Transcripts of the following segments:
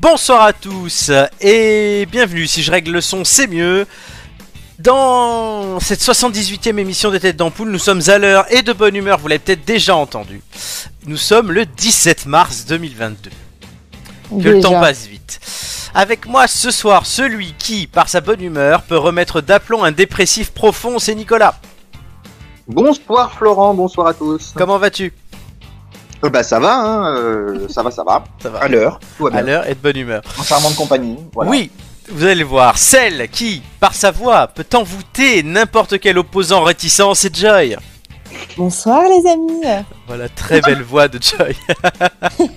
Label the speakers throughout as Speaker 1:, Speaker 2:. Speaker 1: Bonsoir à tous et bienvenue, si je règle le son c'est mieux. Dans cette 78e émission des Têtes d'Ampoule, nous sommes à l'heure et de bonne humeur, vous l'avez peut-être déjà entendu. Nous sommes le 17 mars 2022. Que le
Speaker 2: Déjà.
Speaker 1: temps passe vite. Avec moi ce soir, celui qui, par sa bonne humeur, peut remettre d'aplomb un dépressif profond, c'est Nicolas.
Speaker 3: Bonsoir Florent, bonsoir à tous.
Speaker 1: Comment vas-tu
Speaker 3: Euh, bah ça va, hein, euh, ça va, ça va.
Speaker 1: Ça va.
Speaker 3: À l'heure, tout va bien.
Speaker 1: À l'heure et de bonne humeur.
Speaker 3: En charmante compagnie. Voilà.
Speaker 1: Oui, vous allez voir, celle qui, par sa voix, peut envoûter n'importe quel opposant réticent, c'est Joy.
Speaker 2: Bonsoir les amis,
Speaker 1: Voilà, très belle voix de Joy.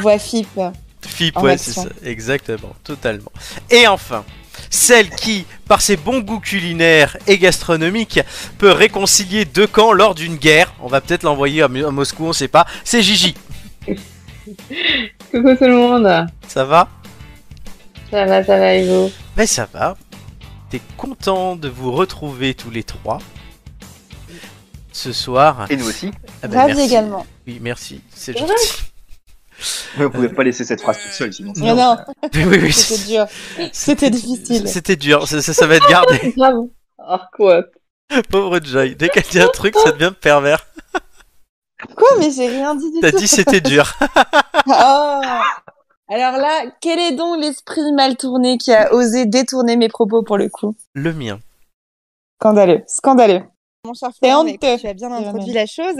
Speaker 2: voix FIP.
Speaker 1: Fip,
Speaker 2: En
Speaker 1: ouais, c'est
Speaker 2: action.
Speaker 1: ça, exactement, totalement. Et enfin, celle qui, par ses bons goûts culinaires et gastronomiques, peut réconcilier deux camps lors d'une guerre. On va peut-être l'envoyer à Mo- à Moscou, on sait pas. C'est Gigi,
Speaker 4: Coucou tout le monde
Speaker 1: ça va
Speaker 4: Ça va, ça va et vous
Speaker 1: Ben ça va. T'es content de vous retrouver tous les trois ce soir.
Speaker 3: Et nous aussi.
Speaker 1: Ah ben,
Speaker 2: Ravi
Speaker 1: merci.
Speaker 2: également.
Speaker 1: Oui, merci, c'est
Speaker 4: Ouais.
Speaker 1: gentil.
Speaker 3: Vous pouvez pas laisser cette phrase toute seule sinon.
Speaker 2: Non, non,
Speaker 1: Oui, oui, oui,
Speaker 2: c'était dur. C'était difficile.
Speaker 1: C'était dur, ça, ça- ça va être gardé.
Speaker 4: Bravo Oh quoi
Speaker 1: Pauvre Joy, dès qu'elle dit un truc, ça devient pervers.
Speaker 2: Quoi Mais j'ai rien dit du
Speaker 1: T'as
Speaker 2: tout.
Speaker 1: dit c'était dur.
Speaker 2: Oh. Alors là, quel est donc l'esprit mal tourné qui a osé détourner mes propos pour le coup
Speaker 1: Le mien.
Speaker 2: Scandaleux, scandaleux.
Speaker 5: Mon cher
Speaker 2: C'est
Speaker 5: Florent, hein, mais
Speaker 2: honteux.
Speaker 5: écoute, tu as bien introduit la chose.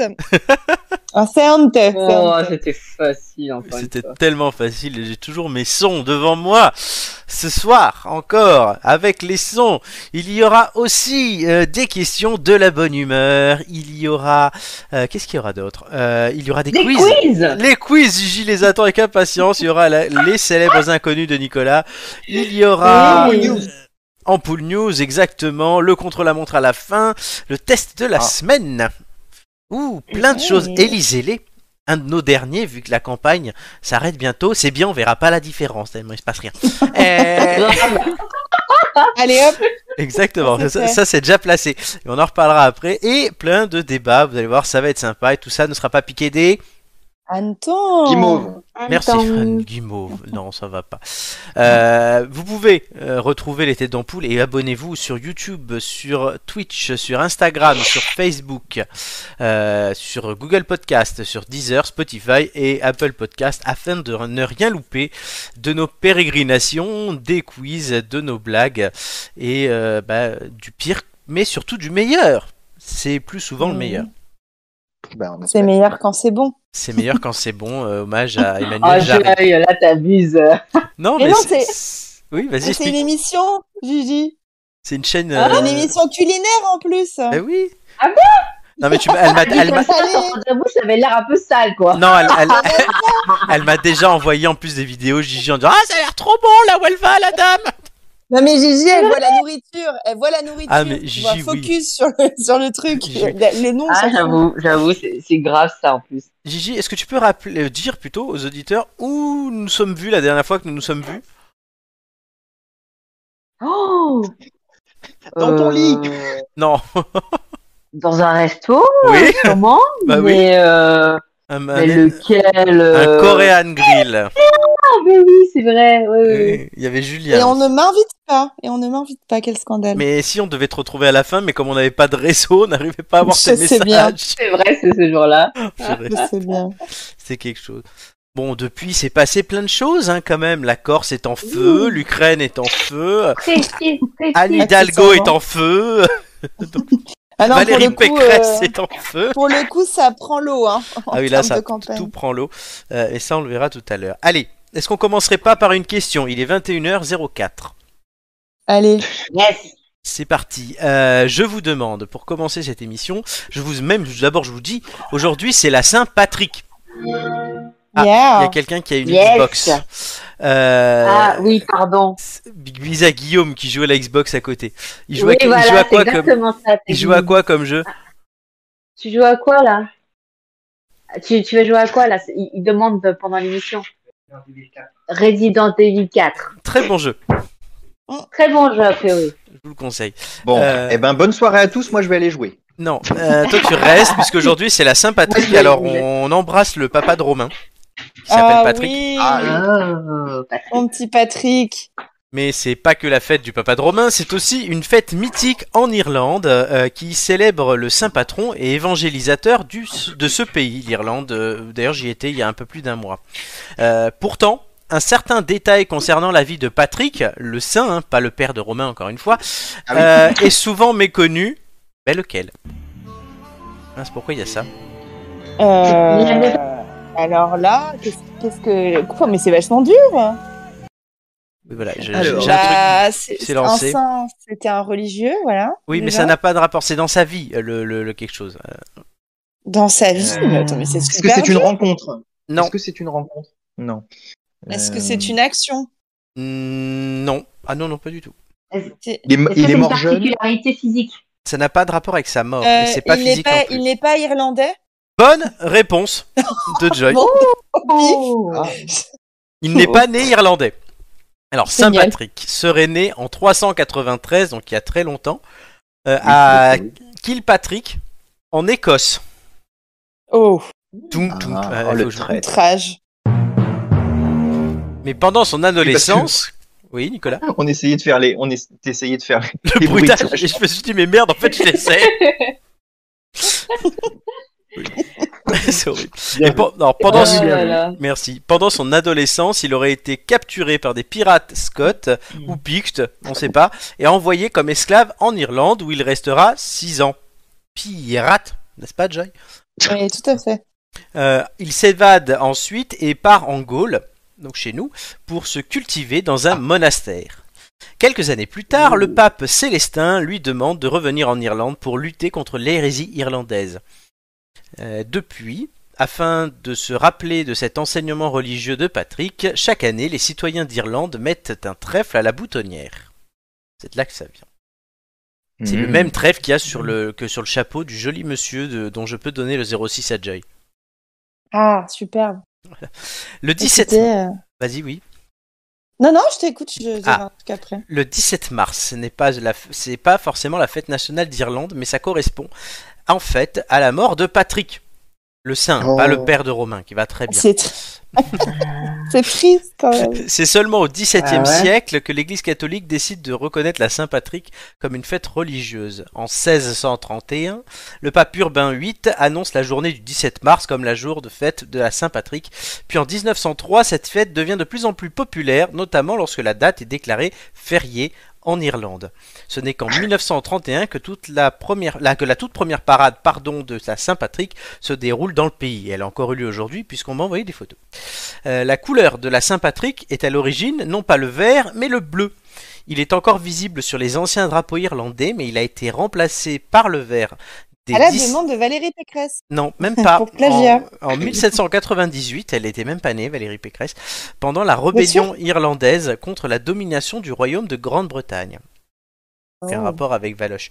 Speaker 2: Ah, c'est honteux. c'est
Speaker 4: Oh,
Speaker 2: honteux. Eh
Speaker 4: c'était facile encore une
Speaker 1: C'était
Speaker 4: fois.
Speaker 1: tellement facile et j'ai toujours mes sons devant moi. Ce soir encore, avec les sons, il y aura aussi euh, des questions de la bonne humeur. Il y aura... euh, Qu'est-ce qu'il y aura d'autre Euh, Il y aura des,
Speaker 4: Des
Speaker 1: quiz.
Speaker 4: quiz
Speaker 1: Les quiz, Gigi les attend avec impatience. Il y aura la- les célèbres inconnus de Nicolas. Il y aura...
Speaker 5: Oh,
Speaker 4: Oui.
Speaker 1: euh, Ampoule News, exactement. Le contre-la-montre à la fin. Le test de la
Speaker 3: Ah.
Speaker 1: semaine. Ouh, plein de
Speaker 2: Oui.
Speaker 1: choses. Élisez-les. Un de nos derniers, vu que la campagne s'arrête bientôt, c'est bien, on verra pas la différence, tellement il se passe rien. Euh,
Speaker 5: Allez hop,
Speaker 1: exactement,
Speaker 2: C'est
Speaker 1: ça,
Speaker 2: fait.
Speaker 1: ça, c'est déjà placé. Et on en reparlera après. Et plein de débats, vous allez voir, ça va être sympa. Et tout ça ne sera pas piqué des...
Speaker 2: Anton.
Speaker 3: Guimauve.
Speaker 1: Merci Fran Guimauve. Non, ça va pas. Euh, vous pouvez euh, retrouver les têtes d'ampoule et abonnez-vous sur YouTube, sur Twitch, sur Instagram, sur Facebook, euh, sur Google Podcast, sur Deezer, Spotify et Apple Podcast afin de ne rien louper de nos pérégrinations, des quiz, de nos blagues et euh, bah, du pire, mais surtout du meilleur. C'est plus souvent le
Speaker 2: Mhm.
Speaker 1: meilleur.
Speaker 3: Ben, on
Speaker 2: C'est
Speaker 3: espère.
Speaker 2: meilleur quand c'est bon.
Speaker 1: C'est meilleur quand c'est bon. euh, hommage à
Speaker 4: Oh
Speaker 1: Emmanuel Jarret.
Speaker 4: Joy, là t'abuses
Speaker 1: Non,
Speaker 2: Mais
Speaker 1: mais,
Speaker 2: non,
Speaker 1: c'est... Oui, vas-y,
Speaker 2: C'est
Speaker 1: explique.
Speaker 2: une émission, Gigi.
Speaker 1: C'est une chaîne.
Speaker 2: C'est
Speaker 1: euh,
Speaker 2: Une émission culinaire en plus.
Speaker 1: Bah oui.
Speaker 4: Ah
Speaker 1: Non, mais tu m'as-
Speaker 2: Ah,
Speaker 1: elle m'a.
Speaker 4: Dit
Speaker 1: elle
Speaker 4: comme
Speaker 1: m'a-
Speaker 4: Bah, ça, sur ta bouche, ça avait l'air un peu sale quoi
Speaker 1: Non, elle, elle,
Speaker 2: Ah,
Speaker 1: elle m'a déjà envoyé en plus des vidéos Gigi en disant Ah, ça a l'air trop bon là où elle va, la dame
Speaker 2: Non mais Gigi, elle voit Eh, la nourriture, elle voit la nourriture.
Speaker 1: Ah, mais
Speaker 2: tu
Speaker 1: Gigi,
Speaker 2: vois,
Speaker 1: oui.
Speaker 2: focus sur le sur le truc,
Speaker 1: Gigi.
Speaker 2: le, le nom. on
Speaker 4: Ah
Speaker 2: s'en fout.
Speaker 4: j'avoue, j'avoue, c'est c'est grave ça en plus.
Speaker 1: Gigi, est-ce que tu peux rappeler, euh, dire plutôt aux auditeurs où nous sommes vus la dernière fois que nous nous sommes vus
Speaker 4: Oh
Speaker 3: Dans ton lit.
Speaker 4: Euh,
Speaker 1: Non.
Speaker 4: Dans un resto
Speaker 2: Ah,
Speaker 1: Oui
Speaker 4: Comment
Speaker 1: Bah oui.
Speaker 4: Mais, euh,
Speaker 1: Un,
Speaker 4: mais
Speaker 1: un-
Speaker 4: lequel
Speaker 1: un
Speaker 4: euh,
Speaker 1: Korean Grill.
Speaker 4: Ah mais oui, c'est vrai, oui, oui, oui.
Speaker 1: Oui, Il y avait
Speaker 2: Et
Speaker 1: Julien.
Speaker 2: on ne m'invite pas, et on ne m'invite pas, quel scandale.
Speaker 1: Mais si on devait te retrouver à la fin, mais comme on n'avait pas de réseau, on n'arrivait pas à voir
Speaker 2: Je
Speaker 1: tes
Speaker 2: sais bien.
Speaker 1: messages.
Speaker 4: C'est vrai, c'est ce jour-là.
Speaker 1: Purée.
Speaker 2: Je sais bien.
Speaker 1: C'est quelque chose. Bon, depuis, c'est passé plein de choses, hein, quand même. La Corse est en feu, l'Ukraine est en feu,
Speaker 4: Précis,
Speaker 1: Anne
Speaker 4: précis.
Speaker 1: Hidalgo est en feu,
Speaker 2: Ah non, pour
Speaker 1: Valérie
Speaker 2: le coup,
Speaker 1: Pécresse
Speaker 2: euh,
Speaker 1: est en feu.
Speaker 2: pour le coup, ça prend l'eau, hein. en
Speaker 1: Ah oui, là,
Speaker 2: termes
Speaker 1: ça
Speaker 2: de
Speaker 1: t-
Speaker 2: campagne.
Speaker 1: tout prend l'eau. Euh, et ça, on le verra tout à l'heure. Allez, est-ce qu'on commencerait pas par une question Il est 21h04. Ah,
Speaker 2: Allez,
Speaker 4: Yes.
Speaker 1: C'est parti. Euh, je vous demande, pour commencer cette émission, je vous même d'abord je vous dis, aujourd'hui c'est la Saint-Patrick. Ah, Il y a
Speaker 2: yeah.
Speaker 1: quelqu'un qui a une
Speaker 4: Yes.
Speaker 1: Xbox. Euh,
Speaker 4: Ah oui, pardon.
Speaker 1: Big Bis à Guillaume qui jouait à la Xbox à côté. Il jouait, à,
Speaker 4: oui,
Speaker 1: il
Speaker 4: voilà,
Speaker 1: jouait à
Speaker 4: c'est
Speaker 1: quoi comme
Speaker 4: exactement ça,
Speaker 1: il
Speaker 4: t'as
Speaker 1: jouait à
Speaker 4: dit.
Speaker 1: quoi comme jeu
Speaker 4: Tu joues à quoi là tu, tu vas jouer à quoi là C'est- il, il demande de- pendant l'émission. Resident Evil 4.
Speaker 1: Très bon jeu,
Speaker 4: Très bon jeu, a priori.
Speaker 1: je vous le conseille.
Speaker 3: Bon,
Speaker 1: Euh.
Speaker 3: eh ben bonne soirée à tous. Moi je vais aller jouer.
Speaker 1: Non, euh, toi tu restes puisque aujourd'hui c'est la Saint
Speaker 4: Moi, je
Speaker 1: Patrick.
Speaker 4: vais
Speaker 1: Alors
Speaker 4: bouger.
Speaker 1: on embrasse le papa de Romain qui
Speaker 4: Ah
Speaker 1: qui s'appelle Patrick.
Speaker 2: Ah
Speaker 1: Ah,
Speaker 2: oui,
Speaker 4: Oh, Patrick.
Speaker 2: mon petit Patrick.
Speaker 1: Mais c'est pas que la fête du papa de Romain, c'est aussi une fête mythique en Irlande euh, qui célèbre le saint patron et évangélisateur du, de ce pays, l'Irlande. Euh, D'ailleurs, j'y étais il y a un peu plus d'un mois. Euh, pourtant, un certain détail concernant la vie de Patrick, le saint, hein, pas le père de Romain encore une fois,
Speaker 3: Ah oui.
Speaker 1: euh, est souvent méconnu. Mais lequel Ah, C'est pourquoi il y a ça
Speaker 2: Euh, alors là, qu'est-ce qu'est-ce que. Quoi, mais c'est vachement dur.
Speaker 1: Oui, voilà, je- j'ai un
Speaker 3: Alors.
Speaker 1: truc-
Speaker 2: Bah, c'est-
Speaker 1: s'est
Speaker 2: c'est un
Speaker 1: lancé.
Speaker 2: saint, c'était un religieux, voilà.
Speaker 1: Oui, mais
Speaker 2: déjà.
Speaker 1: ça n'a pas de rapport, c'est dans sa vie, euh, le, le- le quelque chose. Euh,
Speaker 2: Dans sa vie. mais attends, mais c'est
Speaker 6: Est-ce que
Speaker 2: super.
Speaker 6: c'est une
Speaker 2: dur.
Speaker 6: rencontre
Speaker 1: Non.
Speaker 6: Est-ce que c'est une rencontre Non.
Speaker 2: Est-ce que
Speaker 6: Euh,
Speaker 2: c'est une action
Speaker 1: mm, non. Ah non, non, pas du tout.
Speaker 2: C'est-
Speaker 6: Il est,
Speaker 4: Est-ce que
Speaker 6: il
Speaker 4: c'est
Speaker 6: est
Speaker 4: une
Speaker 6: mort jeune
Speaker 4: particularité physique
Speaker 1: Ça n'a pas de rapport avec sa mort.
Speaker 2: Euh,
Speaker 1: et c'est pas
Speaker 2: il n'est
Speaker 1: physique
Speaker 2: pas,
Speaker 1: non plus.
Speaker 2: il n'est pas irlandais.
Speaker 1: Bonne réponse de Joy.
Speaker 2: Bon.
Speaker 4: Oh.
Speaker 1: Il n'est pas né irlandais. Alors, Saint
Speaker 2: Génial.
Speaker 1: Patrick serait né en 393, donc il y a très longtemps, euh,
Speaker 3: Ah,
Speaker 1: à Kilpatrick, en Écosse.
Speaker 2: Oh,
Speaker 1: Toum, toum,
Speaker 3: Ah,
Speaker 1: euh,
Speaker 3: oh,
Speaker 1: faut
Speaker 3: le
Speaker 1: que je me-
Speaker 3: traître.
Speaker 2: outrage.
Speaker 1: Mais pendant son adolescence. Oui, Nicolas.
Speaker 6: On essayait de faire les, on est- t'essayais de faire les,
Speaker 1: Le
Speaker 6: les
Speaker 1: bruitage.
Speaker 6: bruitages.
Speaker 1: Et je me suis dit, mais merde, en fait, je l'essaie. C'est horrible. Et pen- alors, pendant,
Speaker 4: Oh
Speaker 1: son-
Speaker 4: là là.
Speaker 1: Merci. Pendant son adolescence, il aurait été capturé par des pirates scots ou pictes, on sait pas, et envoyé comme esclave en Irlande où il restera 6 ans. Pirate, n'est-ce pas, Joy
Speaker 2: Oui, tout à fait.
Speaker 1: Euh, Il s'évade ensuite et part en Gaule, donc chez nous, pour se cultiver dans un monastère. Quelques années plus tard, le pape Célestin lui demande de revenir en Irlande pour lutter contre l'hérésie irlandaise. Euh, depuis, afin de se rappeler de cet enseignement religieux de Patrick, chaque année, les citoyens d'Irlande mettent un trèfle à la boutonnière. C'est de là que ça vient. C'est le
Speaker 3: Hmm.
Speaker 6: Mhm.
Speaker 1: même trèfle qu'il y a sur le, que sur le chapeau du joli monsieur de- dont je peux donner le 06 à Joy.
Speaker 2: Ah, superbe.
Speaker 1: Le
Speaker 2: Et
Speaker 1: 17
Speaker 2: c'était, euh,
Speaker 1: Vas-y, oui.
Speaker 2: Non, non, je t'écoute. Je dirai
Speaker 1: Ah.
Speaker 2: un truc après.
Speaker 1: Le 17 mars, ce n'est pas, la f- c'est pas forcément la fête nationale d'Irlande, mais ça correspond en fait à la mort de Patrick, le saint,
Speaker 6: Oh.
Speaker 1: pas le père de Romain, qui va très bien.
Speaker 2: C'est tr- c'est triste quand même.
Speaker 1: C'est seulement au XVIIe
Speaker 4: Ah ouais.
Speaker 1: siècle que l'Église catholique décide de reconnaître la Saint-Patrick comme une fête religieuse. En 1631, le pape Urbain VIII annonce la journée du 17 mars comme la jour de fête de la Saint-Patrick. Puis en 1903, cette fête devient de plus en plus populaire, notamment lorsque la date est déclarée fériée en Irlande. Ce n'est qu'en 1931 que, toute la première, la- que la toute première parade pardon, de la Saint-Patrick se déroule dans le pays. Elle a encore eu lieu aujourd'hui puisqu'on m'a envoyé des photos. Euh, la couleur de la Saint-Patrick est à l'origine non pas le vert mais le bleu. Il est encore visible sur les anciens drapeaux irlandais mais il a été remplacé par le vert. Des
Speaker 2: À la
Speaker 1: dix-
Speaker 2: Ah, demande de Valérie Pécresse.
Speaker 1: Non, même pas.
Speaker 2: Pour plagiat.
Speaker 1: En, en 1798, elle était même pas née, Valérie Pécresse, pendant la rébellion irlandaise contre la domination du royaume de Grande-Bretagne. Donc, un
Speaker 2: Oh.
Speaker 1: rapport avec Valoche.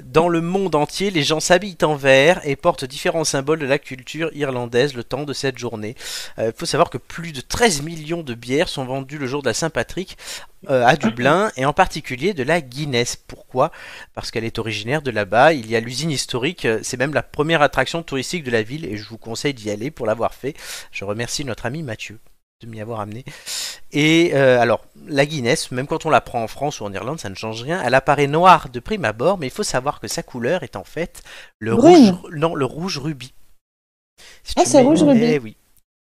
Speaker 1: Dans le monde entier, les gens s'habillent en vert et portent différents symboles de la culture irlandaise le temps de cette journée. Il faut savoir que plus de 13 millions de bières sont vendues le jour de la Saint-Patrick euh, à Dublin et en particulier de la Guinness. Pourquoi Parce qu'elle est originaire de là-bas. Il y a l'usine historique. euh, C'est même la première attraction touristique de la ville et je vous conseille d'y aller pour l'avoir fait. Je remercie notre ami Mathieu de m'y avoir amené. Et euh, alors, la Guinness, même quand on la prend en France ou en Irlande, ça ne change rien. Elle apparaît noire de prime abord, mais il faut savoir que sa couleur est en fait le
Speaker 2: Brune.
Speaker 1: rouge, non, le rouge rubis. Si
Speaker 2: Ah,
Speaker 1: tu
Speaker 2: c'est
Speaker 1: mets-
Speaker 2: rouge rubis.
Speaker 1: Eh oui.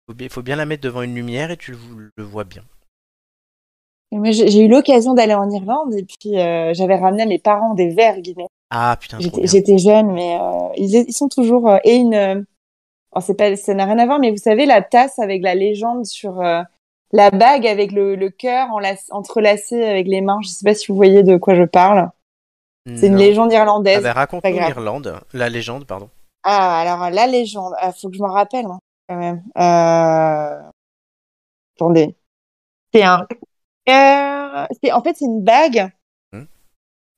Speaker 1: Faut bien- faut bien la mettre devant une lumière et tu le- le vois bien.
Speaker 2: Et moi, j'ai j'ai eu l'occasion d'aller en Irlande et puis euh, j'avais ramené à mes parents des verres guinéens.
Speaker 1: Ah putain, trop
Speaker 2: J'étais
Speaker 1: bien.
Speaker 2: j'étais jeune, mais euh, ils, ils sont toujours euh, et une. euh, alors c'est pas, ça n'a rien à voir, mais vous savez la tasse avec la légende sur euh, la bague avec le, le cœur enlac- entrelacé avec les mains. Je sais pas si vous voyez de quoi je parle. C'est une
Speaker 1: Non.
Speaker 2: légende irlandaise.
Speaker 1: Ah bah, raconte-nous
Speaker 2: pas grave.
Speaker 1: l'Irlande, la légende, pardon.
Speaker 2: Ah, alors la légende, il faut que je m'en rappelle hein, quand même. Euh... Attendez. C'est un. Euh, c'est- En fait, c'est une bague.
Speaker 1: Hmm.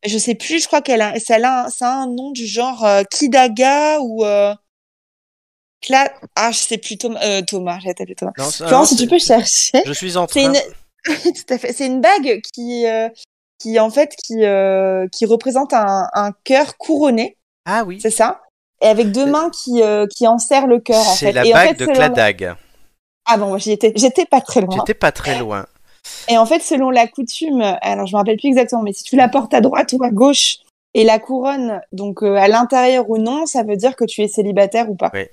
Speaker 2: Je sais plus, je crois qu'elle a, ça a, un- ça a un nom du genre euh, Kidaga ou. Euh... Cla... Ah, je sais plus, Thomas. Euh, Thomas, j'allais t'appeler Thomas.
Speaker 1: Non, c'est-
Speaker 2: Florent,
Speaker 1: non,
Speaker 2: si tu
Speaker 1: c'est-
Speaker 2: peux chercher.
Speaker 1: Je suis en train.
Speaker 2: C'est une... Tout à fait. C'est une bague qui, euh, qui en fait, qui, euh, qui représente un, un cœur couronné.
Speaker 1: Ah oui.
Speaker 2: C'est ça. Et avec deux mains qui, euh, qui enserrent le cœur, en fait.
Speaker 1: C'est la
Speaker 2: Et en
Speaker 1: bague
Speaker 2: fait,
Speaker 1: de
Speaker 2: c'est le-
Speaker 1: Cladag.
Speaker 2: Ah bon, moi, j'y étais, j'étais pas très loin.
Speaker 1: J'étais pas très loin.
Speaker 2: Et en fait, selon la coutume, euh, alors je me rappelle plus exactement, mais si tu la portes à droite ou à gauche et la couronne, donc euh, à l'intérieur ou non, ça veut dire que tu es célibataire ou pas.
Speaker 1: Oui.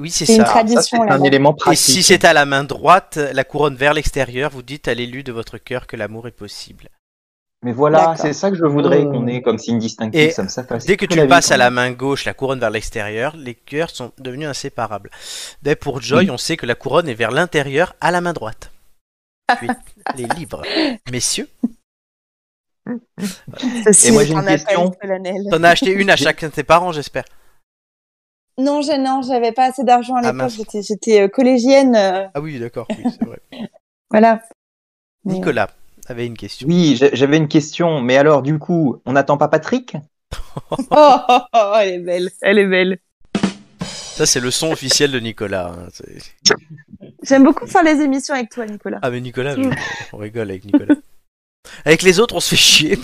Speaker 1: Oui, c'est
Speaker 2: C'est une
Speaker 1: ça.
Speaker 6: Ça,
Speaker 2: tradition
Speaker 6: c'est un
Speaker 2: là-bas.
Speaker 6: élément
Speaker 1: Et
Speaker 6: pratique.
Speaker 1: si c'est à la main droite, la couronne vers l'extérieur, vous dites à l'élu de votre cœur que l'amour est possible.
Speaker 6: Mais voilà,
Speaker 2: D'accord.
Speaker 6: c'est ça que je voudrais
Speaker 7: Euh.
Speaker 6: qu'on ait comme signe distinctif.
Speaker 1: Et
Speaker 6: ça me s'affaire.
Speaker 1: Dès que
Speaker 6: Toute
Speaker 1: tu
Speaker 6: vie,
Speaker 1: passes
Speaker 6: quand
Speaker 1: à
Speaker 6: même.
Speaker 1: la main gauche, la couronne vers l'extérieur, les cœurs sont devenus inséparables. Dès pour Joy, on sait que la couronne est vers l'intérieur à la main droite. Tu es- les libres. Messieurs,
Speaker 2: Ceci
Speaker 6: Et moi,
Speaker 2: est
Speaker 6: j'ai une
Speaker 2: un appel
Speaker 6: question.
Speaker 2: solennel.
Speaker 1: t'en as acheté une à chacun de tes parents, j'espère.
Speaker 2: Non, je, non, j'avais pas assez d'argent à
Speaker 1: Ah,
Speaker 2: l'époque.
Speaker 1: mince.
Speaker 2: j'étais, j'étais euh, collégienne. euh,
Speaker 1: Ah oui, d'accord, oui, c'est vrai.
Speaker 2: voilà. Mais-
Speaker 1: Nicolas avait une question.
Speaker 6: Oui, j'a- j'avais une question, mais alors du coup, on n'attend pas Patrick
Speaker 2: Oh, oh, oh, elle est belle. Elle est belle.
Speaker 1: Ça, c'est le son officiel de Nicolas. hein, c'est-
Speaker 2: J'aime beaucoup faire les émissions avec toi, Nicolas.
Speaker 1: Ah, mais Nicolas, je- on rigole avec Nicolas. Avec les autres, on se fait chier.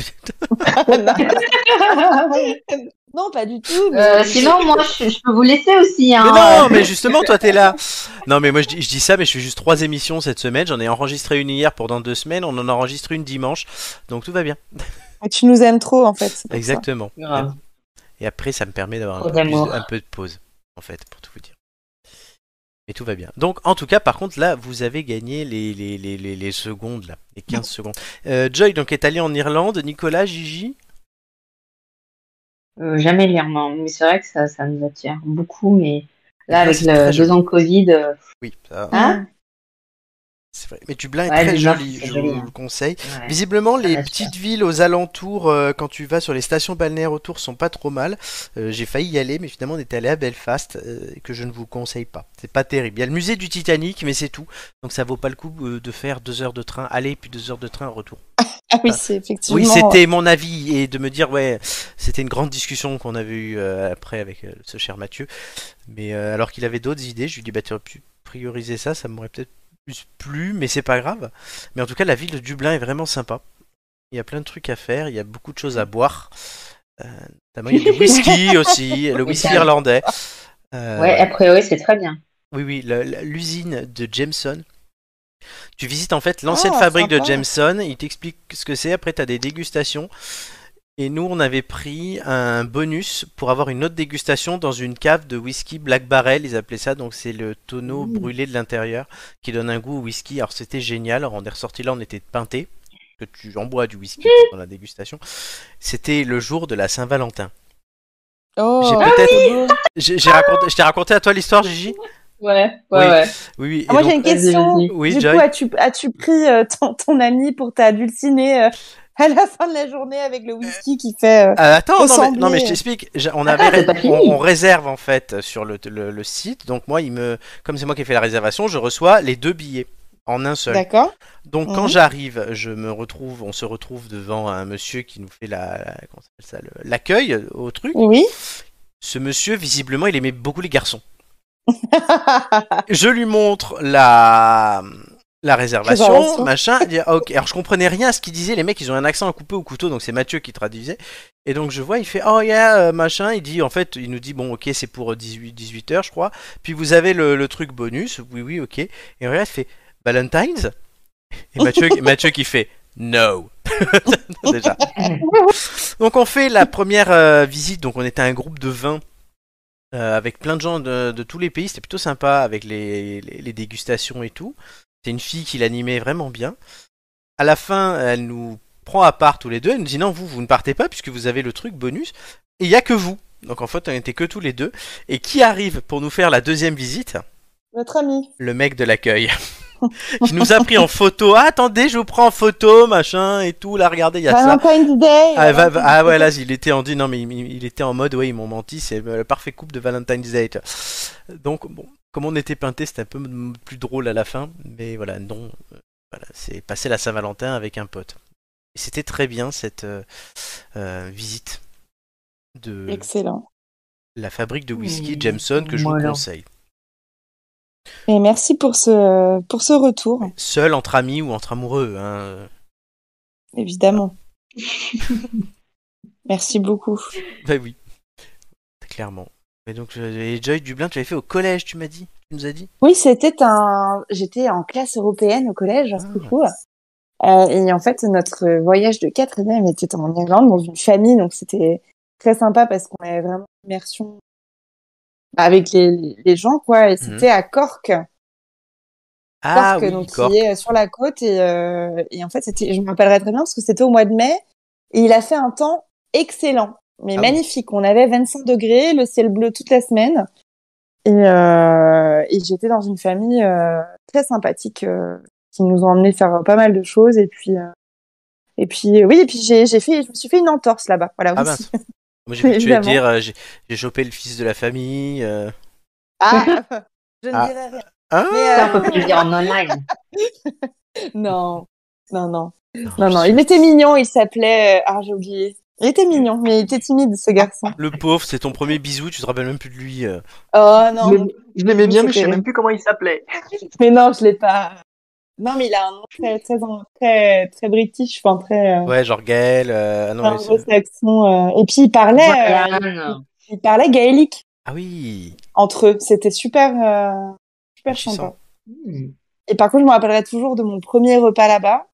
Speaker 2: non, pas du tout. mais-
Speaker 4: Euh, sinon, moi, je, je peux vous laisser aussi. Hein.
Speaker 1: Mais non, mais justement, toi, t'es là. Non, mais moi, je dis, je dis ça, mais je fais juste trois émissions cette semaine. J'en ai enregistré une hier pour dans deux semaines. On en enregistre une dimanche. Donc, tout va bien.
Speaker 2: Mais tu nous aimes trop, en fait. c'est pour ça.
Speaker 1: Exactement.
Speaker 4: Euh,
Speaker 7: Grave.
Speaker 1: Et après, ça me permet d'avoir un,
Speaker 4: Trop
Speaker 1: peu plus-
Speaker 4: d'amour.
Speaker 1: un peu de pause, en fait, pour tout vous dire. Et tout va bien. Donc, en tout cas, par contre, là, vous avez gagné les, les, les, les, les secondes, là, les 15 secondes. Euh, Joy, donc, est allé en Irlande. Nicolas, Gigi
Speaker 4: Euh, jamais l'Irlande, mais c'est vrai que ça, ça nous attire beaucoup, mais là,
Speaker 1: Ah,
Speaker 4: avec
Speaker 1: c'est très
Speaker 4: le
Speaker 1: joli.
Speaker 4: deux ans de Covid, euh,
Speaker 1: Oui, ça,
Speaker 4: hein
Speaker 1: c'est vrai. Mais Dublin est
Speaker 4: Ouais,
Speaker 1: très
Speaker 4: Dublin,
Speaker 1: joli,
Speaker 4: c'est
Speaker 1: je
Speaker 4: joli,
Speaker 1: vous
Speaker 4: hein.
Speaker 1: le conseille.
Speaker 4: Ouais.
Speaker 1: Visiblement, les
Speaker 4: Ah,
Speaker 1: petites villes aux alentours, euh, quand tu vas sur les stations balnéaires autour, sont pas trop mal. Euh, J'ai failli y aller, mais finalement, on est allé à Belfast, euh, que je ne vous conseille pas. C'est pas terrible. Il y a le musée du Titanic, mais c'est tout. Donc, ça vaut pas le coup euh, de faire deux heures de train aller, puis deux heures de train retour.
Speaker 2: Ah oui, c'est effectivement.
Speaker 1: Oui, c'était mon avis, et de me dire, ouais, c'était une grande discussion qu'on avait eue euh, après avec euh, ce cher Mathieu. Mais euh, alors qu'il avait d'autres idées, je lui dis, bah, tu aurais pu prioriser ça, ça m'aurait peut-être plus plu, mais c'est pas grave. Mais en tout cas, la ville de Dublin est vraiment sympa. Il y a plein de trucs à faire, il y a beaucoup de choses à boire. Euh, notamment, il y a du whisky aussi, le whisky irlandais. Euh,
Speaker 4: Ouais, a priori, c'est très bien.
Speaker 1: oui, oui, le- le- l'usine de Jameson. Tu visites en fait l'ancienne
Speaker 2: Ah,
Speaker 1: fabrique de
Speaker 2: sympa.
Speaker 1: Jameson, il t'explique ce que c'est, après tu as des dégustations. Et nous, on avait pris un bonus pour avoir une autre dégustation dans une cave de whisky Black Barrel, ils appelaient ça, donc c'est le tonneau
Speaker 2: Mmh.
Speaker 1: brûlé de l'intérieur qui donne un goût au whisky. Alors c'était génial, Alors, on est ressorti là, on était pinté, que tu en bois du whisky
Speaker 2: Mmh.
Speaker 1: dans la dégustation. C'était le jour de la Saint-Valentin.
Speaker 2: Oh,
Speaker 1: J'ai peut-être. J'ai j'ai raconté... Je t'ai raconté à toi l'histoire, Gigi
Speaker 4: Ouais,
Speaker 1: ouais, Oui. ouais. Oui, oui. et
Speaker 2: Ah, moi,
Speaker 1: donc-
Speaker 2: j'ai une
Speaker 4: Vas-y,
Speaker 2: question.
Speaker 4: vas-y.
Speaker 1: Oui,
Speaker 2: du
Speaker 1: Joy.
Speaker 2: coup, as-tu, as-tu pris euh, ton, ton ami pour ta dulcinée euh, à la fin de la journée avec le whisky qui fait. euh,
Speaker 1: Euh, attends, non mais,
Speaker 2: Ressembler.
Speaker 1: non mais je t'explique. J'a- On
Speaker 4: Attends,
Speaker 2: Ah,
Speaker 1: avait,
Speaker 4: c'est pas fini.
Speaker 1: on, on réserve en fait sur le, le- le site. Donc moi, il me, comme c'est moi qui ai fait la réservation, je reçois les deux billets en un seul.
Speaker 2: D'accord.
Speaker 1: Donc quand
Speaker 2: Mhm.
Speaker 1: j'arrive, je me retrouve, on se retrouve devant un monsieur qui nous fait la, la- comment ça s'appelle ça, le- l'accueil au truc.
Speaker 2: Oui.
Speaker 1: Ce monsieur, visiblement, il aimait beaucoup les garçons. je lui montre la la réservation,
Speaker 2: Réservation.
Speaker 1: machin. Il dit, ah, ok. Alors je comprenais rien à ce qu'il disait. Les mecs, ils ont un accent à couper au couteau, donc c'est Mathieu qui traduisait. Et donc je vois, il fait oh yeah euh, machin. Il dit en fait, il nous dit bon ok c'est pour 18 18 heures je crois. Puis vous avez le, le truc bonus. Oui oui ok. Et regarde, il fait Valentine's. Et Mathieu Mathieu qui fait no. Déjà. Donc on fait la première euh, visite. Donc on était un groupe de 20 euh, avec plein de gens de, de tous les pays. C'était plutôt sympa avec les, les- les dégustations et tout. C'était une fille qui l'animait vraiment bien. À la fin, elle nous prend à part tous les deux. Elle nous dit non, vous, vous ne partez pas puisque vous avez le truc bonus. Et il n'y a que vous. Donc en fait, on n'était que tous les deux. Et qui arrive pour nous faire la deuxième visite
Speaker 2: Votre ami.
Speaker 1: le mec de l'accueil qui nous a pris en photo. Ah, attendez, je vous prends en photo, machin et tout. Là, regardez, il y
Speaker 2: Bah
Speaker 1: a ça.
Speaker 2: Valentine's Day.
Speaker 1: Ah, va- va- ah ouais, là, il était en dit, non, mais il, il était en mode, ouais, ils m'ont menti, c'est le parfait couple de Valentine's Day. tu vois. Donc, bon, comme on était peinté, c'était un peu m- plus drôle à la fin, mais voilà, non, euh, voilà, c'est passé la Saint-Valentin avec un pote. Et c'était très bien cette euh, euh, visite de
Speaker 2: Excellent.
Speaker 1: la fabrique de whisky
Speaker 4: Mmh,
Speaker 1: Jameson que je vous
Speaker 4: voilà.
Speaker 1: conseille.
Speaker 2: Et merci pour ce, pour ce retour,
Speaker 1: Seul entre amis ou entre amoureux, hein.
Speaker 2: évidemment. merci beaucoup.
Speaker 1: Bah oui, Ben clairement. Mais donc, euh, et Joy Dublin, tu l'avais fait au collège, tu m'as dit Tu nous as dit
Speaker 2: Oui, c'était un. J'étais en classe européenne au collège, coucou. Euh, et en fait, notre voyage de quatrième était en Irlande, dans une famille, donc c'était très sympa parce qu'on avait vraiment une immersion avec les, les gens, quoi. Et c'était à Cork. Cork,
Speaker 1: Ah oui,
Speaker 2: donc,
Speaker 1: Cork.
Speaker 2: qui est sur la côte. Et, euh, et en fait, c'était, je me rappellerai très bien parce que c'était au mois de mai. Et il a fait un temps excellent, mais
Speaker 1: Ah oui.
Speaker 2: magnifique. On avait 25 degrés, le ciel bleu toute la semaine. Et, euh, et j'étais dans une famille euh, très sympathique euh, qui nous ont emmené faire pas mal de choses. Et puis, euh, et puis euh, oui, et puis j'ai, j'ai fait, je me suis fait une entorse là-bas. Voilà.
Speaker 1: Ah
Speaker 2: aussi.
Speaker 1: mince. Moi, j'ai cru que tu allais
Speaker 2: Évidemment.
Speaker 1: dire, euh, j'ai j'ai chopé le fils de la famille. euh.
Speaker 2: Ah, je ne
Speaker 1: Ah.
Speaker 2: dirai rien.
Speaker 1: Ah
Speaker 2: Mais,
Speaker 4: Ça,
Speaker 2: euh,
Speaker 4: on peut plus le dire en online.
Speaker 2: Non, non, non.
Speaker 1: Ah, Oh,
Speaker 2: Non, non, il était mignon, il s'appelait. Ah, j'ai oublié. Il était mignon, mais il était timide, ce garçon.
Speaker 1: Le pauvre, c'est ton premier bisou, tu te rappelles même plus de lui. euh.
Speaker 2: Oh non,
Speaker 3: Je l'aimais- je l'aimais bien, mais je sais
Speaker 2: C'était-
Speaker 3: même plus comment il s'appelait.
Speaker 2: mais non, je l'ai pas. Non, mais il a un nom très, très, très, très british, enfin, très euh,
Speaker 1: Ouais, genre Gaël. euh, Ah, non, mais c'est-
Speaker 2: anglo-saxon. euh. Et puis, il parlait, euh,
Speaker 4: Brian.
Speaker 2: il parlait gaélique
Speaker 1: ah oui,
Speaker 2: entre eux. C'était super, euh, super sympa.
Speaker 1: enrichissant.
Speaker 4: Hmm.
Speaker 2: Et par contre, je me rappellerai toujours de mon premier repas là-bas.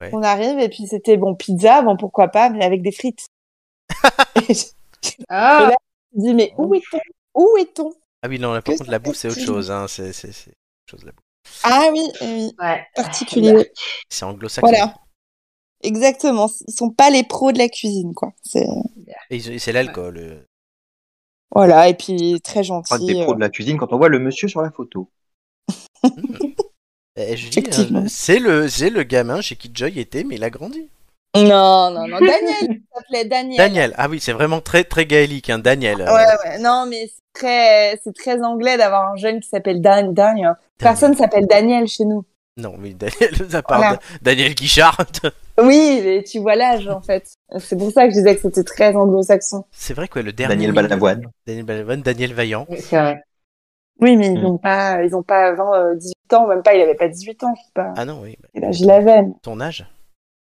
Speaker 1: Ouais.
Speaker 2: On arrive, et puis c'était bon, pizza, bon, pourquoi pas, mais avec des frites. et je
Speaker 4: Ah,
Speaker 2: me dis, mais où est-on Où est-on
Speaker 1: Ah oui, non, là, par
Speaker 2: Que
Speaker 1: contre, la bouffe, c'est autre
Speaker 2: s'appelle-t-il
Speaker 1: chose. Hein. C'est c'est- c'est autre chose, la bouffe.
Speaker 2: Ah oui, oui,
Speaker 4: ouais.
Speaker 2: particulier.
Speaker 1: C'est anglo-saxon.
Speaker 2: Voilà. Exactement. Ils sont pas les pros de la cuisine, quoi. C'est
Speaker 1: Et ils- et c'est l'alcool. euh.
Speaker 2: voilà. Et puis très
Speaker 6: Pas
Speaker 2: gentil. euh,
Speaker 4: euh.
Speaker 6: des pros de la cuisine quand on voit le monsieur sur la photo.
Speaker 1: Eh, je dis, hein,
Speaker 2: Effectivement.
Speaker 1: c'est le, c'est le gamin chez qui Joy était, mais il a grandi.
Speaker 2: Non, non, non. Daniel il s'appelait Daniel.
Speaker 1: Daniel, ah oui, c'est vraiment très très gaélique, hein, Daniel. euh,
Speaker 2: Ouais, ouais. Non, mais c'est très, c'est très anglais d'avoir un jeune qui s'appelle Dan- Daniel.
Speaker 1: Daniel.
Speaker 2: Personne s'appelle Daniel chez nous.
Speaker 1: Non, mais Daniel, à part
Speaker 2: Voilà.
Speaker 1: Da- Daniel Guichard.
Speaker 2: Oui, mais tu vois l'âge en fait. C'est pour ça que je disais que c'était très anglo-saxon.
Speaker 1: C'est vrai quoi, le dernier.
Speaker 6: Daniel Balavoine.
Speaker 1: Daniel Balavoine, Daniel Vaillant.
Speaker 4: C'est vrai.
Speaker 2: Oui, mais ils
Speaker 6: Mm.
Speaker 2: n'ont pas, ils ont pas 20, euh, 18 ans, même pas. Il avait pas 18 ans, je sais pas.
Speaker 1: Ah non, oui. bah,
Speaker 2: Là, je l'avais.
Speaker 1: Ton âge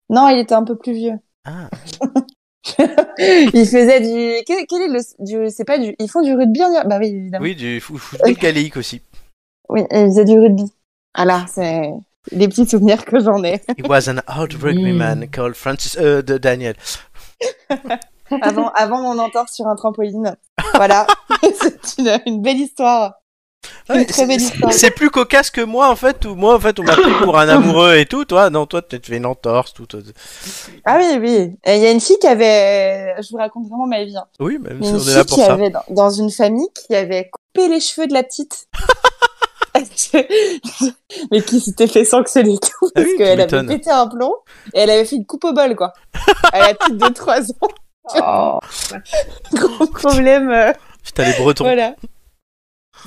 Speaker 2: Non, il était un peu plus vieux.
Speaker 1: Ah,
Speaker 2: ils faisaient du quel, quel est le du c'est pas du ils font du rugby en Irlande bah oui évidemment oui,
Speaker 1: oui, du fou- football gaélique aussi.
Speaker 2: et ils faisaient du rugby voilà Ah c'est les petits souvenirs que j'en ai
Speaker 1: He was an old rugbyman called Francis. euh, de Daniel.
Speaker 2: avant avant mon entorse sur un trampoline voilà c'est une, une belle histoire
Speaker 1: Ouais,
Speaker 2: une très belle histoire
Speaker 1: C'est plus cocasse que moi en fait, ou moi en fait, on m'a pris pour un amoureux et tout. Toi, non, toi, tu te fais une entorse. Tout, tout-
Speaker 2: ah oui oui Et il y a une fille qui avait euh, je vous raconte vraiment ma vie hein.
Speaker 1: Oui, même
Speaker 2: Mais
Speaker 1: si
Speaker 2: une
Speaker 1: on est
Speaker 2: fille
Speaker 1: là pour
Speaker 2: qui
Speaker 1: ça.
Speaker 2: avait dans, dans une famille qui avait coupé les cheveux de la petite mais qui s'était fait sanctionner et tout parce
Speaker 1: Ah oui, tu
Speaker 2: qu'elle avait
Speaker 1: m'étonnes.
Speaker 2: pété un plomb et elle avait fait une coupe au bol quoi à la petite de 3 ans
Speaker 4: Oh.
Speaker 2: gros problème euh,
Speaker 1: Putain, les Bretons.
Speaker 2: voilà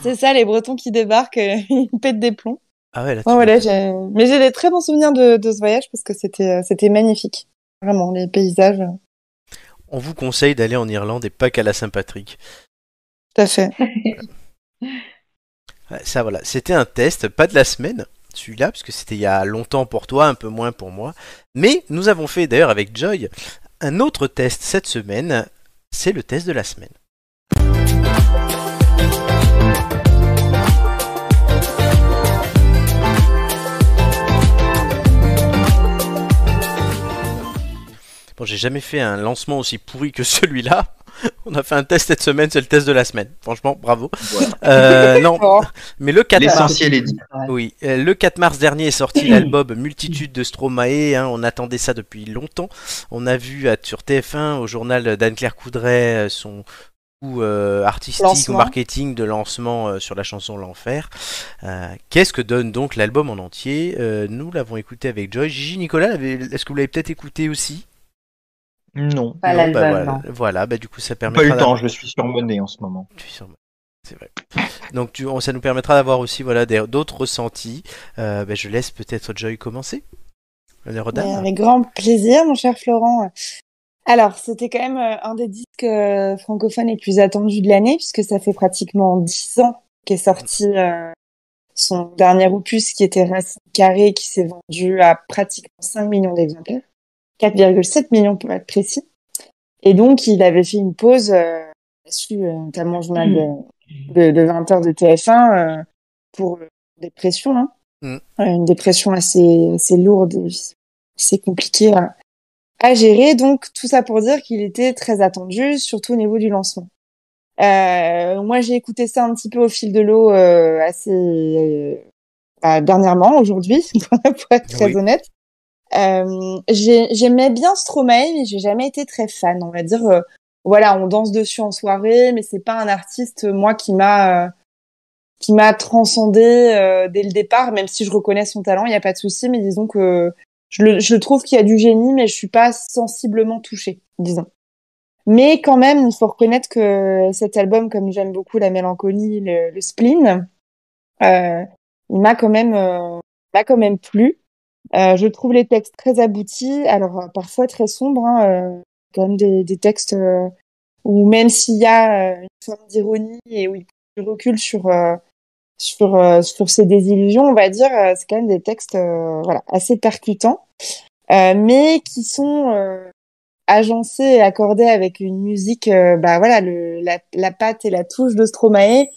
Speaker 2: c'est ça les bretons qui débarquent euh, ils pètent des plombs
Speaker 1: Ah ouais, là, tu
Speaker 2: Ouais, voilà,
Speaker 1: m'étonnes.
Speaker 2: j'ai- mais j'ai des très bons souvenirs de, de ce voyage parce que c'était euh, c'était magnifique vraiment les paysages euh,
Speaker 1: On vous conseille d'aller en Irlande et pas qu'à la Saint-Patrick.
Speaker 2: tout à fait
Speaker 1: Ouais, Ça voilà, c'était un test, pas de la semaine, celui-là, parce que c'était il y a longtemps pour toi, un peu moins pour moi. Mais nous avons fait d'ailleurs avec Joy un autre test cette semaine, c'est le test de la semaine. Bon, j'ai jamais fait un lancement aussi pourri que celui-là. On a fait un test cette semaine, c'est le test de la semaine. Franchement, bravo.
Speaker 6: Voilà.
Speaker 1: Euh, non,
Speaker 2: Bon.
Speaker 1: mais le 4 mars,
Speaker 6: L'essentiel est dit.
Speaker 1: oui, euh, le 4 mars dernier est sorti l'album Multitude de Stromae. hein, on attendait ça depuis longtemps. On a vu à- sur TF1 au journal d'Anne-Claire Coudray euh, son coup euh, artistique
Speaker 2: Lancement.
Speaker 1: ou marketing de lancement euh, sur la chanson L'Enfer. Euh, Qu'est-ce que donne donc l'album en entier Euh, Nous l'avons écouté avec Joy. Gigi Nicolas, l'avez- est-ce que vous l'avez peut-être écouté aussi
Speaker 6: Non.
Speaker 4: Pas
Speaker 1: Non,
Speaker 4: l'album,
Speaker 1: bah, voilà,
Speaker 4: non.
Speaker 1: Voilà, bah, du coup ça permet
Speaker 6: Pas eu le temps, je suis surmené en ce moment.
Speaker 1: tu sens- C'est vrai. Donc tu- on- ça nous permettra d'avoir aussi voilà des- d'autres ressentis. Euh, ben, je laisse peut-être Joy commencer. Les
Speaker 2: Mais
Speaker 1: Rodin.
Speaker 2: avec grand plaisir, mon cher Florent. Alors, c'était quand même euh, un des disques euh, francophones les plus attendus de l'année, puisque ça fait pratiquement 10 ans qu'est sorti euh, son dernier opus, qui était Racine Carré, qui s'est vendu à pratiquement 5 millions d'exemplaires, 4,7 millions pour être précis. Et donc, il avait fait une pause euh, là-dessus, euh, notamment le journal de, de, 20h de TF1, euh, pour une dépression. hein.
Speaker 1: Mm.
Speaker 2: Euh, Une dépression assez, assez lourde, et assez compliquée à, à gérer. Donc, tout ça pour dire qu'il était très attendu, surtout au niveau du lancement. Euh, moi, j'ai écouté ça un petit peu au fil de l'eau euh, assez euh, bah, dernièrement, aujourd'hui, pour être très
Speaker 1: Oui.
Speaker 2: honnête. Euh, j'ai- J'aimais bien Stromae, mais j'ai jamais été très fan. On va dire, euh, voilà, on danse dessus en soirée, mais c'est pas un artiste moi qui m'a euh, qui m'a transcendé euh, dès le départ. Même si je reconnais son talent, il n'y a pas de souci. Mais disons que je le, je trouve qu'il y a du génie, mais je suis pas sensiblement touchée, disons. Mais quand même, il faut reconnaître que cet album, comme j'aime beaucoup la mélancolie, le, le spleen, euh, il m'a quand même, euh, il m'a quand même plu. Euh, je trouve les textes très aboutis, alors euh, parfois très sombres, hein, euh, quand même des, des textes euh, où même s'il y a euh, une forme d'ironie et où il prend du recul sur euh, sur euh, sur ses désillusions, on va dire, euh, c'est quand même des textes euh, voilà assez percutants, euh, mais qui sont euh, agencé et accordé avec une musique, euh, bah voilà, le, la, la patte et la touche de Stromae.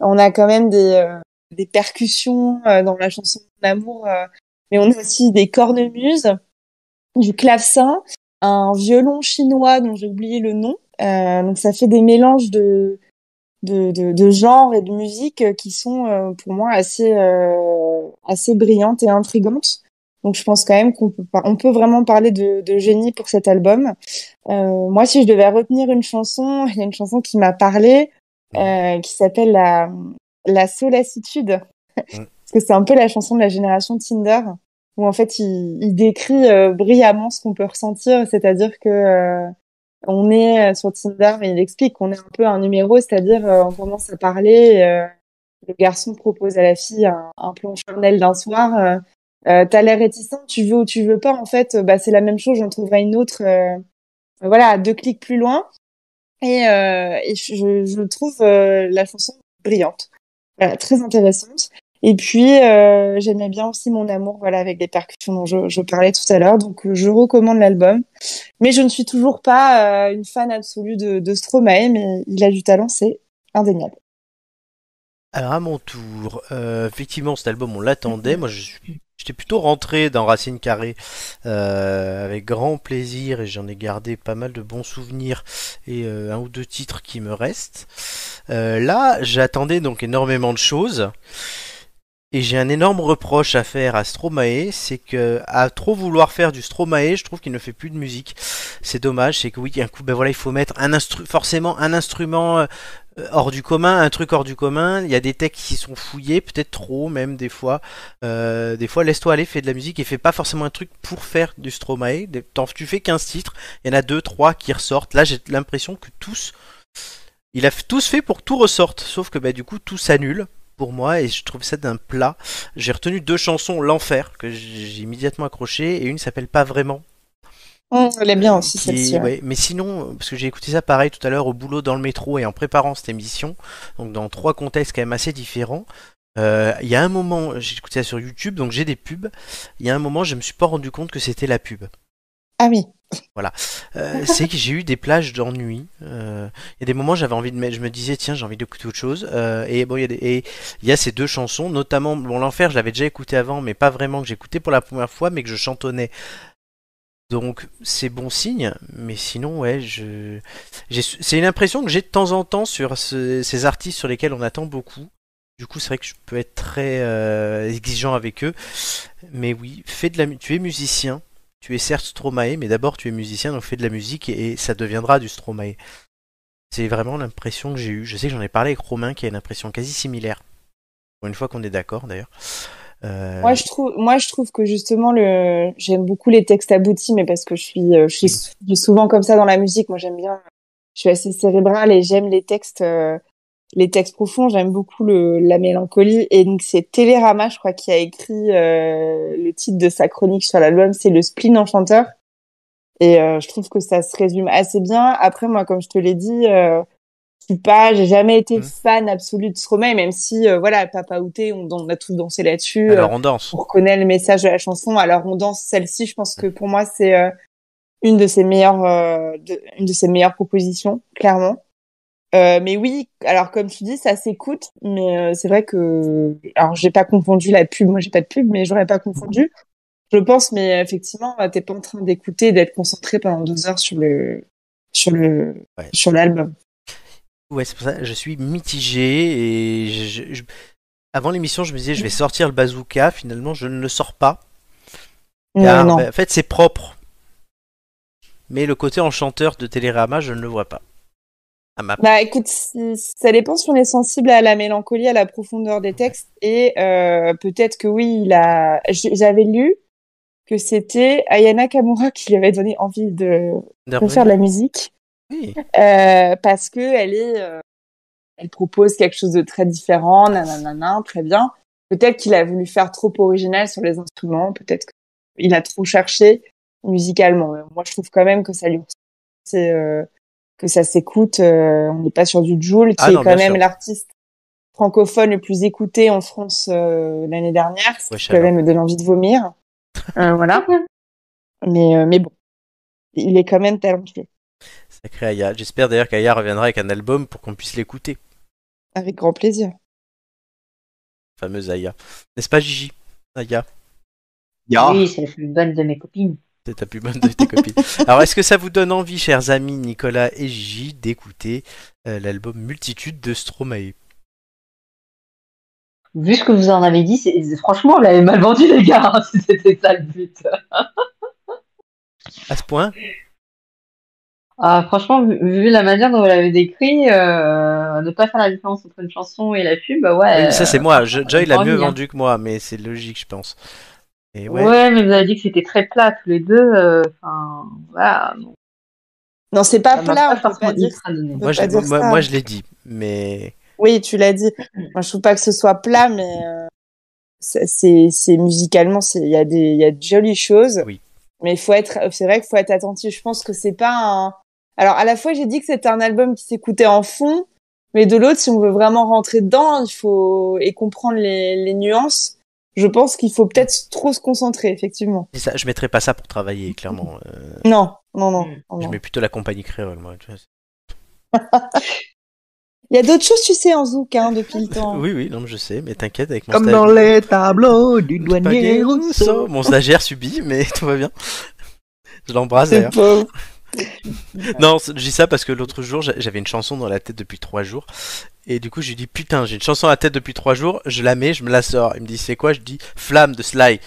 Speaker 2: On a quand même des, euh, des percussions euh, dans la chanson d'amour, euh, mais on a aussi des cornemuses, du clavecin, un violon chinois dont j'ai oublié le nom. Euh, donc ça fait des mélanges de de, de, de genres et de musique euh, qui sont euh, pour moi assez euh, assez brillantes et intrigantes. Donc je pense quand même qu'on peut par- on peut vraiment parler de, de génie pour cet album. Euh, moi, si je devais retenir une chanson, il y a une chanson qui m'a parlé, euh, qui s'appelle la, la Solacitude. Parce que c'est un peu la chanson de la génération Tinder, où en fait, il, il décrit euh, brillamment ce qu'on peut ressentir, c'est-à-dire que euh, on est euh, sur Tinder, mais il explique qu'on est un peu un numéro, c'est-à-dire euh, on commence à parler, euh, le garçon propose à la fille un, un plan charnel d'un soir. euh, euh, t'as l'air réticent, tu veux ou tu veux pas, en fait, euh, bah, c'est la même chose, j'en trouverai une autre euh, euh, voilà, à deux clics plus loin. Et, euh, et je, je- je trouve euh, la chanson brillante, Voilà, très intéressante. Et puis, euh, j'aimais bien aussi Mon Amour, voilà, avec les percussions dont je, je parlais tout à l'heure. Donc, euh, je recommande l'album. Mais je ne suis toujours pas euh, une fan absolue de, de Stromae, mais il a du talent, c'est indéniable.
Speaker 1: Alors à mon tour, euh, effectivement cet album on l'attendait, moi je suis- j'étais plutôt rentré dans Racine Carrée euh, avec grand plaisir et j'en ai gardé pas mal de bons souvenirs et euh, un ou deux titres qui me restent. Euh, là j'attendais donc énormément de choses et j'ai un énorme reproche à faire à Stromae, c'est que à trop vouloir faire du Stromae, je trouve qu'il ne fait plus de musique. C'est dommage, c'est que oui, un coup ben voilà, il faut mettre un instru forcément un instrument euh, euh, hors du commun, un truc hors du commun. Il y a des textes qui sont fouillés, peut-être trop même des fois. Euh, des fois, laisse-toi aller, fais de la musique et fais pas forcément un truc pour faire du Stromae. Des- t'en- Tu fais 15 titres, il y en a 2, 3 qui ressortent. Là, j'ai l'impression que tous, il a f- tous fait pour que tout ressorte, sauf que bah, du coup, tout s'annule. Pour moi, et je trouve ça d'un plat. J'ai retenu deux chansons, L'Enfer, que j'ai j'ai immédiatement accroché, et une s'appelle Pas vraiment.
Speaker 2: Hum, je l'aime bien
Speaker 1: Euh,
Speaker 2: aussi,
Speaker 1: qui-
Speaker 2: celle-ci. ouais.
Speaker 1: ouais, Mais sinon, euh, parce que j'ai écouté ça pareil tout à l'heure au boulot dans le métro et en préparant cette émission, donc dans trois contextes quand même assez différents. euh, Il y a un moment, j'ai écouté ça sur YouTube, donc j'ai des pubs. Il y a un moment, je me suis pas rendu compte que c'était la pub.
Speaker 2: Ah oui.
Speaker 1: Euh, c'est que j'ai eu des plages d'ennui. Euh, Il y a des moments, j'avais envie de, mettre- je me disais, tiens, j'ai envie d'écouter autre chose. Euh, et bon, il y, a des- et il y a ces deux chansons, notamment, bon, l'enfer, je l'avais déjà écouté avant, mais pas vraiment que j'écoutais pour la première fois, mais que je chantonnais. Donc, c'est bon signe, mais sinon, ouais, je, j'ai- c'est une impression que j'ai de temps en temps sur ce- ces artistes sur lesquels on attend beaucoup. Du coup, c'est vrai que je peux être très euh, exigeant avec eux, mais oui, fais de la, mu- tu es musicien. Tu es certes Stromae, mais d'abord tu es musicien, donc fais de la musique et, et ça deviendra du Stromae. C'est vraiment l'impression que j'ai eue. Je sais que j'en ai parlé avec Romain qui a une impression quasi similaire. Pour une fois qu'on est d'accord d'ailleurs. Euh,
Speaker 2: Moi je trouve, moi je trouve que justement le, j'aime beaucoup les textes aboutis, mais parce que je suis, euh, je suis, je suis souvent comme ça dans la musique. Moi j'aime bien, je suis assez cérébrale et j'aime les textes, euh, les textes profonds. J'aime beaucoup le, la mélancolie et donc c'est Télérama, je crois, qui a écrit euh, le titre de sa chronique sur l'album, c'est le spleen enchanteur. Et euh, je trouve que ça se résume assez bien. Après moi, comme je te l'ai dit. Euh, je suis pas, j'ai jamais été
Speaker 1: Mhm.
Speaker 2: fan absolu de Stromae, même si euh, voilà, Papa Outé, on, on a tous dansé là-dessus. euh,
Speaker 1: Alors on danse.
Speaker 2: on reconnaît le message de la chanson. Alors on danse celle-ci. Je pense que pour moi c'est euh, une de ses meilleures, euh, de- une de ses meilleures propositions, clairement. Euh, mais oui, alors comme tu dis, ça s'écoute, mais euh, c'est vrai que alors j'ai pas confondu la pub, moi j'ai pas de pub, mais j'aurais pas confondu. Je pense, mais effectivement, euh, t'es pas en train d'écouter, d'être concentré pendant deux heures sur le sur le
Speaker 1: Ouais.
Speaker 2: sur l'album.
Speaker 1: Ouais, c'est pour ça, je suis mitigé et je- je- je- avant l'émission, je me disais je vais sortir le bazooka. Finalement, je ne le sors pas. car,
Speaker 2: non, non.
Speaker 1: bah, en fait, c'est propre. Mais le côté enchanteur de Télérama, je ne le vois pas. À ma
Speaker 2: Bah écoute, si- ça dépend si on est sensible à la mélancolie, à la profondeur des textes, et euh, peut-être que oui, il a. j- J'avais lu que c'était Ayana Kamura qui lui avait donné envie de, de faire de la musique.
Speaker 1: Oui.
Speaker 2: Euh, parce que elle est, euh, elle propose quelque chose de très différent, nanana, très bien. Peut-être qu'il a voulu faire trop original sur les instruments, peut-être qu'il a trop cherché musicalement. Mais Moi, je trouve quand même que ça lui, c'est euh, que ça s'écoute. euh, on n'est pas sur du Joule, qui
Speaker 1: Ah
Speaker 2: est
Speaker 1: non,
Speaker 2: quand
Speaker 1: bien
Speaker 2: même
Speaker 1: sûr.
Speaker 2: l'artiste francophone le plus écouté en France euh, l'année dernière, ce
Speaker 1: Wesh
Speaker 2: qui quand
Speaker 1: alors.
Speaker 2: même me donne envie de vomir. Euh, voilà. Mais euh, mais bon, il est quand même talentueux.
Speaker 1: Sacré Aya. J'espère d'ailleurs qu'Aya reviendra avec un album pour qu'on puisse l'écouter.
Speaker 2: Avec grand plaisir.
Speaker 1: Fameuse Aya. N'est-ce pas Gigi Aya,
Speaker 3: Ya.
Speaker 4: Oui, c'est la plus bonne de mes copines.
Speaker 1: c'est ta plus bonne de tes copines. Alors est-ce que ça vous donne envie, chers amis Nicolas et Gigi, d'écouter euh, l'album Multitude de Stromae
Speaker 4: Vu ce que vous en avez dit, c'est- c'est- franchement, vous l'avez mal vendu, les gars, hein, si c'était ça le but.
Speaker 1: À ce point
Speaker 4: Ah, franchement, vu, vu la manière dont vous l'avez décrit, euh, ne pas faire la différence entre une chanson et la pub, bah ouais.
Speaker 1: Oui, ça c'est moi. Je, Joy l'a
Speaker 4: envie,
Speaker 1: mieux
Speaker 4: hein.
Speaker 1: vendu que moi, mais c'est logique, je pense. Et ouais.
Speaker 4: ouais. mais vous avez dit que c'était très plat tous les deux. euh, Enfin, voilà. donc,
Speaker 2: Non, c'est pas
Speaker 4: ça m'a
Speaker 2: plat, on peut
Speaker 4: forcément
Speaker 2: pas dire.
Speaker 4: ultra donné.
Speaker 2: on peut
Speaker 1: moi, je,
Speaker 2: pas
Speaker 1: l'ai-
Speaker 2: dire
Speaker 1: moi,
Speaker 2: ça.
Speaker 1: moi, je l'ai dit, mais
Speaker 2: Oui, tu l'as dit.
Speaker 1: Mm.
Speaker 2: Moi, je trouve pas que ce soit plat, mais euh, ça- c'est c'est musicalement, c'est il y a des il y a de jolies choses.
Speaker 1: Oui.
Speaker 2: Mais faut être, c'est vrai qu'il faut être attentif. Je pense que c'est pas un. Alors à la fois, j'ai dit que c'était un album qui s'écoutait en fond, mais de l'autre, si on veut vraiment rentrer dedans, il faut et comprendre les, les nuances. Je pense qu'il faut peut-être trop se concentrer, effectivement.
Speaker 1: c'est ça, je mettrais pas ça pour travailler, clairement. Euh,
Speaker 2: Non, non, non. non.
Speaker 1: Mm. je mets plutôt la compagnie créole, moi. tu vois.
Speaker 2: Il y a d'autres choses, tu sais, en zouk, hein, depuis le temps.
Speaker 1: Oui, oui, non, mais je sais, mais t'inquiète avec mon
Speaker 6: Comme
Speaker 1: sta-
Speaker 6: dans les tableaux du
Speaker 1: mon
Speaker 6: douanier
Speaker 1: stagiaire
Speaker 6: Rousseau.
Speaker 1: Rousseau. Mon stagiaire subit, mais tout va bien. Je l'embrasse
Speaker 2: C'est
Speaker 1: d'ailleurs.
Speaker 2: pauvre.
Speaker 1: Non, c'est- je dis ça parce que l'autre jour, j'a- j'avais une chanson dans la tête depuis trois jours. Et du coup, je lui dis Putain, j'ai une chanson à la tête depuis trois jours, je la mets, je me la sors. Il me dit C'est quoi Je dis Flamme de Sly.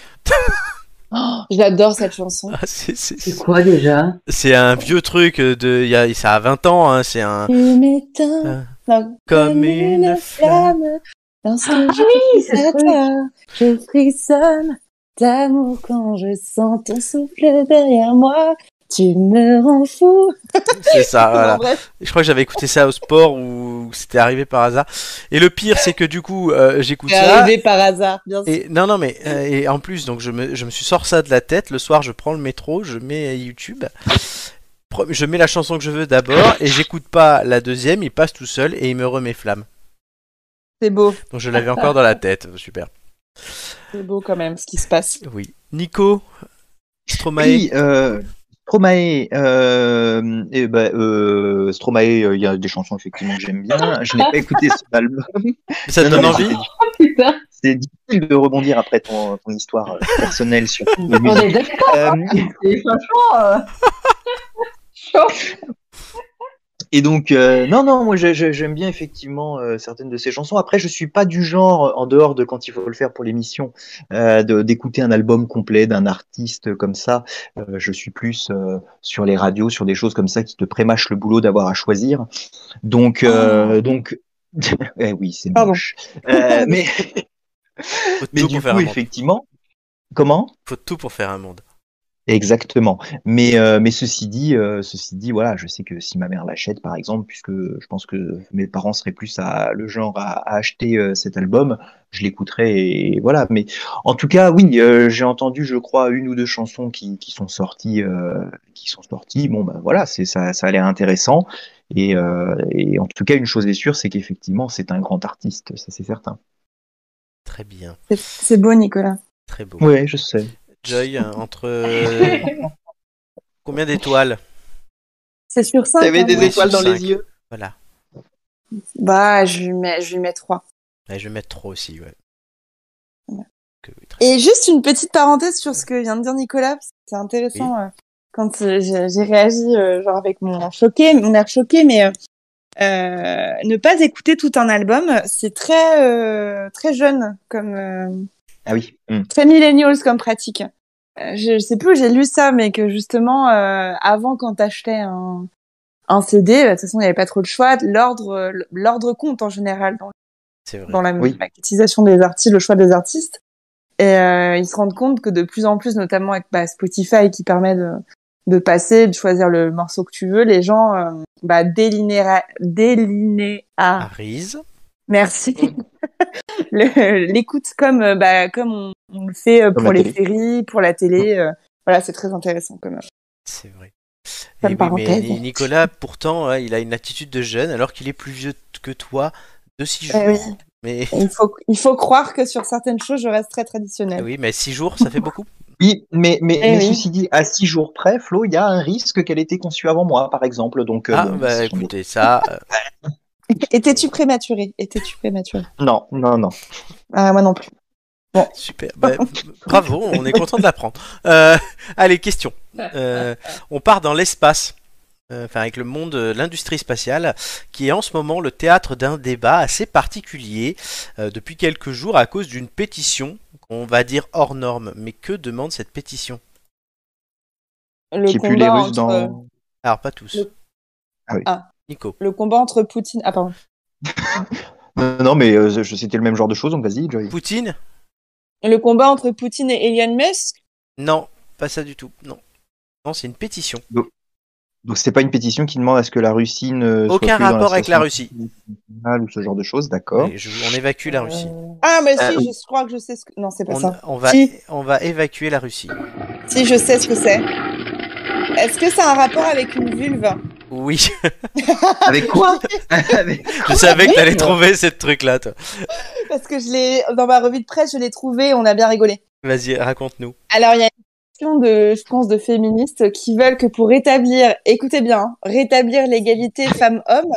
Speaker 2: J'adore cette chanson.
Speaker 1: Ah, c'est- c'est-
Speaker 4: C'est quoi déjà
Speaker 1: C'est un vieux truc de. il Y a, ça a 20 ans, hein, c'est un.
Speaker 2: Tu
Speaker 1: Euh,
Speaker 2: m'éteins dans-
Speaker 1: Comme une flamme.
Speaker 2: Lorsque
Speaker 4: Oui,
Speaker 2: je
Speaker 4: c'est
Speaker 2: pense
Speaker 4: le
Speaker 2: à
Speaker 4: truc.
Speaker 2: toi, je frissonne d'amour quand je sens ton souffle derrière moi. Tu me rends fou.
Speaker 1: C'est ça, voilà.
Speaker 2: Bon, bref,
Speaker 1: Je crois que j'avais écouté ça au sport ou c'était arrivé par hasard. Et le pire, c'est que du coup, euh, j'écoute
Speaker 2: c'est
Speaker 1: ça.
Speaker 2: arrivé par hasard, bien sûr.
Speaker 1: Et non, non, mais euh, et en plus, donc je me, je me suis sort ça de la tête. Le soir, je prends le métro, je mets YouTube, Pre- je mets la chanson que je veux d'abord et j'écoute pas la deuxième. Il passe tout seul et il me remet flamme.
Speaker 2: C'est beau,
Speaker 1: Donc je l'avais encore dans la tête. Super.
Speaker 2: c'est beau quand même ce qui se passe.
Speaker 1: Oui. Nico, Stromae.
Speaker 6: Oui, euh, Stromae, euh, eh ben, euh, Stromae, euh, il y a des chansons effectivement que j'aime bien. Je n'ai pas écouté son album.
Speaker 1: Ça te
Speaker 6: Non,
Speaker 1: donne
Speaker 6: non,
Speaker 1: envie
Speaker 6: mais
Speaker 4: Oh putain,
Speaker 6: C'est difficile de rebondir après ton, ton histoire euh, personnelle sur les
Speaker 4: on est
Speaker 6: musiques.
Speaker 4: d'accord.
Speaker 6: Euh,
Speaker 4: c'est Franchement, euh, chaud.
Speaker 6: et donc, euh, non, non, moi je- je- j'aime bien effectivement euh, certaines de ses chansons. Après, je suis pas du genre, en dehors de quand il faut le faire pour l'émission, euh, de- d'écouter un album complet d'un artiste comme ça. Euh, je suis plus euh, sur les radios, sur des choses comme ça qui te prémâchent le boulot d'avoir à choisir. Donc, euh, donc, eh oui, c'est
Speaker 2: Pardon.
Speaker 6: moche. Euh, mais
Speaker 1: Faut
Speaker 6: mais
Speaker 1: tout
Speaker 6: du
Speaker 1: pour faire
Speaker 6: coup,
Speaker 1: un monde.
Speaker 6: effectivement, comment
Speaker 1: Faut tout pour faire un monde.
Speaker 6: Exactement. Mais, euh, mais ceci dit, euh, ceci dit, voilà, je sais que si ma mère l'achète, par exemple, puisque je pense que mes parents seraient plus à, le genre à, à acheter euh, cet album, je l'écouterai et voilà. Mais en tout cas, oui, euh, j'ai entendu, je crois, une ou deux chansons qui, qui sont sorties, euh, qui sont sorties. Bon, ben voilà, c'est ça, ça a l'air intéressant. Et, euh, et en tout cas, une chose est sûre, c'est qu'effectivement, c'est un grand artiste, ça c'est certain.
Speaker 1: Très bien,
Speaker 2: C'est- C'est beau, Nicolas.
Speaker 1: très beau.
Speaker 6: Ouais, je sais.
Speaker 1: Joy, euh, entre euh, combien d'étoiles
Speaker 2: C'est sur ça.
Speaker 3: T'avais des
Speaker 1: Ouais,
Speaker 3: étoiles dans
Speaker 1: sur
Speaker 3: les
Speaker 1: cinq.
Speaker 3: yeux.
Speaker 1: Voilà.
Speaker 2: Bah, je lui mets, je lui mets 3.
Speaker 1: Ouais, je vais mettre 3 aussi, ouais.
Speaker 2: Ouais.
Speaker 1: Que oui, très-
Speaker 2: Et juste une petite parenthèse sur ce que vient de dire Nicolas, parce que c'est intéressant euh, quand euh, j'ai j'ai réagi euh, genre avec mon choqué, mon air choqué, mais euh, euh, ne pas écouter tout un album, c'est très euh, très jeune comme euh,
Speaker 6: Ah oui. Hmm.
Speaker 2: très millennials comme pratique. Euh, je, je sais plus où j'ai lu ça, mais que justement euh, avant quand t'achetais un un CD, bah, de toute façon il n'y avait pas trop de choix, l'ordre euh, l'ordre compte en général dans
Speaker 1: C'est vrai.
Speaker 2: dans la
Speaker 6: Oui.
Speaker 2: maquettisation des artistes, le choix des artistes. Et euh, ils se rendent compte que de plus en plus, notamment avec bah, Spotify qui permet de, de passer, de choisir le morceau que tu veux, les gens euh, bah, délinéra- délinéa-
Speaker 6: Ah.
Speaker 1: Arise.
Speaker 2: Merci. Le- L'écoute comme, euh, bah, comme on, on le fait euh,
Speaker 6: Comme
Speaker 2: pour
Speaker 6: la
Speaker 2: les
Speaker 6: télé.
Speaker 2: séries, pour la télé. euh, voilà, c'est très intéressant quand même.
Speaker 1: C'est vrai. Eh
Speaker 2: Comme
Speaker 1: oui,
Speaker 2: parenthèse.
Speaker 1: mais Nicolas, pourtant, hein, il a une attitude de jeune, alors qu'il est plus vieux que toi de 6 jours.
Speaker 2: Eh oui.
Speaker 1: Mais
Speaker 2: Et Il faut, il faut croire que sur certaines choses, je reste très
Speaker 1: eh
Speaker 6: Ah
Speaker 2: traditionnelle.
Speaker 1: oui, mais 6 jours, ça fait beaucoup.
Speaker 6: Oui, mais, mais, mais
Speaker 2: Eh oui.
Speaker 6: ceci dit, à six jours près, Flo, il y a un risque qu'elle ait été conçue avant moi, par exemple. Donc, euh,
Speaker 1: Ah,
Speaker 6: bon,
Speaker 1: bah
Speaker 6: c'est-
Speaker 1: écoutez, ça, euh,
Speaker 2: Étais-tu prématuré Étais-tu prématuré
Speaker 6: Non, non, non.
Speaker 2: Ah, Moi non plus.
Speaker 1: super. Bah, bravo, on est content de l'apprendre. Euh, allez, question. Euh, on part dans l'espace. Euh, Enfin, avec le monde de l'industrie spatiale, qui est en ce moment le théâtre d'un débat assez particulier euh, depuis quelques jours à cause d'une pétition, qu'on va dire hors norme. Mais que demande cette pétition
Speaker 2: Le
Speaker 6: Qui pue les
Speaker 2: combat
Speaker 6: Russes
Speaker 2: entre-
Speaker 6: dans.
Speaker 1: Alors, pas tous.
Speaker 2: Le-
Speaker 6: Ah oui.
Speaker 2: Ah.
Speaker 1: Nico.
Speaker 2: le combat entre Poutine. Ah, pardon.
Speaker 6: Non, non, mais euh, je- c'était le même genre de choses, donc vas-y, Joy.
Speaker 1: Poutine
Speaker 2: Le combat entre Poutine et Elon Musk.
Speaker 1: Non, pas ça du tout. Non. Non, c'est une pétition.
Speaker 6: Donc, c'est pas une pétition qui demande à ce que la Russie ne. soit
Speaker 1: Aucun
Speaker 6: plus dans
Speaker 1: rapport avec la
Speaker 6: station
Speaker 1: Russie.
Speaker 6: internationale Ou ce genre de choses, d'accord.
Speaker 1: Mais je- on évacue la Russie.
Speaker 2: Ah, mais si,
Speaker 6: Euh,
Speaker 2: je crois que je sais ce que. Non, c'est pas
Speaker 1: On,
Speaker 2: ça.
Speaker 1: on va,
Speaker 2: Si.
Speaker 1: on va évacuer la Russie.
Speaker 2: Si, je sais ce que c'est. Est-ce que ça a un rapport avec une vulve
Speaker 1: Oui,
Speaker 6: Avec quoi Avec-
Speaker 1: je savais que t'allais trouver ce truc-là, toi.
Speaker 2: Parce que je l'ai. Dans ma revue de presse, je l'ai trouvé, on a bien rigolé.
Speaker 1: Vas-y, raconte-nous.
Speaker 2: Alors, il y a une question de, je pense, de féministes qui veulent que pour rétablir, écoutez bien, hein, rétablir l'égalité femmes-hommes,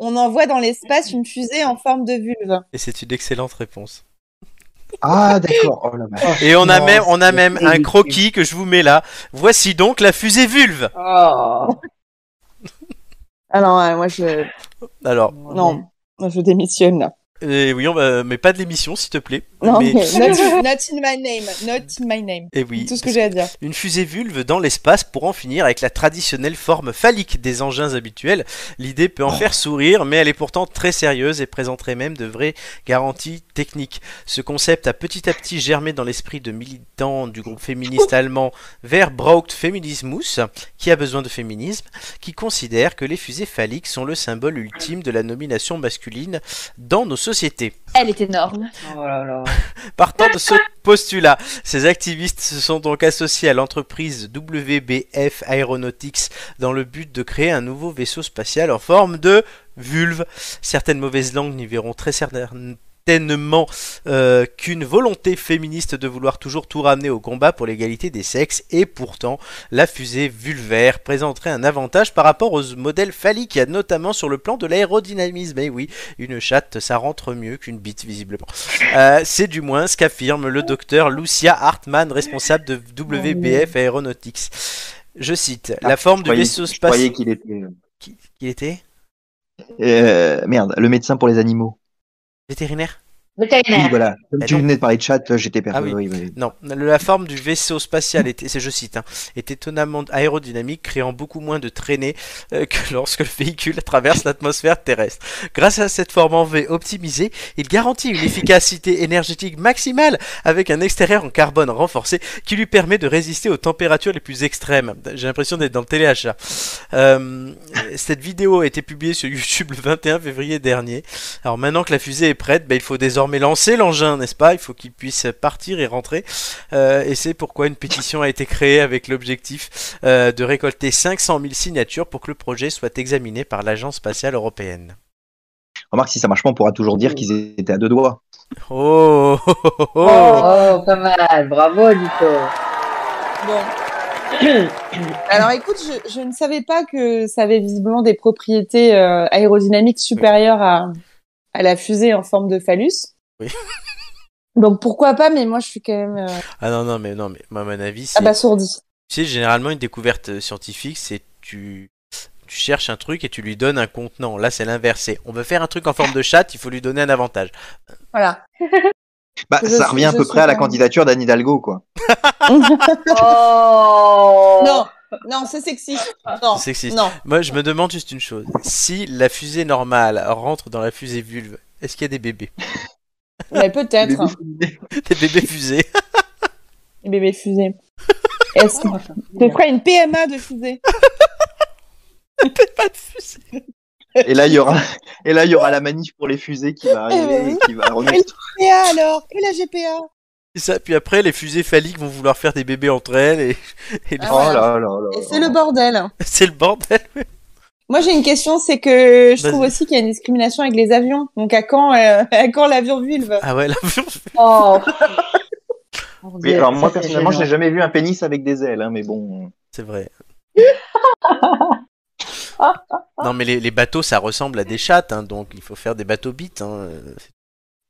Speaker 2: on envoie dans l'espace une fusée en forme de vulve.
Speaker 1: Et c'est une excellente réponse.
Speaker 6: Ah, d'accord. Oh la vache.
Speaker 1: Et on a
Speaker 6: Non,
Speaker 1: même, on a
Speaker 6: c'est
Speaker 1: même un
Speaker 6: ridicule.
Speaker 1: croquis que je vous mets là. Voici donc la fusée vulve.
Speaker 4: Oh.
Speaker 2: Ah non, ouais, moi je.
Speaker 1: Alors,
Speaker 2: Non, moi, je démissionne là.
Speaker 1: euh, oui, on va- mais pas de l'émission, s'il te plaît.
Speaker 2: Non,
Speaker 1: Mais-
Speaker 2: mais not, in, not in my name. Not in my name.
Speaker 1: Eh oui.
Speaker 2: Tout ce que j'ai à dire.
Speaker 1: Une fusée vulve dans l'espace pour en finir avec la traditionnelle forme phallique des engins habituels. L'idée peut en faire sourire, mais elle est pourtant très sérieuse et présenterait même de vraies garanties techniques. Ce concept a petit à petit germé dans l'esprit de militants du groupe féministe allemand Verbraucht Feminismus, qui a besoin de féminisme, qui considère que les fusées phalliques sont le symbole ultime de la nomination masculine dans nos sociétés.
Speaker 7: Elle est énorme.
Speaker 4: Oh là là.
Speaker 1: Partant de ce postulat, ces activistes se sont donc associés à l'entreprise WBF Aeronautics dans le but de créer un nouveau vaisseau spatial en forme de vulve. Certaines mauvaises langues n'y verront très certainement euh, qu'une volonté féministe de vouloir toujours tout ramener au combat pour l'égalité des sexes et pourtant la fusée vulvaire présenterait un avantage par rapport aux modèles phalliques, notamment sur le plan de l'aérodynamisme. Et oui, une chatte, ça rentre mieux qu'une bite visiblement. Euh, c'est du moins ce qu'affirme le docteur Lucia Hartmann, responsable de WBF Aeronautics. Je cite, la
Speaker 6: Ah,
Speaker 1: forme
Speaker 6: Je
Speaker 1: du
Speaker 6: croyais-
Speaker 1: vaisseau
Speaker 6: Je croyais
Speaker 1: spatial...
Speaker 6: qu'il était.
Speaker 1: Qui, qui était
Speaker 6: Euh, merde, le médecin pour les animaux.
Speaker 1: Vétérinaire
Speaker 6: Oui, bah.
Speaker 4: Vétérinaire.
Speaker 6: voilà. Comme
Speaker 1: Eh
Speaker 6: tu
Speaker 1: non.
Speaker 6: venais de parler de chat, j'étais
Speaker 1: Ah
Speaker 6: perdu.
Speaker 1: oui.
Speaker 6: oui, oui.
Speaker 1: Non, la forme du vaisseau spatial est, c'est- je cite, hein, est étonnamment aérodynamique, créant beaucoup moins de traînées euh, que lorsque le véhicule traverse l'atmosphère terrestre. Grâce à cette forme en V optimisée, il garantit une efficacité énergétique maximale avec un extérieur en carbone renforcé qui lui permet de résister aux températures les plus extrêmes. J'ai l'impression d'être dans le téléachat. Euh, cette vidéo a été publiée sur YouTube le 21 février dernier. Alors maintenant que la fusée est prête, ben, il faut désormais lancer l'engin, n'est-ce pas Il faut qu'il puisse partir et rentrer. Euh, et c'est pourquoi une pétition a été créée avec l'objectif euh, de récolter 500 000 signatures pour que le projet soit examiné par l'Agence spatiale européenne.
Speaker 6: Remarque, si ça marche pas, on pourra toujours dire qu'ils étaient à deux doigts.
Speaker 1: Oh, oh, oh, oh, oh.
Speaker 4: Oh, pas mal. Bravo, Nico.
Speaker 2: Bon. Alors écoute, je, je ne savais pas que ça avait visiblement des propriétés euh, aérodynamiques supérieures à, à la fusée en forme de phallus.
Speaker 1: Oui.
Speaker 2: Donc pourquoi pas, mais moi je suis quand même euh,
Speaker 1: Ah non, non, mais non, mais moi, à mon avis,
Speaker 2: Ah bah,
Speaker 1: c'est.
Speaker 2: abasourdie.
Speaker 1: Tu sais, généralement, une découverte euh, scientifique, c'est tu... tu cherches un truc et tu lui donnes un contenant. Là, c'est l'inverse. C'est on veut faire un truc en forme de chat, il faut lui donner un avantage.
Speaker 2: Voilà.
Speaker 6: Bah,
Speaker 2: Je
Speaker 6: ça
Speaker 2: suis-
Speaker 6: revient à
Speaker 2: je
Speaker 6: peu
Speaker 2: suis
Speaker 6: près à la
Speaker 2: pas-
Speaker 6: candidature d'Anne Hidalgo, quoi.
Speaker 4: Oh
Speaker 2: Non, non, c'est sexy. Non,
Speaker 1: C'est sexiste.
Speaker 2: non.
Speaker 1: Moi, je me demande juste une chose. Si la fusée normale rentre dans la fusée vulve, est-ce qu'il y a des bébés
Speaker 2: Mais peut-être. hein.
Speaker 1: Des bébés fusées
Speaker 2: Les bébés fusées. Est-ce que je ferais une PMA de fusée
Speaker 1: Pas de fusée
Speaker 6: Et là, il y aura, et là, il y aura la manif pour les fusées qui va arriver et qui va remettre.
Speaker 5: GPA alors Et la GPA
Speaker 1: C'est ça. Puis après, les fusées phalliques vont vouloir faire des bébés entre elles et, et les-
Speaker 2: Ah
Speaker 6: Oh
Speaker 2: ouais.
Speaker 6: là là là.
Speaker 2: Et
Speaker 1: Oh.
Speaker 2: c'est le bordel.
Speaker 1: c'est le bordel.
Speaker 2: Moi j'ai une question, c'est que je trouve
Speaker 1: Vas-y.
Speaker 2: aussi qu'il y a une discrimination avec les avions. Donc à quand, euh, à quand l'avion vulve
Speaker 1: Ah ouais, la
Speaker 4: Oh
Speaker 6: Mais alors, moi, personnellement, je n'ai jamais vu un pénis avec des ailes, hein, mais bon.
Speaker 1: C'est vrai. non, mais les, les bateaux, ça ressemble à des chattes, hein, donc il faut faire des bateaux bites. hein, euh, c'est-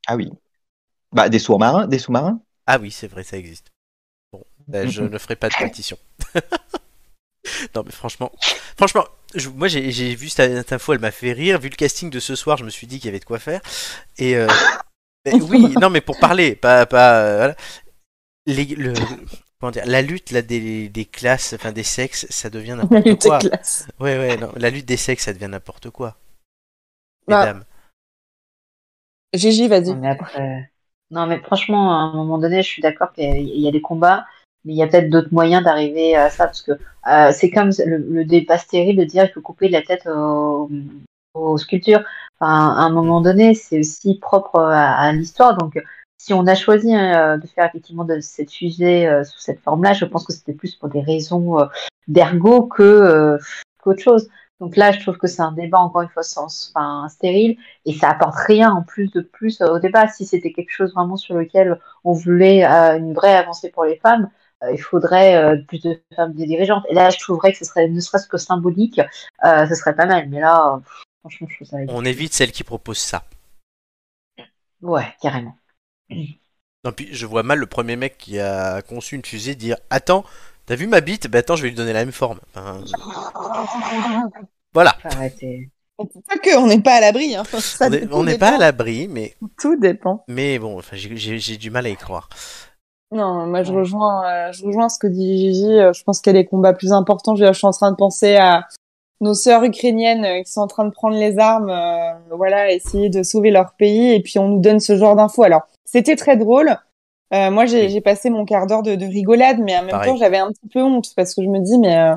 Speaker 6: Ah oui. Bah, des sous-marins, des sous-marins.
Speaker 1: Ah oui, c'est vrai, ça existe. Bon, ben, je ne ferai pas de pétition. non, mais franchement, franchement, je- moi j'ai j'ai vu cette info, elle m'a fait rire. Vu le casting de ce soir, je me suis dit qu'il y avait de quoi faire. Et euh, mais oui, non, mais pour parler, pas, pas euh, voilà. Les- le- comment dire, la lutte là des, des classes, enfin des sexes, ça devient
Speaker 2: La
Speaker 1: n'importe
Speaker 2: lutte
Speaker 1: quoi.
Speaker 2: est classe.
Speaker 1: Ouais, ouais, non, la lutte des sexes, ça devient n'importe quoi.
Speaker 2: Bah.
Speaker 1: Mesdames.
Speaker 2: Gigi, vas-y.
Speaker 4: Non, mais après- Non, mais franchement, à un moment donné, je suis d'accord qu'il y a- il y a des combats, mais il y a peut-être d'autres moyens d'arriver à ça, parce que euh, c'est comme le, le débat stérile de dire qu'il faut couper la tête aux, aux sculptures. Enfin, à un moment donné, c'est aussi propre à, à l'histoire. Donc, si on a choisi hein, de faire effectivement de cette fusée euh, sous cette forme-là, je pense que c'était plus pour des raisons euh, d'ergo que euh, qu'autre chose. Donc là, je trouve que c'est un débat encore une fois sans, enfin, stérile et ça apporte rien en plus de plus euh, au débat. Si c'était quelque chose vraiment sur lequel on voulait euh, une vraie avancée pour les femmes, euh, il faudrait euh, plus de femmes des dirigeantes. Et là, je trouverais que ce serait ne serait-ce que symbolique, euh, ce serait pas mal. Mais là, euh, pff, franchement, je trouve ça.
Speaker 1: On évite celles qui proposent ça.
Speaker 4: Ouais, carrément.
Speaker 1: Non, puis je vois mal le premier mec qui a conçu une fusée dire Attends, t'as vu ma bite Ben attends, je vais lui donner la même forme. Enfin, voilà,
Speaker 4: Faut arrêter.
Speaker 5: Pas que, on n'est pas à l'abri. Hein. Ça
Speaker 1: on est-
Speaker 5: dépend
Speaker 1: on
Speaker 5: des
Speaker 1: n'est pas à
Speaker 5: gens.
Speaker 1: l'abri, mais,
Speaker 2: Tout dépend.
Speaker 1: mais bon, enfin, j'ai- j'ai j'ai du mal à y croire.
Speaker 2: Non, moi je rejoins, euh, je rejoins ce que dit Gigi. Euh, Je pense qu'il y a des combats plus importants. Je veux dire, je suis en train de penser à nos sœurs ukrainiennes euh, qui sont en train de prendre les armes, euh, voilà, essayer de sauver leur pays. Et puis on nous donne ce genre d'infos. Alors, c'était très drôle. Euh, moi, j'ai
Speaker 1: Oui.
Speaker 2: j'ai passé mon quart d'heure de, de rigolade, mais en même
Speaker 1: Pareil.
Speaker 2: temps, j'avais un petit peu honte parce que je me dis, mais euh,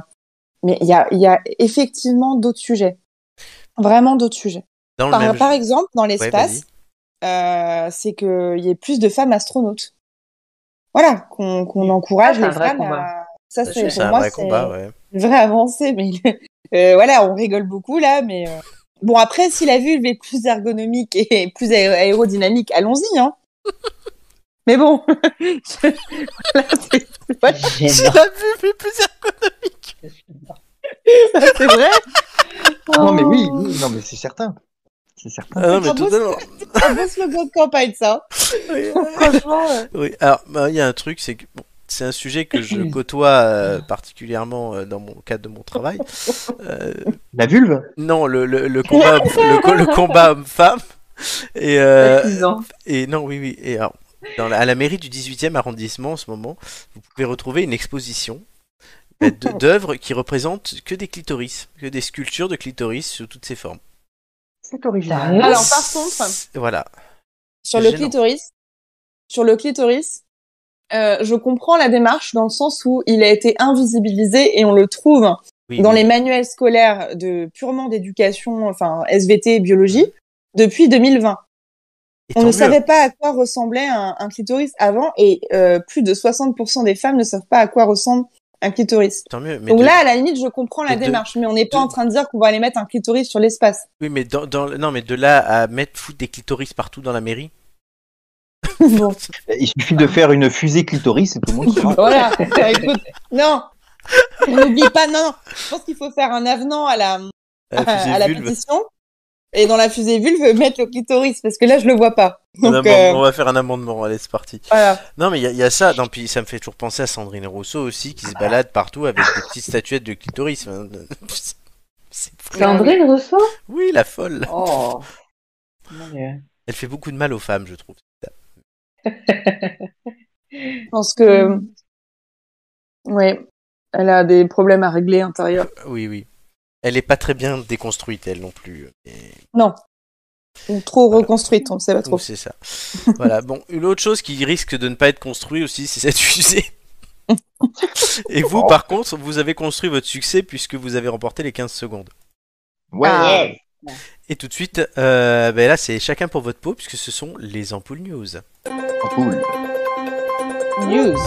Speaker 2: mais il y a, il y a effectivement d'autres sujets, vraiment d'autres sujets.
Speaker 1: Dans le
Speaker 2: Par,
Speaker 1: même
Speaker 2: par
Speaker 1: jeu-
Speaker 2: exemple, dans
Speaker 1: Ouais,
Speaker 2: l'espace,
Speaker 1: vas-y.
Speaker 2: euh, c'est qu'il y ait plus de femmes astronautes. Voilà, qu'on qu'on encourage
Speaker 4: c'est un
Speaker 2: les
Speaker 4: vrai
Speaker 2: femmes
Speaker 4: combat.
Speaker 2: à... Ça, c'est
Speaker 1: Bah, C'est
Speaker 2: pour
Speaker 1: un
Speaker 2: moi,
Speaker 1: vrai
Speaker 2: c'est
Speaker 1: combat, ouais.
Speaker 2: une vraie avancée. Mais euh, voilà, on rigole beaucoup là, mais euh, bon après, si la vulve est plus ergonomique et plus aé- aérodynamique, allons-y. Hein. Mais bon,
Speaker 4: J'adore.
Speaker 2: c'est vrai.
Speaker 6: Non, mais oui, oui, non, mais c'est certain. C'est certain.
Speaker 1: Ah non, mais
Speaker 2: Un beau-
Speaker 1: totalement.
Speaker 2: Un beau slogan de campagne, ça. Franchement, euh,
Speaker 1: Oui, alors bah, il y a un truc, c'est que bon, c'est un sujet que je côtoie euh, particulièrement euh, dans mon cadre de mon travail. Euh,
Speaker 6: La vulve
Speaker 1: non, le, le, le combat, le, co- le combat homme-femme. Et, euh,
Speaker 4: Six ans.
Speaker 1: et non, oui, oui. Et alors, dans la- à la mairie du 18e arrondissement en ce moment, vous pouvez retrouver une exposition euh, de- d'œuvres qui représentent que des clitoris, que des sculptures de clitoris sous toutes ses formes.
Speaker 6: C'est
Speaker 4: original.
Speaker 2: Alors, par contre-
Speaker 1: voilà.
Speaker 2: sur le
Speaker 1: Gênant.
Speaker 2: clitoris, sur le clitoris, euh, je comprends la démarche dans le sens où il a été invisibilisé et on le trouve
Speaker 1: Oui,
Speaker 2: dans
Speaker 1: oui.
Speaker 2: les manuels scolaires de purement d'éducation, enfin SVT et biologie, depuis
Speaker 1: Et
Speaker 2: 2020. On
Speaker 1: tant
Speaker 2: ne
Speaker 1: mieux.
Speaker 2: savait pas à quoi ressemblait un, un clitoris avant et euh, plus de 60% des femmes ne savent pas à quoi ressemble un clitoris.
Speaker 1: Tant mieux. Mais
Speaker 2: Donc
Speaker 1: de-
Speaker 2: là, à la limite, je comprends la
Speaker 1: mais de-
Speaker 2: démarche, mais on n'est pas
Speaker 1: de-
Speaker 2: en train de dire qu'on va aller mettre un clitoris sur l'espace.
Speaker 1: Oui, mais dans, dans- non, mais de là à mettre foutre des clitoris partout dans la mairie.
Speaker 2: Bon.
Speaker 6: Il suffit de faire une fusée clitoris et tout le monde sera.
Speaker 2: Voilà. Bah, Écoute, non,
Speaker 5: On n'oublie pas, non, non. Je pense qu'il faut faire un avenant à la,
Speaker 1: La fusée
Speaker 5: à la
Speaker 1: vulve.
Speaker 5: pétition. Et dans la fusée vulve, mettre le clitoris, parce que là, je le vois pas.
Speaker 1: Un
Speaker 5: Donc,
Speaker 1: amendement,
Speaker 5: euh,
Speaker 1: On va faire un amendement, allez, c'est parti.
Speaker 5: voilà.
Speaker 1: Non, mais il y, a- il y a ça. Non, puis ça me fait toujours penser à Sandrine Rousseau aussi,
Speaker 2: Ah
Speaker 1: qui se
Speaker 2: bah.
Speaker 1: balade partout avec des petites statuettes de clitoris. Enfin, C'est fou.
Speaker 4: Sandrine Rousseau
Speaker 1: Oui, la folle.
Speaker 4: Oh Mon Dieu.
Speaker 1: Elle fait beaucoup de mal aux femmes, je trouve.
Speaker 5: Je pense
Speaker 2: que- Ouais. Elle a des problèmes à régler intérieurs.
Speaker 1: Euh, Oui, oui. Elle est pas très bien déconstruite, elle non plus. Et-
Speaker 5: Ou trop reconstruite, on ne sait pas trop.
Speaker 1: C'est ça. voilà. Bon, une autre chose qui risque de ne pas être construite aussi, c'est cette fusée. Et vous, par contre, vous avez construit votre succès puisque vous avez remporté les 15 secondes.
Speaker 6: Ouais.
Speaker 4: Ah, yes.
Speaker 1: Et tout de suite, euh, ben là, c'est chacun pour votre peau puisque ce sont les ampoules news.
Speaker 6: Cool.
Speaker 5: News.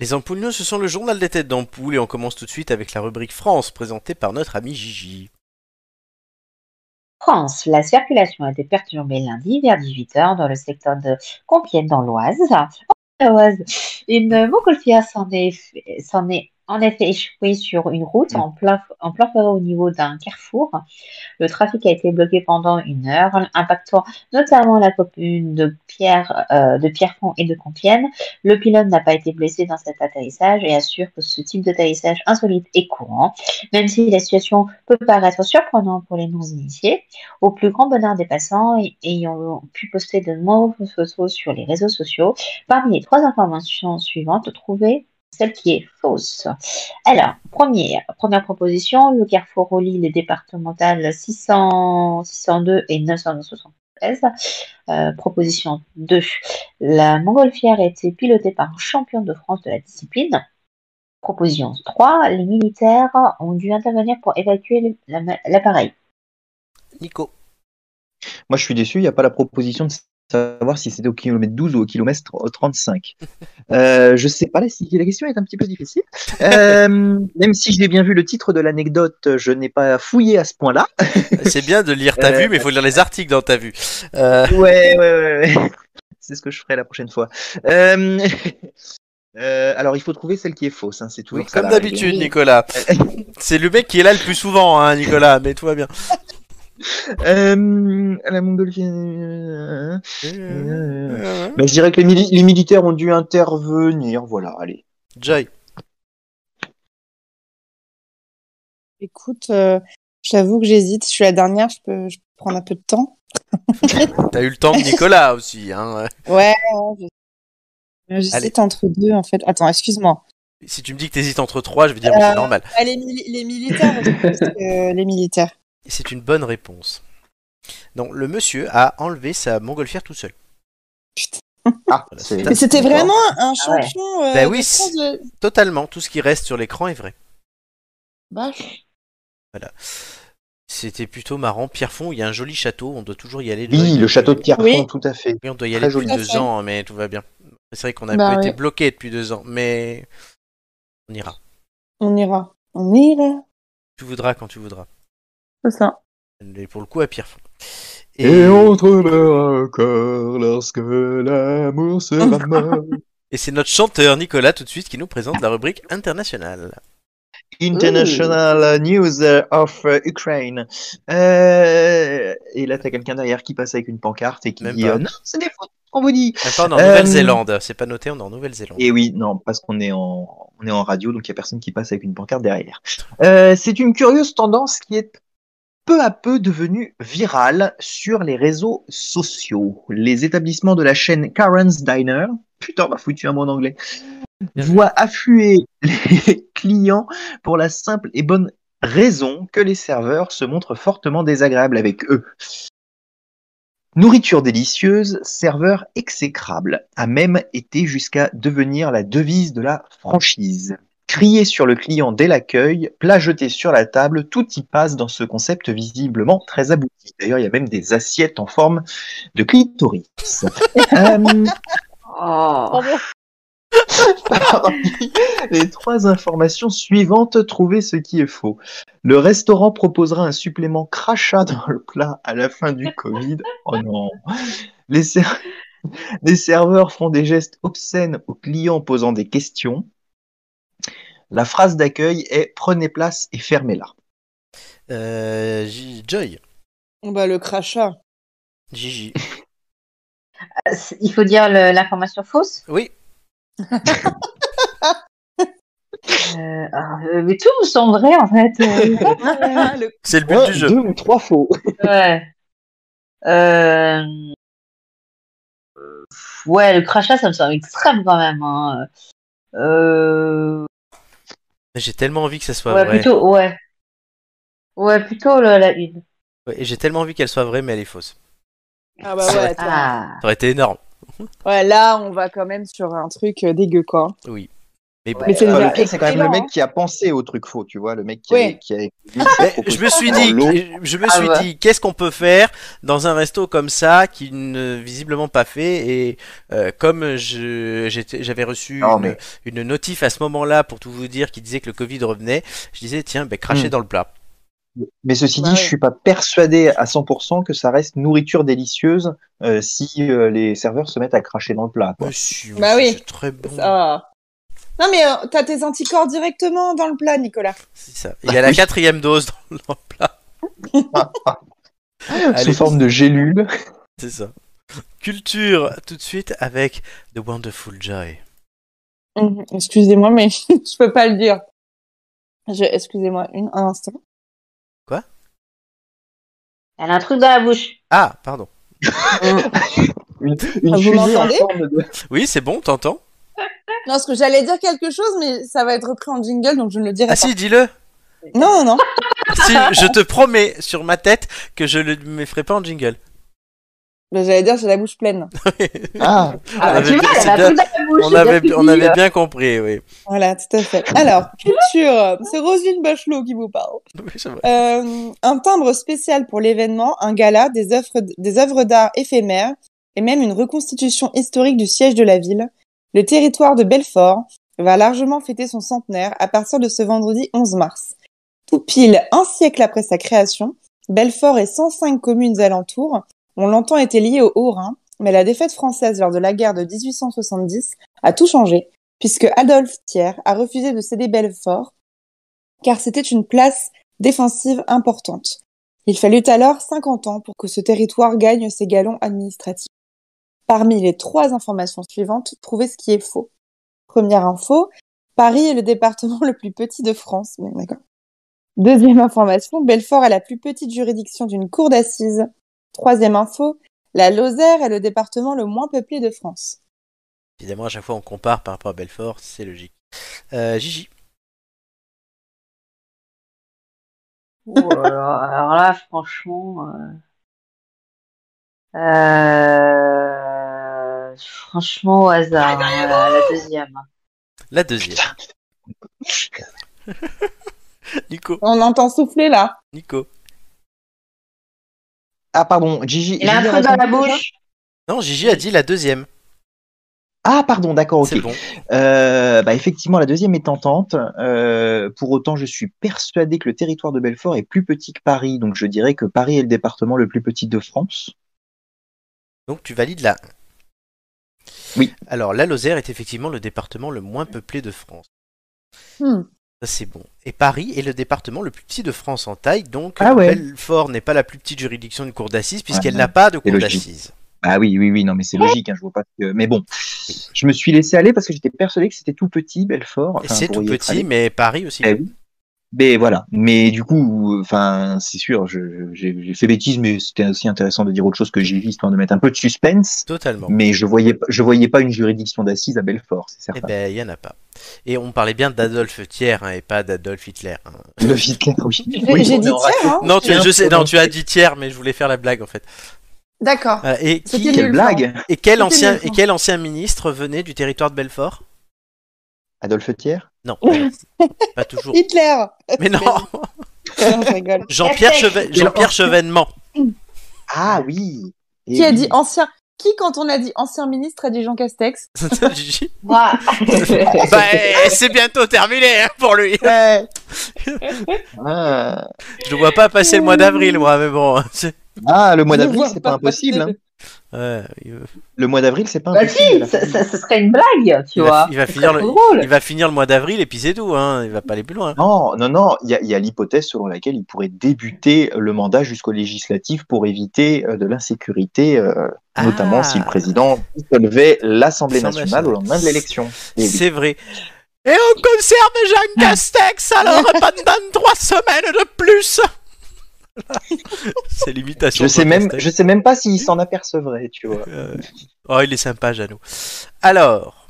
Speaker 1: Les ampoules news, ce sont le journal des têtes d'ampoule et on commence tout de suite avec la rubrique France présentée par notre ami Gigi.
Speaker 4: France, la circulation a été perturbée lundi vers 18h dans le secteur de Compiègne dans l'Oise. Oh, l'Oise. Une montgolfière s'en est, s'en est en effet échouée sur une route en plein, en plein feu au niveau d'un carrefour. Le trafic a été bloqué pendant une heure, impactant notamment la commune de Pierre, euh, de Pierrefonds et de Compiègne. Le pilote n'a pas été blessé dans cet atterrissage et assure que ce type d'atterrissage insolite est courant, même si la situation peut paraître surprenante pour les non-initiés au plus grand bonheur des passants et- ayant pu poster de nombreuses photos sur les réseaux sociaux. Parmi les trois informations suivantes, trouvez celle qui est fausse. Alors, première, première proposition, le carrefour relie les départementales 600, 602 et 973. Euh, proposition 2, la montgolfière a été pilotée par un champion de France de la discipline. Proposition 3, les militaires ont dû intervenir pour évacuer la- l'appareil.
Speaker 1: Nico.
Speaker 6: Moi, je suis déçu, il n'y a pas la proposition de savoir si c'était au kilomètre 12 ou au kilomètre 35. Euh, je sais pas, la, si la question est un petit peu difficile. Euh, même si j'ai bien vu le titre de l'anecdote, je n'ai pas fouillé à ce point-là.
Speaker 1: C'est bien de lire ta
Speaker 6: Euh,
Speaker 1: vue, mais il faut lire les articles dans ta vue. Euh,
Speaker 6: Ouais, ouais, ouais, ouais. C'est ce que je ferai la prochaine fois. Euh, euh, alors, il faut trouver celle qui est fausse, hein, c'est tout. Ça,
Speaker 1: comme
Speaker 6: la
Speaker 1: d'habitude,
Speaker 6: règle.
Speaker 1: Nicolas. C'est le mec qui est là le plus souvent, hein, Nicolas, mais tout va bien.
Speaker 6: Euh, la Montgolfière. euh, euh, bah, je dirais que les, mili- les militaires ont dû intervenir. Voilà, allez.
Speaker 1: Jay.
Speaker 5: Écoute, euh, je t'avoue que j'hésite. Je suis la dernière, je peux, je peux prendre un peu de temps.
Speaker 1: T'as eu le temps de Nicolas aussi, hein.
Speaker 5: Ouais, ouais, je- Euh, J'hésite
Speaker 1: Allez.
Speaker 5: entre deux, en fait. Attends, excuse-moi.
Speaker 1: Si tu me dis que t'hésites entre trois, je vais dire mais
Speaker 6: Euh.
Speaker 1: c'est normal.
Speaker 5: Ah, les, mili- les militaires, je pense que les militaires.
Speaker 1: C'est une bonne réponse. Donc le monsieur a enlevé sa montgolfière tout seul.
Speaker 6: Ah,
Speaker 1: Voilà,
Speaker 6: c'est-
Speaker 1: c'est-
Speaker 5: Mais c'était
Speaker 6: D'accord.
Speaker 5: vraiment un
Speaker 4: Ah ouais.
Speaker 5: champion. euh,
Speaker 1: Bah oui,
Speaker 5: de France de-
Speaker 1: Totalement, tout ce qui reste sur l'écran est vrai.
Speaker 5: Bah,
Speaker 1: C'était plutôt marrant. Pierrefonds, il y a un joli château, on doit toujours y aller.
Speaker 6: Oui, le château de Pierrefonds,
Speaker 5: Oui.
Speaker 6: tout à fait.
Speaker 1: Oui, on doit y
Speaker 6: Très
Speaker 1: aller depuis
Speaker 6: joli.
Speaker 1: deux
Speaker 5: Tout à fait.
Speaker 1: ans, mais tout va bien. C'est vrai qu'on a
Speaker 5: Bah
Speaker 1: un peu été
Speaker 5: ouais.
Speaker 1: bloqué depuis deux ans, mais on ira.
Speaker 5: on ira. On ira.
Speaker 1: Tu voudras quand tu voudras.
Speaker 2: C'est ça.
Speaker 1: Et pour le coup, à Pierrefonds.
Speaker 6: Et entre leur cœur lorsque l'amour sera mort.
Speaker 1: et c'est notre chanteur Nicolas tout de suite qui nous présente la rubrique internationale.
Speaker 6: International News of Ukraine. Euh, et là, t'as quelqu'un derrière qui passe avec une pancarte et qui
Speaker 1: Même
Speaker 6: dit
Speaker 1: pas.
Speaker 6: euh, Non, c'est des fautes, on vous dit.
Speaker 1: Ah, pas, on est en
Speaker 6: Euh,
Speaker 1: Nouvelle-Zélande, c'est pas noté, on est en Nouvelle-Zélande.
Speaker 6: Et oui, non, parce qu'on est en, on est en radio, donc il n'y a personne qui passe avec une pancarte derrière. Euh, c'est une curieuse tendance qui est peu à peu devenue virale sur les réseaux sociaux. Les établissements de la chaîne Karen's Diner, putain, m'a foutu un mot en anglais, voient affluer les clients pour la simple et bonne raison que les serveurs se montrent fortement désagréables avec eux. Nourriture délicieuse, serveur exécrable, a même été jusqu'à devenir la devise de la franchise. Crier sur le client dès l'accueil, plat jeté sur la table, tout y passe dans ce concept visiblement très abouti. D'ailleurs, il y a même des assiettes en forme de clitoris. Euh,
Speaker 4: Oh.
Speaker 6: Parmi les trois informations suivantes, trouvez ce qui est faux. Le restaurant proposera un supplément crachat dans le plat à la fin du Covid. Oh non. Les, ser- les serveurs font des gestes obscènes aux clients posant des questions. La phrase d'accueil est prenez place et fermez-la.
Speaker 1: Euh, J- Joy.
Speaker 2: Bah, le crachat.
Speaker 1: Gigi.
Speaker 4: Euh, c'est- Il faut dire le- l'information fausse.
Speaker 1: Oui.
Speaker 4: Euh, ah, euh, mais tout me semble vrai en fait. Euh,
Speaker 2: Ah, le...
Speaker 1: C'est le but
Speaker 6: Un,
Speaker 1: du jeu.
Speaker 6: Deux ou trois faux.
Speaker 4: ouais. Euh, euh, Ouais, le crachat, ça me semble extrême quand même. hein. Euh,
Speaker 1: J'ai tellement envie que ça soit
Speaker 4: ouais,
Speaker 1: vrai.
Speaker 4: plutôt, ouais. Ouais, plutôt le- la une.
Speaker 1: Ouais, et J'ai tellement envie qu'elle soit vraie, mais elle est fausse.
Speaker 2: Ah bah ouais, attends.
Speaker 4: Ah.
Speaker 1: Ça aurait été énorme.
Speaker 2: ouais, là, on va quand même sur un truc euh, dégueu, quoi.
Speaker 1: Mais bon.
Speaker 4: Ouais. Mais
Speaker 2: c'est
Speaker 6: Enfin,
Speaker 2: déjà
Speaker 6: Ah, le pire, c'est quand même le
Speaker 2: excellent,
Speaker 6: mec
Speaker 2: hein.
Speaker 6: qui a pensé au truc faux, tu vois, le mec qui
Speaker 2: Ouais.
Speaker 6: a, qui a-
Speaker 1: Mais je me suis dit,
Speaker 6: Dans l'eau.
Speaker 1: je me
Speaker 4: Ah
Speaker 1: suis
Speaker 4: bah.
Speaker 1: dit, qu'est-ce qu'on peut faire dans un resto comme ça qui ne visiblement pas fait et euh, comme je j'étais- j'avais reçu
Speaker 6: Non,
Speaker 1: une,
Speaker 6: mais-
Speaker 1: une notif à ce moment-là pour tout vous dire qui disait que le Covid revenait, je disais tiens ben cracher
Speaker 6: Hmm.
Speaker 1: dans le plat.
Speaker 6: Mais ceci
Speaker 2: Bah
Speaker 6: dit,
Speaker 2: ouais.
Speaker 6: je suis pas persuadé à 100% que ça reste nourriture délicieuse euh, si euh, les serveurs se mettent à cracher dans le plat. quoi.
Speaker 1: Monsieur,
Speaker 2: Bah oui.
Speaker 1: c'est très bon.
Speaker 2: Ah. Non, mais euh, t'as tes anticorps directement dans le plat, Nicolas.
Speaker 1: C'est ça. Il y a la
Speaker 6: Oui.
Speaker 1: quatrième dose dans, dans le plat.
Speaker 6: Sous
Speaker 1: Allez.
Speaker 6: forme de gélules.
Speaker 1: C'est ça. Culture tout de suite avec The Wonderful Joy.
Speaker 2: Mhm, Excusez-moi, mais je peux pas le dire. Je... Excusez-moi, une... un instant.
Speaker 4: Elle a un truc dans la bouche.
Speaker 1: Ah pardon.
Speaker 6: Une, une
Speaker 2: Ah, vous
Speaker 6: fusée en
Speaker 2: m'entendez
Speaker 6: forme de...
Speaker 1: Oui c'est bon t'entends.
Speaker 2: Non, parce que j'allais dire quelque chose, mais ça va être repris en jingle, donc je ne le dirai
Speaker 1: Ah si dis-le.
Speaker 2: pas. Ah, Non, non, non.
Speaker 1: Si, je te promets sur ma tête que je ne me ferai pas en jingle.
Speaker 2: Bah, j'allais dire, j'ai la bouche pleine.
Speaker 6: Ah,
Speaker 4: Ah, bah,
Speaker 1: avait
Speaker 4: tu vois,
Speaker 1: bien-
Speaker 4: elle a
Speaker 1: c'est
Speaker 4: un truc dans la bouche.
Speaker 1: On
Speaker 4: j'ai
Speaker 1: avait,
Speaker 4: bien
Speaker 1: on
Speaker 4: suivi,
Speaker 6: euh.
Speaker 1: avait
Speaker 4: là.
Speaker 1: bien compris, oui.
Speaker 2: Voilà, tout à fait. Alors, culture, euh, c'est Roselyne Bachelot qui vous parle.
Speaker 1: Oui, c'est vrai.
Speaker 2: Euh, un timbre spécial pour l'événement, un gala, des œuvres, des œuvres d'art éphémères et même une reconstitution historique du siège de la ville. Le territoire de Belfort va largement fêter son centenaire à partir de ce vendredi 11 mars. Tout pile un siècle après sa création, Belfort et 105 communes alentours ont longtemps été liées au Haut-Rhin, mais la défaite française lors de la guerre de 1870 a tout changé, puisque Adolphe Thiers a refusé de céder Belfort, car c'était une place défensive importante. Il fallut alors 50 ans pour que ce territoire gagne ses galons administratifs. Parmi les trois informations suivantes, trouvez ce qui est faux. Première info, Paris est le département le plus petit de France. Bon, d'accord. Deuxième information, Belfort est la plus petite juridiction d'une cour d'assises. Troisième info, la Lozère est le département le moins peuplé de France.
Speaker 1: Évidemment, à chaque fois, on compare par rapport à Belfort, c'est logique. Euh, Gigi.
Speaker 4: Ouh là là, euh, alors là, franchement. euh, euh, Franchement, au hasard, hein, la, la deuxième.
Speaker 1: La deuxième. Nico.
Speaker 2: On entend souffler là.
Speaker 1: Nico.
Speaker 6: ah, pardon, Gigi.
Speaker 4: Il a un
Speaker 6: Gigi a
Speaker 4: truc dans la
Speaker 6: répondu déjà
Speaker 4: bouche.
Speaker 1: Non, Gigi a dit la deuxième.
Speaker 6: Ah, pardon, d'accord, ok.
Speaker 1: C'est bon.
Speaker 6: Euh, bah, effectivement, la deuxième est tentante. Euh, pour autant, je suis persuadé que le territoire de Belfort est plus petit que Paris. Donc, je dirais que Paris est le département le plus petit de France.
Speaker 1: Donc, tu valides la un.
Speaker 6: Oui.
Speaker 1: Alors, la Lozère est effectivement le département le moins peuplé de France.
Speaker 2: Hmm.
Speaker 1: Ça, c'est bon. Et Paris est le département le plus petit de France en taille, donc
Speaker 6: Ah ouais.
Speaker 1: Belfort n'est pas la plus petite juridiction de cour d'assises, puisqu'elle
Speaker 6: Ouais,
Speaker 1: n'a pas de cour
Speaker 6: logique.
Speaker 1: d'assises.
Speaker 6: Ah oui, oui, oui, non, mais c'est logique, hein, je vois pas. que- Mais bon, je me suis laissé aller parce que j'étais persuadé que c'était tout petit, Belfort.
Speaker 1: Et
Speaker 6: enfin,
Speaker 1: c'est
Speaker 6: pour
Speaker 1: tout
Speaker 6: y être allé.
Speaker 1: petit, mais Paris aussi.
Speaker 6: Eh oui. Mais voilà. Mais du coup, enfin, c'est sûr, je- je- j'ai j'ai fait bêtise, mais c'était aussi intéressant de dire autre chose que j'ai vu, histoire de mettre un peu de suspense.
Speaker 1: Totalement.
Speaker 6: Mais je voyais, pas- je voyais pas une juridiction d'assises à Belfort, c'est
Speaker 1: Eh
Speaker 6: certain.
Speaker 1: ben, il n'y en a pas. Et on parlait bien d'Adolphe Thiers hein, et pas d'Adolf Hitler. hein.
Speaker 6: Le Hitler, oui.
Speaker 2: J'ai
Speaker 6: Oui,
Speaker 2: j'ai
Speaker 6: on est
Speaker 2: dit
Speaker 6: en
Speaker 2: tiers, hein
Speaker 1: Non, tu,
Speaker 6: Thiers,
Speaker 1: je sais,
Speaker 6: pour
Speaker 1: non, tu as dit Thiers, mais je voulais faire la blague en fait.
Speaker 2: D'accord.
Speaker 1: Euh, et, qui-
Speaker 2: C'était
Speaker 6: Quelle
Speaker 2: nul,
Speaker 6: blague
Speaker 1: et, quel
Speaker 2: C'était
Speaker 1: ancien,
Speaker 2: nul,
Speaker 1: et quel ancien ministre venait du territoire de Belfort
Speaker 6: Adolphe Thiers
Speaker 1: Non, euh, pas toujours.
Speaker 2: Hitler
Speaker 1: Mais non,
Speaker 2: Non, je rigole.
Speaker 1: Jean-Pierre Cheve- Jean-Pierre Chevènement.
Speaker 6: Ah oui Et
Speaker 2: Qui a
Speaker 6: oui.
Speaker 2: dit ancien Qui, quand on a dit ancien ministre, a dit Jean Castex
Speaker 1: Gigi.
Speaker 4: Moi.
Speaker 1: Bah, eh, c'est bientôt terminé hein, pour lui.
Speaker 6: Ah,
Speaker 1: Je le vois pas passer le mois d'avril, moi, mais bon. c'est-
Speaker 6: Ah, le mois
Speaker 2: Je
Speaker 6: d'avril,
Speaker 2: vois
Speaker 6: c'est
Speaker 2: pas
Speaker 6: pas impossible.
Speaker 2: passer
Speaker 6: hein.
Speaker 1: Ouais, il,
Speaker 6: Le mois d'avril, c'est pas
Speaker 4: Bah
Speaker 6: impossible.
Speaker 4: si, ça, ça- ce serait une blague, tu
Speaker 1: Il va-
Speaker 4: vois.
Speaker 1: il va
Speaker 4: Ce
Speaker 1: finir
Speaker 4: serait
Speaker 1: le-
Speaker 4: trop drôle.
Speaker 1: il va finir le mois d'avril et puis c'est tout. Hein. Il va pas aller plus loin.
Speaker 6: Non, non, non, il y a, il y a l'hypothèse selon laquelle il pourrait débuter le mandat jusqu'au législatif pour éviter euh, de l'insécurité, euh, notamment
Speaker 1: Ah.
Speaker 6: si le président dissolvait l'Assemblée
Speaker 1: L'Assemblée
Speaker 6: nationale au lendemain de
Speaker 1: nationale.
Speaker 6: l'élection. Et Eh oui. Ah.
Speaker 1: C'est vrai. Et on conserve Jean Castex alors pendant trois semaines de plus. C'est l'imitation.
Speaker 6: Je
Speaker 1: de
Speaker 6: sais
Speaker 1: Jean
Speaker 6: même,
Speaker 1: Castex.
Speaker 6: je sais même pas s'il s'en apercevrait, tu vois.
Speaker 1: Euh, Oh, il est sympa, Jeannot. Alors,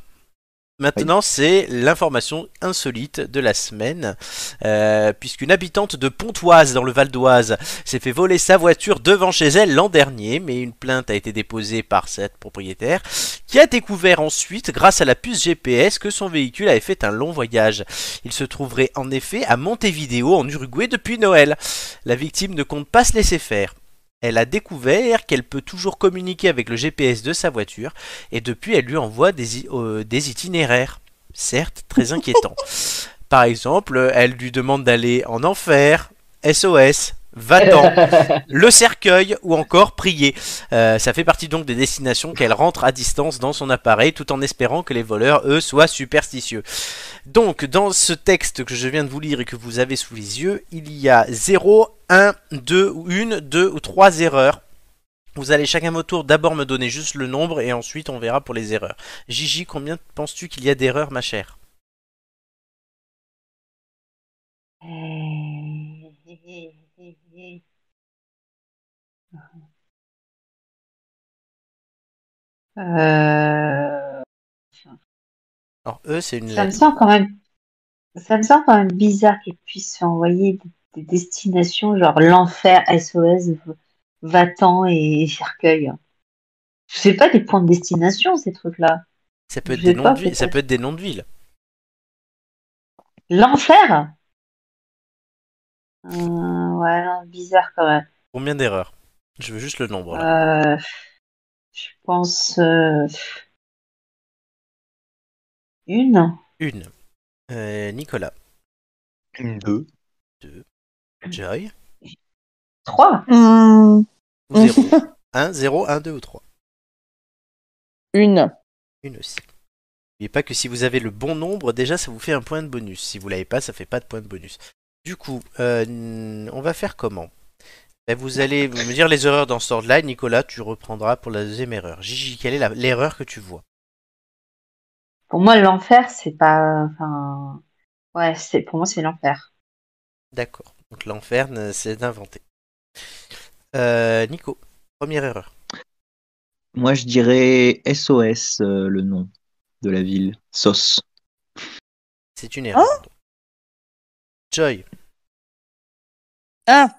Speaker 1: maintenant, c'est l'information insolite de la semaine. Euh, Puisqu'une habitante de Pontoise, dans le Val d'Oise, s'est fait voler sa voiture devant chez elle l'an dernier, mais une plainte a été déposée par cette propriétaire, qui a découvert ensuite, grâce à la puce GPS, que son véhicule avait fait un long voyage. Il se trouverait en effet à Montevideo, en Uruguay, depuis Noël. La victime ne compte pas se laisser faire. Elle a découvert qu'elle peut toujours communiquer avec le GPS de sa voiture et depuis elle lui envoie des, i- euh, des itinéraires. Certes, très inquiétants. Par exemple, elle lui demande d'aller en enfer, SOS, va-t'en, le cercueil ou encore prier. Euh, ça fait partie donc des destinations qu'elle rentre à distance dans son appareil tout en espérant que les voleurs, eux, soient superstitieux. Donc, dans ce texte que je viens de vous lire et que vous avez sous les yeux, il y a 0, 1, 2, ou 1, 2 ou 3 erreurs. Vous allez chacun votre tour d'abord me donner juste le nombre et ensuite on verra pour les erreurs. Gigi, combien penses-tu qu'il y a d'erreurs, ma chère
Speaker 4: Euh,
Speaker 1: Alors, eux, c'est une
Speaker 4: ça me
Speaker 1: lettre.
Speaker 4: semble quand même, ça me semble quand même bizarre qu'ils puissent envoyer des, des destinations genre l'enfer, SOS, Vatan et cercueil. C'est pas des points de destination ces trucs-là.
Speaker 1: Ça peut être
Speaker 4: je sais
Speaker 1: des noms
Speaker 4: pas,
Speaker 1: de villes. Ça
Speaker 4: peut-être.
Speaker 1: peut être des noms de villes.
Speaker 4: L'enfer. Euh, ouais, non, bizarre quand même.
Speaker 1: Combien d'erreurs Je veux juste le nombre. là.
Speaker 4: Euh, je pense euh, une.
Speaker 1: Une. Euh, Nicolas.
Speaker 6: Une, deux.
Speaker 4: Euh.
Speaker 1: Joy.
Speaker 4: Trois.
Speaker 2: Hmm,
Speaker 1: Ou 0. 1, 0, 1, 2 ou 3.
Speaker 2: Une.
Speaker 1: Une aussi. N'oubliez pas que si vous avez le bon nombre, déjà ça vous fait un point de bonus. Si vous l'avez pas, ça fait pas de point de bonus. Du coup, euh, on va faire comment Ben, Vous allez me dire les erreurs dans ce ordre-là. et Nicolas, tu reprendras pour la deuxième erreur. Gigi, quelle est la- l'erreur que tu vois
Speaker 4: Pour moi, l'enfer, c'est pas. Enfin, ouais, c'est pour moi, c'est l'enfer.
Speaker 1: D'accord. Donc l'enfer, ne- c'est inventé. Euh, Nico, première erreur.
Speaker 6: Moi, je dirais SOS, euh, le nom de la ville. SOS.
Speaker 1: C'est une erreur.
Speaker 5: Hein
Speaker 1: Joy,
Speaker 5: Ah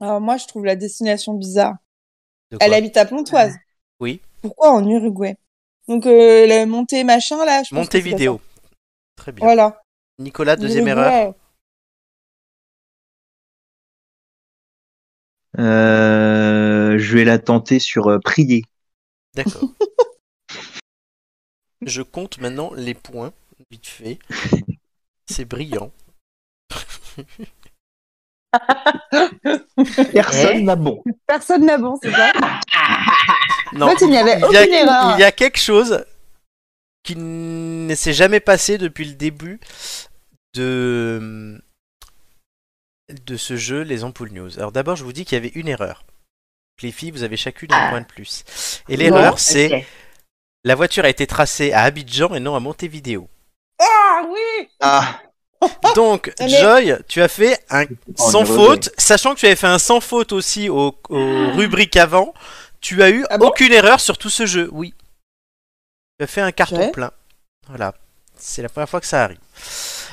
Speaker 5: Alors moi, je trouve la destination bizarre.
Speaker 1: de quoi
Speaker 5: Elle habite à Pontoise.
Speaker 1: Oui.
Speaker 5: Pourquoi en Uruguay Donc euh, le montée machin là. Je pense que c'est
Speaker 1: Montevideo. Très
Speaker 5: pas
Speaker 1: bien.
Speaker 5: ça. Voilà.
Speaker 1: Nicolas, deuxième
Speaker 5: Uruguay.
Speaker 1: erreur.
Speaker 6: Euh, je vais la tenter sur euh, prier.
Speaker 1: D'accord. Je compte maintenant les points, vite fait. C'est brillant.
Speaker 6: Personne n'a bon.
Speaker 2: Personne n'a bon, c'est ça
Speaker 1: Non,
Speaker 2: En fait, il n'y avait
Speaker 1: y a,
Speaker 2: aucune erreur.
Speaker 1: il y a quelque chose qui ne s'est jamais passé depuis le début de de ce jeu, les ampoules news. Alors d'abord, je vous dis qu'il y avait une erreur. Les filles, vous avez chacune un
Speaker 4: Ah.
Speaker 1: point de plus. Et l'erreur,
Speaker 4: Bon,
Speaker 1: c'est
Speaker 4: ok.
Speaker 1: la voiture a été tracée à Abidjan et non à Montevideo.
Speaker 5: Ah oui.
Speaker 6: Ah,
Speaker 2: Oh,
Speaker 1: Donc,
Speaker 5: Allez.
Speaker 1: Joy, tu as fait un
Speaker 5: Oh,
Speaker 1: sans
Speaker 6: numéro
Speaker 1: faute, sachant que tu avais fait un sans faute aussi aux, aux rubriques avant, tu as eu
Speaker 5: Ah bon
Speaker 1: aucune erreur sur tout ce jeu, oui. Tu as fait un carton
Speaker 5: Ouais.
Speaker 1: plein. Voilà. C'est la première fois que ça arrive.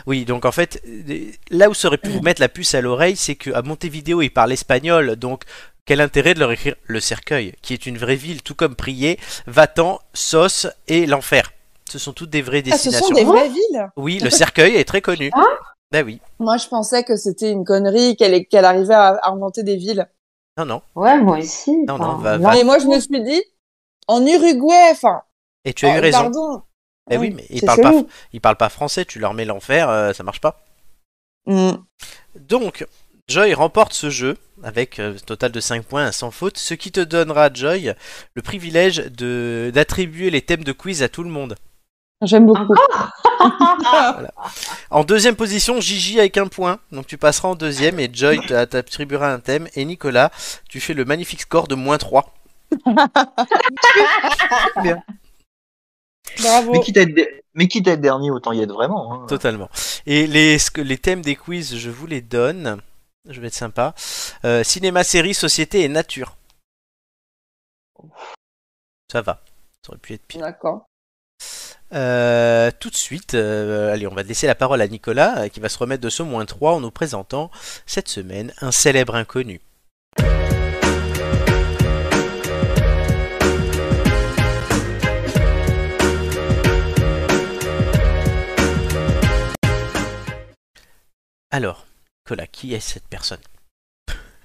Speaker 1: Oui, donc en fait, euh, là où ça aurait pu vous mettre la puce à l'oreille, c'est qu'à Montevideo, ils parlent espagnol, donc quel intérêt de leur écrire le cercueil, qui est une vraie ville, tout comme Prier, Vatan, Sos et l'enfer. Ce sont toutes des vraies
Speaker 5: Ah, ce
Speaker 1: destinations.
Speaker 5: sont des vraies villes.
Speaker 1: Oui, le cercueil est très connu.
Speaker 4: Hein
Speaker 1: bah oui.
Speaker 5: Moi, je pensais que c'était une connerie qu'elle qu'elle arrivait à à inventer des villes.
Speaker 1: Non, non.
Speaker 4: Ouais, moi aussi.
Speaker 1: Non,
Speaker 4: enfin,
Speaker 1: non, va-
Speaker 4: l'en-
Speaker 1: Ah. va-
Speaker 5: Et moi, je me suis dit, en Uruguay, enfin.
Speaker 1: Et tu as eu
Speaker 5: oh,
Speaker 1: raison.
Speaker 5: Pardon.
Speaker 1: Eh oui, mais ils
Speaker 5: c'est
Speaker 1: parlent, pas,
Speaker 5: chelou.
Speaker 1: ils parlent pas français, tu leur mets l'enfer, euh, ça marche pas.
Speaker 5: Mm.
Speaker 1: Donc, Joy remporte ce jeu avec euh, un total de 5 points sans faute, ce qui te donnera, Joy, le privilège de d'attribuer les thèmes de quiz à tout le monde.
Speaker 5: J'aime beaucoup.
Speaker 1: En deuxième position, Gigi avec un point, donc tu passeras en deuxième et Joy t'a- t'attribuera un thème. Et Nicolas, tu fais le magnifique score de moins 3.
Speaker 5: Bravo.
Speaker 6: Mais quitte à être, de- mais quitte à être dernier, autant y être vraiment. hein.
Speaker 1: Totalement. Et les, ce que- les thèmes des quiz, je vous les donne. Je vais être sympa. Euh, cinéma, série, société et nature. Ça va. Ça aurait pu être pire.
Speaker 5: D'accord.
Speaker 1: Euh, tout de suite, euh, allez, on va laisser la parole à Nicolas euh, qui va se remettre de ce moins 3 en nous présentant cette semaine un célèbre inconnu. Alors, Nicolas, qui est cette personne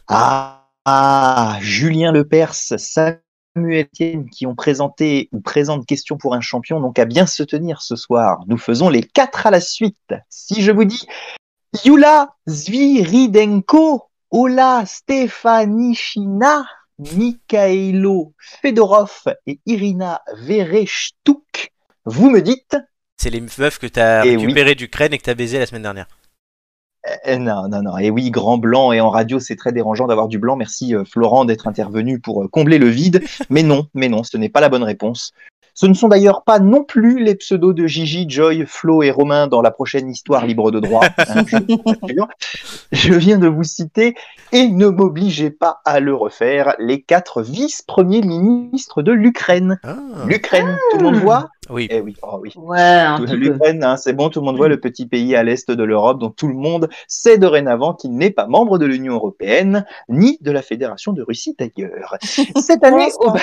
Speaker 6: Ah, ah, Julien Lepers, Samuel Etienne qui ont présenté ou présentent question pour un champion, donc à bien se tenir ce soir. Nous faisons les quatre à la suite. Si je vous dis Yula Zviridenko, Ola Stefanichina, Mikhailo Fedorov et Irina Vereshtuk, vous me dites
Speaker 1: C'est les meufs que t'as
Speaker 6: Eh oui.
Speaker 1: récupérées d'Ukraine et que t'as baisé la semaine dernière.
Speaker 6: Euh, non, non, non. Et oui, grand blanc. Et en radio, c'est très dérangeant d'avoir du blanc. Merci euh, Florent d'être intervenu pour euh, combler le vide. Mais non, mais non, ce n'est pas la bonne réponse. Ce ne sont d'ailleurs pas non plus les pseudos de Gigi, Joy, Flo et Romain dans la prochaine histoire libre de droit. hein, je, je viens de vous citer et ne m'obligez pas à le refaire. Les quatre vice-premiers ministres de l'Ukraine.
Speaker 1: Ah.
Speaker 6: L'Ukraine, tout le monde voit
Speaker 1: Oui,
Speaker 6: Eh oui, oh oui.
Speaker 4: Ouais, un
Speaker 6: Tout-
Speaker 4: petit peu.
Speaker 6: L'Ukraine, hein, c'est bon, tout le monde voit le petit pays à l'est de l'Europe dont tout le monde sait dorénavant qu'il n'est pas membre de l'Union européenne ni de la Fédération de Russie d'ailleurs. Cette année au bac,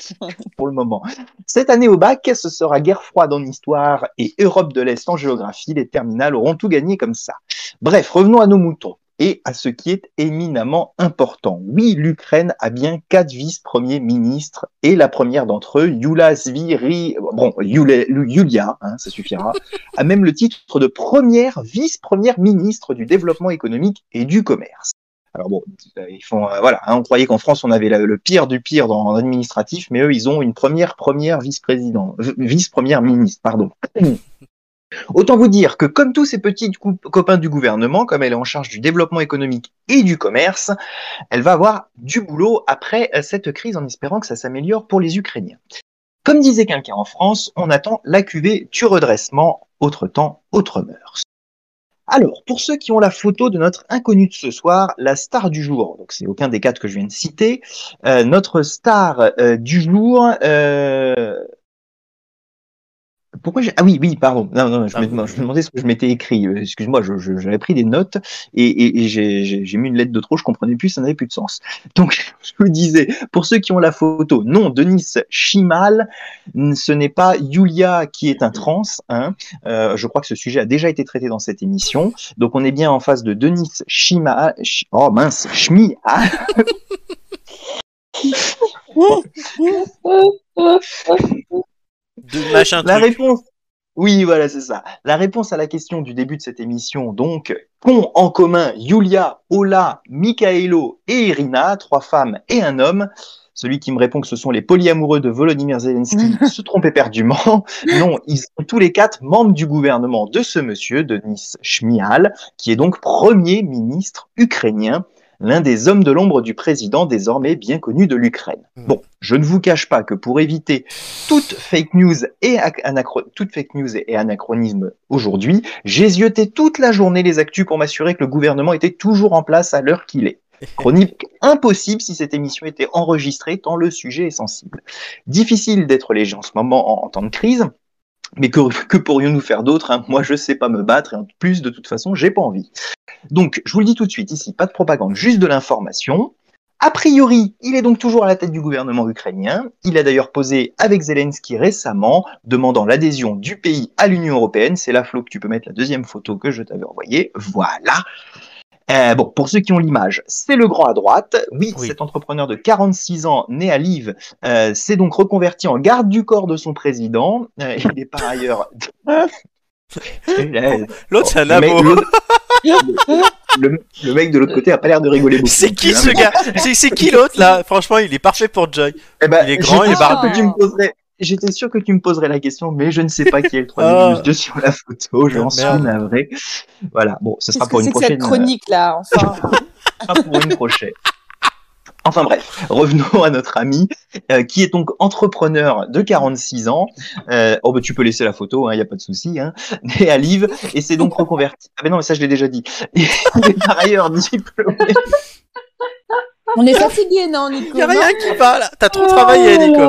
Speaker 6: pour le moment, cette année au bac, ce sera guerre froide en histoire et Europe de l'Est en géographie. Les terminales auront tout gagné comme ça. Bref, revenons à nos moutons. Et à ce qui est éminemment important. Oui, l'Ukraine a bien quatre vice-premiers ministres, et la première d'entre eux, Yulia Sviri, bon, Yulia, Yulia, hein, ça suffira, a même le titre de première vice-première ministre du développement économique et du commerce. Alors bon, euh, ils font, euh, voilà, hein, on croyait qu'en France on avait la- le pire du pire dans en administratif, mais eux ils ont une première première vice-président, v- vice-première ministre, pardon. Autant vous dire que comme tous ces petits coup- copains du gouvernement, comme elle est en charge du développement économique et du commerce, elle va avoir du boulot après euh, cette crise en espérant que ça s'améliore pour les Ukrainiens. Comme disait quelqu'un en France, on attend la cuvée du redressement, autre temps, autre mœurs. Alors, pour ceux qui ont la photo de notre inconnu de ce soir, la star du jour, donc c'est aucun des quatre que je viens de citer, euh, notre star euh, du jour, euh, pourquoi j'ai... Ah oui, oui, pardon. Non, non, je,
Speaker 1: Ah.
Speaker 6: me, demande- je me demandais ce que je m'étais écrit. Euh, Excuse-moi, je- je- j'avais pris des notes et, et- et j'ai- j'ai j'ai mis une lettre de trop, je comprenais plus, ça n'avait plus de sens. Donc, je vous disais, pour ceux qui ont la photo, non, Denis Chimal, n- ce n'est pas Yulia qui est un trans. Hein. Euh, je crois que ce sujet a déjà été traité dans cette émission. Donc, on est bien en face de Denis Chimal. Chi- Oh mince, Chmi. ah.
Speaker 1: de machin
Speaker 6: La
Speaker 1: truc.
Speaker 6: réponse. Oui, voilà, c'est ça. La réponse à la question du début de cette émission, donc, qu'ont en commun Yulia, Ola, Mikaelo et Irina, trois femmes et un homme Celui qui me répond que ce sont les polyamoureux de Volodymyr Zelensky se trompe éperdument. Non, ils sont tous les quatre membres du gouvernement de ce monsieur, Denis Shmyhal, qui est donc premier ministre ukrainien, l'un des hommes de l'ombre du président désormais bien connu de l'Ukraine. Bon, je ne vous cache pas que pour éviter toute fake news et ac- anachro- toute fake news et et anachronisme aujourd'hui. J'ai zioté toute la journée les actus pour m'assurer que le gouvernement était toujours en place à l'heure qu'il est. Chronique impossible si cette émission était enregistrée tant le sujet est sensible. Difficile d'être léger en ce moment en, en temps de crise. Mais que, que pourrions-nous faire d'autre hein Moi, je sais pas me battre et en plus, de toute façon, j'ai pas envie. Donc, je vous le dis tout de suite ici, pas de propagande, juste de l'information. A priori, il est donc toujours à la tête du gouvernement ukrainien. Il a d'ailleurs posé avec Zelensky récemment, demandant l'adhésion du pays à l'Union européenne. C'est là, Flo, que tu peux mettre la deuxième photo que je t'avais envoyée. Voilà. Euh, bon, pour ceux qui ont l'image, c'est le grand à droite. Oui,
Speaker 1: Oui.
Speaker 6: cet entrepreneur de 46 ans, né à Live, euh, s'est donc reconverti en garde du corps de son président. Euh, il est par ailleurs. Euh,
Speaker 1: L'autre, Oh, c'est un
Speaker 6: le mec-
Speaker 1: abo.
Speaker 6: le- le- le mec de l'autre côté a pas l'air de rigoler beaucoup.
Speaker 1: C'est qui
Speaker 6: Hein,
Speaker 1: ce
Speaker 6: mais-
Speaker 1: gars C'est- C'est qui l'autre là Franchement, il est parfait pour Joy.
Speaker 6: Eh ben,
Speaker 1: Il est grand, il est
Speaker 6: j'étais sûr
Speaker 4: barbu.
Speaker 6: que tu me poserais- J'étais sûr que tu me poserais la question, mais je ne sais pas qui est le
Speaker 1: Ah.
Speaker 6: troisième monsieur sur la photo.
Speaker 1: Ah,
Speaker 6: J'en suis
Speaker 1: merde.
Speaker 6: navré. Voilà. Bon, ce sera
Speaker 5: Qu'est-ce
Speaker 6: pour
Speaker 5: que
Speaker 6: une
Speaker 5: c'est que cette
Speaker 6: prochaine. euh,
Speaker 5: chronique là Enfin,
Speaker 6: pas pour une prochaine. Enfin bref, revenons à notre ami euh, qui est donc entrepreneur de 46 ans. Euh, oh ben tu peux laisser la photo, il n'y a pas de souci. Hein, né à Live et s'est donc reconverti. Ah ben non, mais ça je l'ai déjà dit. Il est par ailleurs diplômé.
Speaker 5: on est fatigué, non, Nico
Speaker 1: Y a
Speaker 5: Non
Speaker 1: rien qui va là. T'as trop travaillé,
Speaker 6: Oh.
Speaker 1: Nico.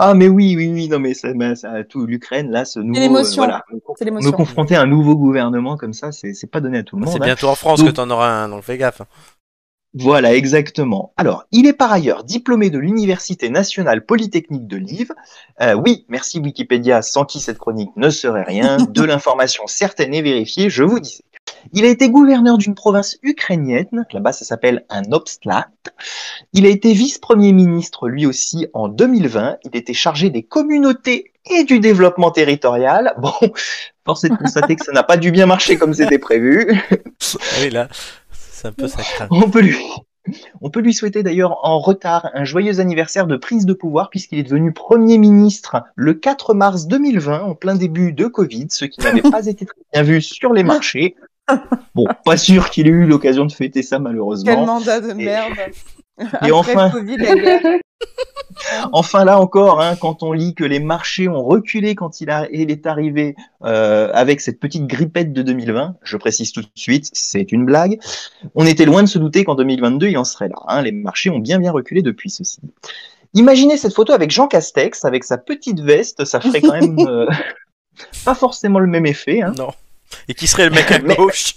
Speaker 6: Ah mais oui, oui, oui, non mais ça, ben, ça- tout l'Ukraine là, ce nouveau. euh,
Speaker 5: l'émotion.
Speaker 6: voilà,
Speaker 5: C'est
Speaker 6: me
Speaker 5: l'émotion.
Speaker 6: confronter à un nouveau gouvernement comme ça, c'est c'est pas donné à tout le monde.
Speaker 1: C'est
Speaker 6: hein.
Speaker 1: bientôt en France
Speaker 6: Nous-
Speaker 1: que t'en auras un, donc fais gaffe. hein.
Speaker 6: Voilà, exactement. Alors, il est par ailleurs diplômé de l'Université nationale polytechnique de Lille. Euh, oui, merci Wikipédia, sans qui cette chronique ne serait rien. De l'information certaine et vérifiée, je vous disais. Il a été gouverneur d'une province ukrainienne, là-bas ça s'appelle un obstat. Il a été vice-premier ministre lui aussi en 2020. Il était chargé des communautés et du développement territorial. Bon, force est de constater que ça n'a pas dû bien marcher comme c'était prévu.
Speaker 1: Ah oui, là, c'est un peu sacré.
Speaker 6: On peut lui, on peut lui souhaiter d'ailleurs en retard un joyeux anniversaire de prise de pouvoir puisqu'il est devenu Premier ministre le 4 mars 2020 en plein début de Covid, ce qui n'avait pas été très bien vu sur les marchés. Bon, pas sûr qu'il ait eu l'occasion de fêter ça
Speaker 5: Quel
Speaker 6: malheureusement.
Speaker 5: mandat de
Speaker 6: Et-
Speaker 5: merde.
Speaker 6: Et enfin,
Speaker 5: Covid, la guerre.
Speaker 6: enfin là encore, hein, quand on lit que les marchés ont reculé quand il, a, il est arrivé euh, avec cette petite grippette de 2020, je précise tout de suite, c'est une blague. On était loin de se douter qu'en 2022 il en serait là. hein. Les marchés ont bien bien reculé depuis ceci. Imaginez cette photo avec Jean Castex, avec sa petite veste, ça ferait quand même euh, pas forcément le même effet. hein.
Speaker 1: Non. Et qui serait le mec à
Speaker 6: Mais-
Speaker 1: gauche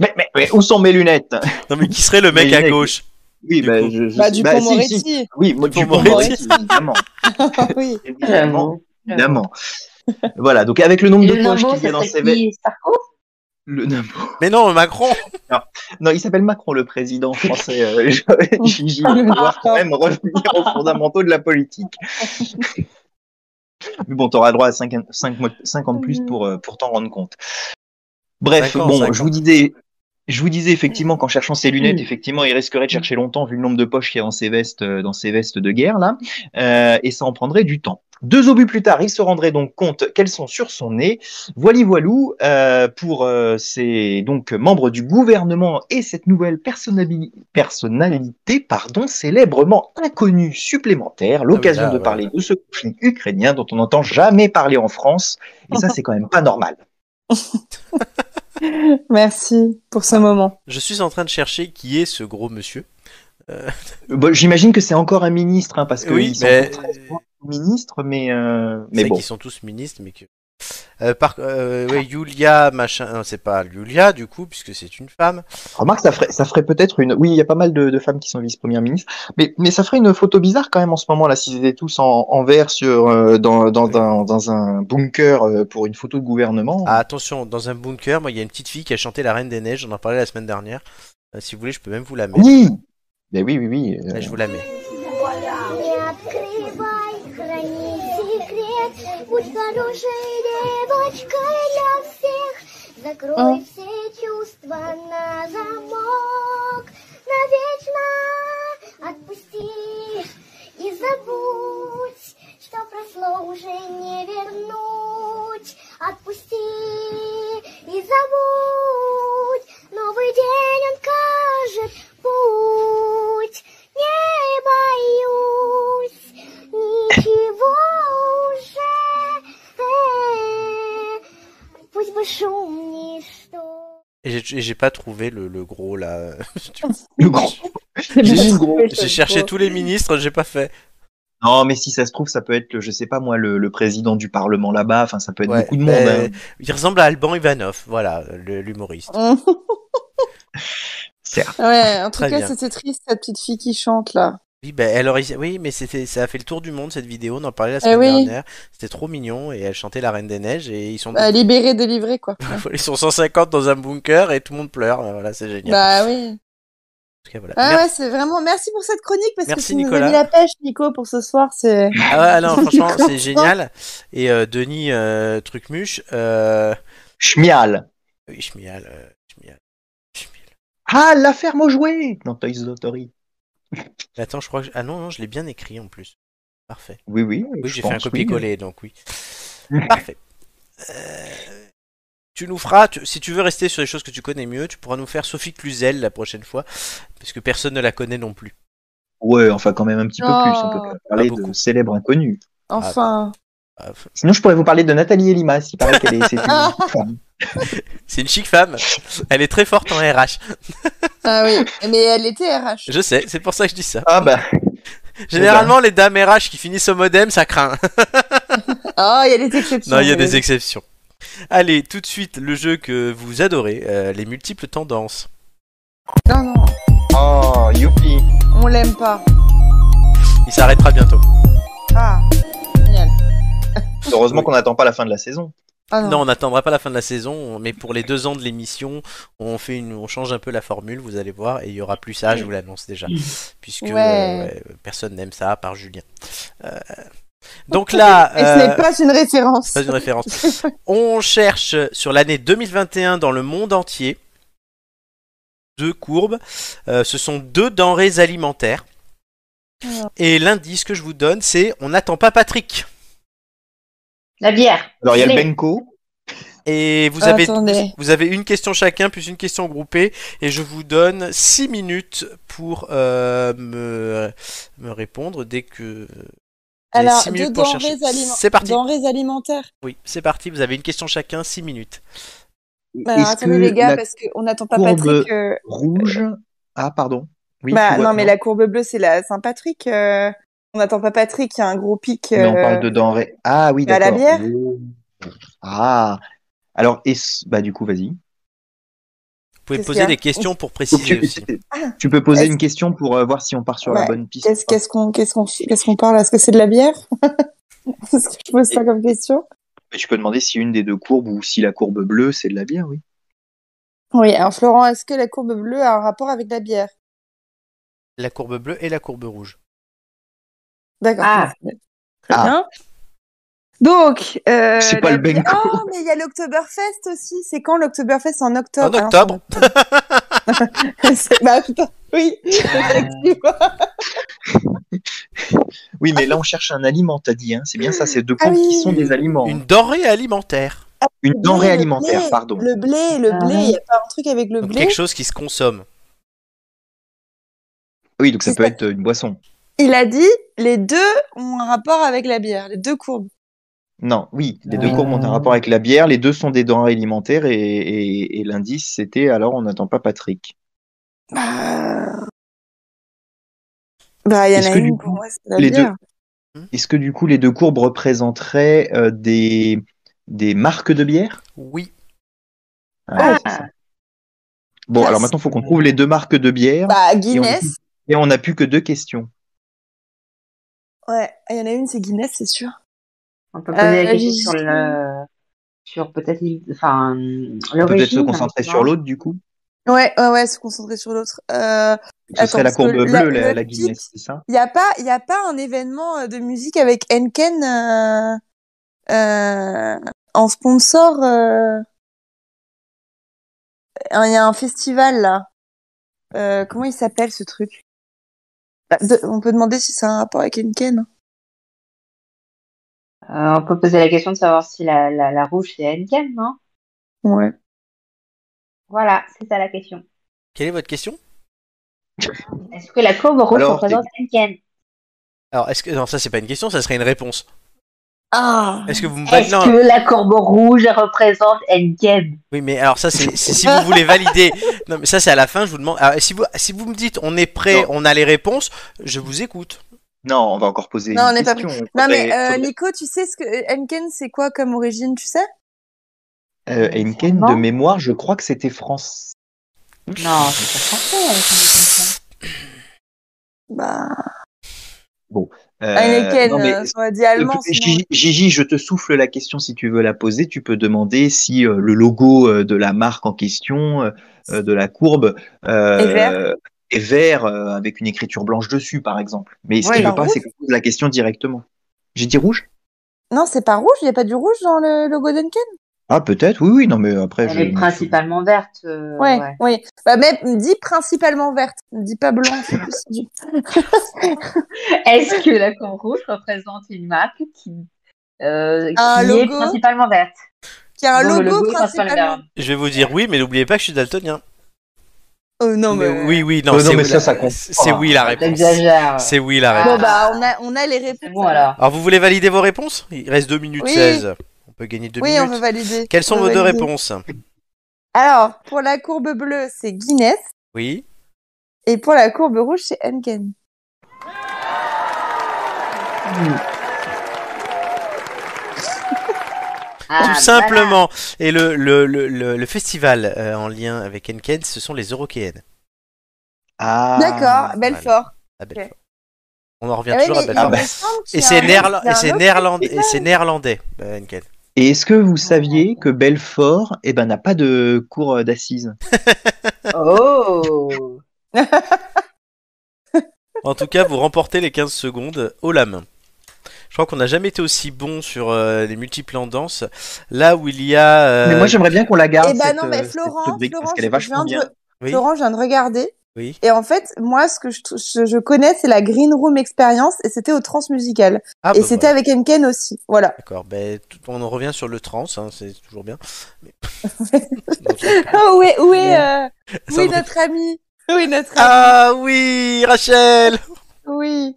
Speaker 6: Mais, mais- mais où sont mes lunettes
Speaker 1: Non, mais qui serait le mec
Speaker 6: Mais il
Speaker 1: à
Speaker 6: est-
Speaker 1: gauche
Speaker 6: Oui,
Speaker 1: Du
Speaker 6: bah,
Speaker 1: coup.
Speaker 6: je, je-
Speaker 5: Bah, du
Speaker 6: bah,
Speaker 5: pont
Speaker 6: si,
Speaker 5: Moretti.
Speaker 6: si. Oui, moi, du
Speaker 1: Dupont
Speaker 6: pont Moretti, évidemment.
Speaker 5: oui.
Speaker 4: euh,
Speaker 6: évidemment. Évidemment. Euh. Voilà, donc avec le nombre
Speaker 4: Le
Speaker 6: de poches
Speaker 4: limbo,
Speaker 6: qu'il y a
Speaker 4: ça
Speaker 6: dans
Speaker 4: serait
Speaker 6: ses vêtements.
Speaker 4: qui Sarko
Speaker 6: Le nimbo.
Speaker 1: Mais non, Macron
Speaker 6: Non, il s'appelle Macron, le président français. euh, je- Gigi, on va pouvoir quand même revenir aux fondamentaux de la politique. Mais bon, t'auras droit à 5, mois, 50 plus pour, euh, pour t'en rendre compte. Bref,
Speaker 1: Cinq ans,
Speaker 6: bon,
Speaker 1: cinq
Speaker 6: je
Speaker 1: ans.
Speaker 6: vous disais. Je vous disais effectivement qu'en cherchant ses
Speaker 4: Mm.
Speaker 6: lunettes, effectivement, il risquerait de chercher longtemps vu le nombre de poches qu'il y a dans ses vestes, euh, dans ses vestes de guerre là, Euh, et ça en prendrait du temps. Deux obus plus tard, il se rendrait donc compte qu'elles sont sur son nez. Voili voilou euh, pour euh, ces donc membres du gouvernement et cette nouvelle personnabi- personnalité, pardon, célèbrement inconnue supplémentaire, l'occasion
Speaker 1: Ah là,
Speaker 6: de
Speaker 1: ouais.
Speaker 6: parler de ce conflit ukrainien dont on n'entend jamais parler en France. Et ça, c'est quand même pas normal.
Speaker 5: Merci pour ce moment.
Speaker 1: Je suis en train de chercher qui est ce gros monsieur.
Speaker 6: Euh, bon, J'imagine que c'est encore un ministre, hein, parce que
Speaker 1: oui,
Speaker 6: ils sont
Speaker 1: mais.
Speaker 6: très souvent ministres, mais euh,
Speaker 1: C'est
Speaker 6: mais
Speaker 1: vrai
Speaker 6: bon.
Speaker 1: qu'ils sont tous ministres, mais que. Euh, par... euh, ouais, Yulia, machin. Non, c'est pas Yulia, du coup, puisque c'est une femme.
Speaker 6: Remarque, ça ferait, ça ferait peut-être une. Oui, il y a pas mal de, de femmes qui sont vice-premières ministres, mais, mais ça ferait une photo bizarre quand même en ce moment là, s'ils étaient tous en, en vert sur, euh, dans, dans, un, dans un bunker euh, pour une photo de gouvernement.
Speaker 1: Ah, attention, dans un bunker, moi, il y a une petite fille qui a chanté La Reine des Neiges, on en parlait la semaine dernière. Euh, si vous voulez, je peux même vous la mettre.
Speaker 6: oui Ben oui, oui, oui. euh,
Speaker 1: Là, je vous la mets.
Speaker 7: Не открывай, храни секрет, будь хорошей девочкой для всех. Закрой все чувства на замок, навечно отпусти и забудь, что прошло уже не вернуть. Отпусти и забудь, новый день он кажет путь. Не боюсь ничего уже. Э, Пусть бы шум ничто.
Speaker 1: Et j'ai- et j'ai pas trouvé le, le gros, là.
Speaker 6: le grand. J'ai le gros.
Speaker 1: J'ai cherché tous les ministres, j'ai pas fait.
Speaker 6: Non, mais si ça se trouve, ça peut être, le, je sais pas moi, le, le président du Parlement là-bas. Enfin, ça peut être
Speaker 1: Ouais,
Speaker 6: beaucoup de monde.
Speaker 1: mais
Speaker 6: hein.
Speaker 1: Il ressemble à Alban Ivanov, voilà, le- l'humoriste.
Speaker 5: Oh. ouais, en tout
Speaker 1: Très
Speaker 5: cas,
Speaker 1: bien.
Speaker 5: c'était triste cette petite fille qui chante là.
Speaker 1: Oui, ben, elle aurait- oui, mais c'était, ça a fait le tour du monde cette vidéo. On en parlait la semaine
Speaker 5: oui.
Speaker 1: dernière. C'était trop mignon et elle chantait la Reine des Neiges et ils sont,
Speaker 5: Bah, libéré, délivré, quoi.
Speaker 1: ils sont 150 dans un bunker et tout le monde pleure. Voilà, c'est génial.
Speaker 5: bah oui.
Speaker 1: En tout cas, voilà.
Speaker 5: Ah
Speaker 1: Merci.
Speaker 5: ouais, c'est vraiment. Merci pour cette chronique parce
Speaker 1: Merci,
Speaker 5: que tu nous as
Speaker 1: Nicolas.
Speaker 5: mis la pêche, Nico, pour ce soir. C'est.
Speaker 1: Ah ouais, ah non, franchement, c'est génial. Et euh, Denis euh, Trucmuche, euh,
Speaker 6: Schmial.
Speaker 1: oui, Schmial, euh, Schmial, Schmial.
Speaker 6: Ah, la ferme aux jouets dans Toys Story.
Speaker 1: Mais Attends, je crois que ah non, non, je l'ai bien écrit en plus. Parfait.
Speaker 6: Oui, oui.
Speaker 1: Oui,
Speaker 6: je
Speaker 1: j'ai fait un
Speaker 6: pense, oui.
Speaker 1: copier-coller, donc oui. Parfait. Euh, tu nous feras, tu- si tu veux rester sur les choses que tu connais mieux, tu pourras nous faire Sophie Cluzel la prochaine fois, parce que personne ne la connaît non plus.
Speaker 6: Ouais, enfin quand même un petit
Speaker 5: Non.
Speaker 6: peu plus. On peut pas parler
Speaker 1: beaucoup.
Speaker 6: de célèbre inconnu.
Speaker 5: Enfin.
Speaker 1: Ah, f-
Speaker 6: Sinon, je pourrais vous parler de Nathalie Elimas. Il paraît qu'elle est. c'est une femme.
Speaker 1: C'est une chic femme. Elle est très forte en RH.
Speaker 5: Ah oui. Mais elle était RH.
Speaker 1: Je sais, c'est pour ça que je dis ça.
Speaker 6: Ah bah.
Speaker 1: Généralement, les dames RH qui finissent au modem, ça craint.
Speaker 5: Oh, il y a des exceptions.
Speaker 1: Non, il y a
Speaker 5: mais-
Speaker 1: des exceptions. Allez, tout de suite, le jeu que vous adorez, euh, les multiples tendances.
Speaker 5: Non, non.
Speaker 3: Oh, youpi.
Speaker 5: On l'aime pas.
Speaker 1: Il s'arrêtera bientôt.
Speaker 5: Ah. Génial.
Speaker 6: Heureusement qu'on n'attend pas la fin de la saison.
Speaker 5: Ah non.
Speaker 1: Non, on n'attendra pas la fin de la saison, mais pour les deux ans de l'émission, on fait une, on change un peu la formule, vous allez voir, et il y aura plus ça, je vous l'annonce déjà, puisque
Speaker 5: Ouais.
Speaker 1: euh, ouais, personne n'aime ça, à part Julien. Euh, Donc là,
Speaker 5: Et
Speaker 1: euh,
Speaker 5: ce n'est pas une référence.
Speaker 1: pas une référence. On cherche sur l'année 2021 dans le monde entier deux courbes. Euh, ce sont deux denrées alimentaires.
Speaker 5: Ah.
Speaker 1: Et l'indice que je vous donne, c'est on n'attend pas Patrick.
Speaker 4: La bière.
Speaker 6: Alors il y a le
Speaker 4: Lait.
Speaker 6: Benko.
Speaker 1: Et vous
Speaker 5: Ah,
Speaker 1: avez,
Speaker 5: attendez.
Speaker 1: vous avez une question chacun, plus une question groupée. Et je vous donne 6 minutes pour euh, me, me répondre dès que. j'ai
Speaker 5: Alors,
Speaker 1: six
Speaker 5: deux
Speaker 1: minutes pour chercher.
Speaker 5: denrées, aliment-
Speaker 1: C'est parti.
Speaker 5: denrées alimentaires.
Speaker 1: Oui, c'est parti. Vous avez une question chacun, 6 minutes.
Speaker 5: Alors,
Speaker 6: Est-ce
Speaker 5: Bah, attendez,
Speaker 6: que
Speaker 5: les gars,
Speaker 6: la
Speaker 5: parce qu'on n'attend pas
Speaker 6: courbe-
Speaker 5: Patrick. euh,
Speaker 6: rouge. Ah pardon. Oui.
Speaker 5: bah,
Speaker 6: tu vois,
Speaker 5: non, mais la courbe bleue, c'est la Saint-Patrick. euh, On n'attend pas Patrick, il y a un gros pic.
Speaker 6: Mais on
Speaker 5: euh,
Speaker 6: parle de denrées. Ah oui,
Speaker 5: à Bah, la
Speaker 6: d'accord.
Speaker 5: bière
Speaker 6: Oh. Ah. Alors, est-ce... bah du coup, vas-y.
Speaker 1: Vous pouvez
Speaker 5: Qu'est-ce
Speaker 1: poser
Speaker 5: qu'il y a
Speaker 1: des questions pour
Speaker 6: Donc,
Speaker 1: préciser
Speaker 6: tu,
Speaker 1: aussi.
Speaker 6: tu peux poser
Speaker 5: Ah. Est-ce-
Speaker 6: une question pour euh, voir si on part sur
Speaker 5: Ouais.
Speaker 6: la bonne piste.
Speaker 5: Qu'est-ce qu'est-ce qu'on qu'est-ce qu'on qu'est-ce qu'on parle Est-ce que c'est de la bière Est-ce que je pose ça comme question
Speaker 6: Et tu peux demander si une des deux courbes ou si la courbe bleue, c'est de la bière, oui.
Speaker 5: Oui, alors Florent, est-ce que la courbe bleue a un rapport avec la bière
Speaker 1: La courbe bleue et la courbe rouge.
Speaker 5: D'accord.
Speaker 4: Ah.
Speaker 5: Très
Speaker 6: Ah.
Speaker 5: bien. Donc, euh,
Speaker 6: C'est pas
Speaker 5: la
Speaker 6: le
Speaker 5: bière-
Speaker 6: Benko.
Speaker 5: Oh, mais il y a l'Oktoberfest aussi. C'est quand l'Oktoberfest C'est En octobre.
Speaker 1: En
Speaker 5: Ah non,
Speaker 1: octobre.
Speaker 5: c'est- bah, putain, oui,
Speaker 4: Ah,
Speaker 6: Euh,
Speaker 5: effectivement.
Speaker 6: Oui, mais là, on cherche un aliment, t'as dit. Hein. C'est bien ça, c'est deux
Speaker 5: Ah
Speaker 6: courbes
Speaker 5: oui.
Speaker 6: qui sont des aliments. hein.
Speaker 1: Une
Speaker 6: Une,
Speaker 1: denrée alimentaire.
Speaker 5: Le
Speaker 6: denrée
Speaker 5: blé,
Speaker 6: alimentaire,
Speaker 5: le blé,
Speaker 6: pardon.
Speaker 5: Le blé, le
Speaker 4: Ah.
Speaker 5: blé, il n'y a pas un truc avec le
Speaker 1: Donc
Speaker 5: blé.
Speaker 1: quelque chose qui se consomme.
Speaker 6: Oui, donc ça
Speaker 5: C'est
Speaker 6: peut
Speaker 5: ça.
Speaker 6: être une boisson.
Speaker 5: Il a dit les deux ont un rapport avec la bière, les deux courbes.
Speaker 6: Non, oui, les
Speaker 5: Ah.
Speaker 4: Euh.
Speaker 6: deux courbes ont un rapport avec la bière, les deux sont des denrées alimentaires et, et- et l'indice, c'était alors on n'attend pas Patrick.
Speaker 5: Bah,
Speaker 4: Ah.
Speaker 5: bah, il y en
Speaker 6: Est-ce
Speaker 5: a
Speaker 6: que du
Speaker 5: une
Speaker 6: coup,
Speaker 5: pour moi, c'est la
Speaker 6: les
Speaker 5: bière.
Speaker 6: Est-ce que du coup, les deux courbes représenteraient euh, des, des marques de bière
Speaker 1: Oui.
Speaker 6: Ah, c'est
Speaker 4: Ah.
Speaker 6: ça. Bon, alors maintenant, il faut qu'on trouve les deux marques de bière
Speaker 5: Bah, Guinness.
Speaker 6: et on n'a plus que deux questions.
Speaker 5: Ouais, il y en a une, c'est Guinness, c'est sûr.
Speaker 4: On peut poser
Speaker 5: Euh,
Speaker 4: la question
Speaker 5: j'ai-
Speaker 4: sur le, sur peut-être, l'i- enfin,
Speaker 6: On peut
Speaker 4: l'origine. hein,
Speaker 6: peut-être se concentrer
Speaker 4: maintenant.
Speaker 6: sur l'autre, du coup.
Speaker 5: Ouais, ouais, ouais, se concentrer sur l'autre. Euh,
Speaker 6: Ce
Speaker 5: Attends,
Speaker 6: serait la
Speaker 5: parce que
Speaker 6: courbe bleue,
Speaker 5: la-
Speaker 6: la,
Speaker 5: le
Speaker 6: la
Speaker 5: pic-
Speaker 6: Guinness, c'est ça
Speaker 5: il n'y a, pas- y a pas un événement euh, de musique avec Henken euh, euh, en sponsor. euh. Il y a un festival, là. Euh, comment il s'appelle, ce truc Bah, de- On peut demander si ça a un rapport avec hein. Henken.
Speaker 4: Euh, on peut poser la question de savoir si la, la, la rouge c'est Henkel, non?
Speaker 5: Ouais.
Speaker 4: Voilà, c'est ça la question.
Speaker 1: Quelle est votre question
Speaker 4: Est-ce que la courbe rouge
Speaker 6: Alors,
Speaker 4: représente Henkel?
Speaker 1: Alors est-ce que non ça c'est pas une question, ça serait une réponse.
Speaker 5: Ah
Speaker 1: Est-ce que vous me
Speaker 4: Est-ce
Speaker 1: Bah, non,
Speaker 4: que la courbe rouge représente Henkel?
Speaker 1: Oui, mais alors ça, c'est c'est- si vous voulez valider. Non, mais ça, c'est à la fin. Je vous demande. alors, si vous si vous me dites, on est prêt,
Speaker 6: Non.
Speaker 1: on a les réponses, je vous écoute.
Speaker 6: Non, on va encore poser
Speaker 5: Non,
Speaker 6: une
Speaker 5: on n'est pas
Speaker 6: question.
Speaker 5: Non, mais
Speaker 6: Faudrait-
Speaker 5: euh,
Speaker 6: faudrait-
Speaker 5: Nico, tu sais ce que Henken, c'est quoi comme origine, tu sais
Speaker 6: Euh, Henken, de
Speaker 4: Non.
Speaker 6: mémoire, je crois que c'était France.
Speaker 4: Non, c'est pas français. Henkel.
Speaker 5: Bah,
Speaker 6: Euh,
Speaker 5: Heineken,
Speaker 6: non, mais-
Speaker 5: euh, on a dit allemand.
Speaker 6: Euh,
Speaker 5: sinon-
Speaker 6: Gigi, Gigi, je te souffle la question si tu veux la poser. Tu peux demander si euh, le logo euh, de la marque en question, euh, euh, de la courbe, euh,
Speaker 5: Est vert.
Speaker 6: est vert, euh, avec une écriture blanche dessus, par exemple. Mais ce
Speaker 4: Ouais,
Speaker 6: que je
Speaker 5: alors
Speaker 6: veux pas,
Speaker 5: rouge.
Speaker 6: c'est qu'on pose la question directement. J'ai dit rouge
Speaker 5: Non, c'est pas rouge, il n'y a pas du rouge dans le logo Dunkin.
Speaker 4: Euh,
Speaker 6: Ah, peut-être, oui, oui, non, mais après.
Speaker 4: Elle
Speaker 6: je-
Speaker 4: est principalement verte. euh,
Speaker 5: Ouais,
Speaker 4: ouais.
Speaker 5: oui. Bah, mais dis principalement verte, dis pas blanc. c'est plus du-
Speaker 4: Est-ce que la courbe rouge représente une marque qui, euh,
Speaker 5: Un
Speaker 4: qui est
Speaker 5: logo
Speaker 4: principalement verte
Speaker 5: Qui a un
Speaker 4: Dont
Speaker 5: logo,
Speaker 4: le est
Speaker 5: principalement.
Speaker 4: vert.
Speaker 1: Je vais vous dire oui, mais n'oubliez pas que je suis daltonien.
Speaker 5: Euh, non,
Speaker 1: Mais
Speaker 5: mais,
Speaker 1: oui, oui, non,
Speaker 6: Euh, non,
Speaker 1: c'est
Speaker 6: mais
Speaker 1: oui,
Speaker 6: ça,
Speaker 1: la-
Speaker 6: ça compte
Speaker 1: c'est
Speaker 6: pas.
Speaker 1: oui la réponse.
Speaker 4: T'exagères.
Speaker 1: C'est oui la
Speaker 4: Ah.
Speaker 1: réponse.
Speaker 5: Bon, bah, on a, on a les réponses.
Speaker 4: C'est bon alors.
Speaker 1: Alors, vous voulez valider vos réponses Il reste 2 minutes
Speaker 5: Oui.
Speaker 1: 16. On peut gagner 2
Speaker 5: Oui, on veut
Speaker 1: minutes.
Speaker 5: valider.
Speaker 1: Quelles sont
Speaker 5: On
Speaker 1: vos
Speaker 5: veut
Speaker 1: deux
Speaker 5: valider.
Speaker 1: réponses
Speaker 5: Alors, pour la courbe bleue, c'est Guinness.
Speaker 1: Oui.
Speaker 5: Et pour la courbe rouge, c'est Henken.
Speaker 1: Tout
Speaker 4: Ah,
Speaker 5: bah.
Speaker 4: voilà.
Speaker 1: simplement. Et le, le, le, le, le festival euh, en lien avec Enken, ce sont les Eurokéennes.
Speaker 6: Ah.
Speaker 5: D'accord, Belfort.
Speaker 1: à Belfort. On en revient
Speaker 5: Ah ouais,
Speaker 1: toujours à
Speaker 5: mais
Speaker 1: Belfort.
Speaker 5: il me semble qu'il
Speaker 1: Et
Speaker 5: y a
Speaker 1: c'est
Speaker 5: un-
Speaker 1: néerla-
Speaker 5: il
Speaker 1: et
Speaker 5: y a un
Speaker 1: c'est
Speaker 5: autre
Speaker 1: néerlandais, et
Speaker 5: festival.
Speaker 1: c'est néerlandais, euh, Henken.
Speaker 6: Et est-ce que vous saviez que Belfort, eh ben, n'a pas de cours d'assises
Speaker 4: Oh
Speaker 1: En tout cas, vous remportez les 15 secondes haut la main. Je crois qu'on n'a jamais été aussi bon sur euh, les multiples en danse. Là où il y a. euh,
Speaker 6: Mais moi, j'aimerais bien qu'on la garde.
Speaker 5: Eh ben
Speaker 6: cette,
Speaker 5: non, mais
Speaker 6: euh, cette
Speaker 5: Florent,
Speaker 6: rubrique, parce
Speaker 5: Florent,
Speaker 6: qu'elle est
Speaker 5: je
Speaker 6: vachement
Speaker 5: viens de-
Speaker 6: bien.
Speaker 1: oui,
Speaker 5: Florent, je viens de regarder.
Speaker 1: oui.
Speaker 5: Et en fait, moi, ce que je, je, je connais, c'est la Green Room Experience, et c'était au Transmusical.
Speaker 1: Ah,
Speaker 5: et
Speaker 1: bah,
Speaker 5: c'était
Speaker 1: voilà.
Speaker 5: avec Henken aussi. Voilà.
Speaker 1: D'accord. Ben, tout- on en revient sur le trans, hein, c'est toujours bien. Mais-
Speaker 5: Oh, où est, où est, euh, où
Speaker 1: Ça
Speaker 5: est
Speaker 1: me-
Speaker 5: notre ami Où est notre ami
Speaker 1: Ah oui, Rachel.
Speaker 5: Oui.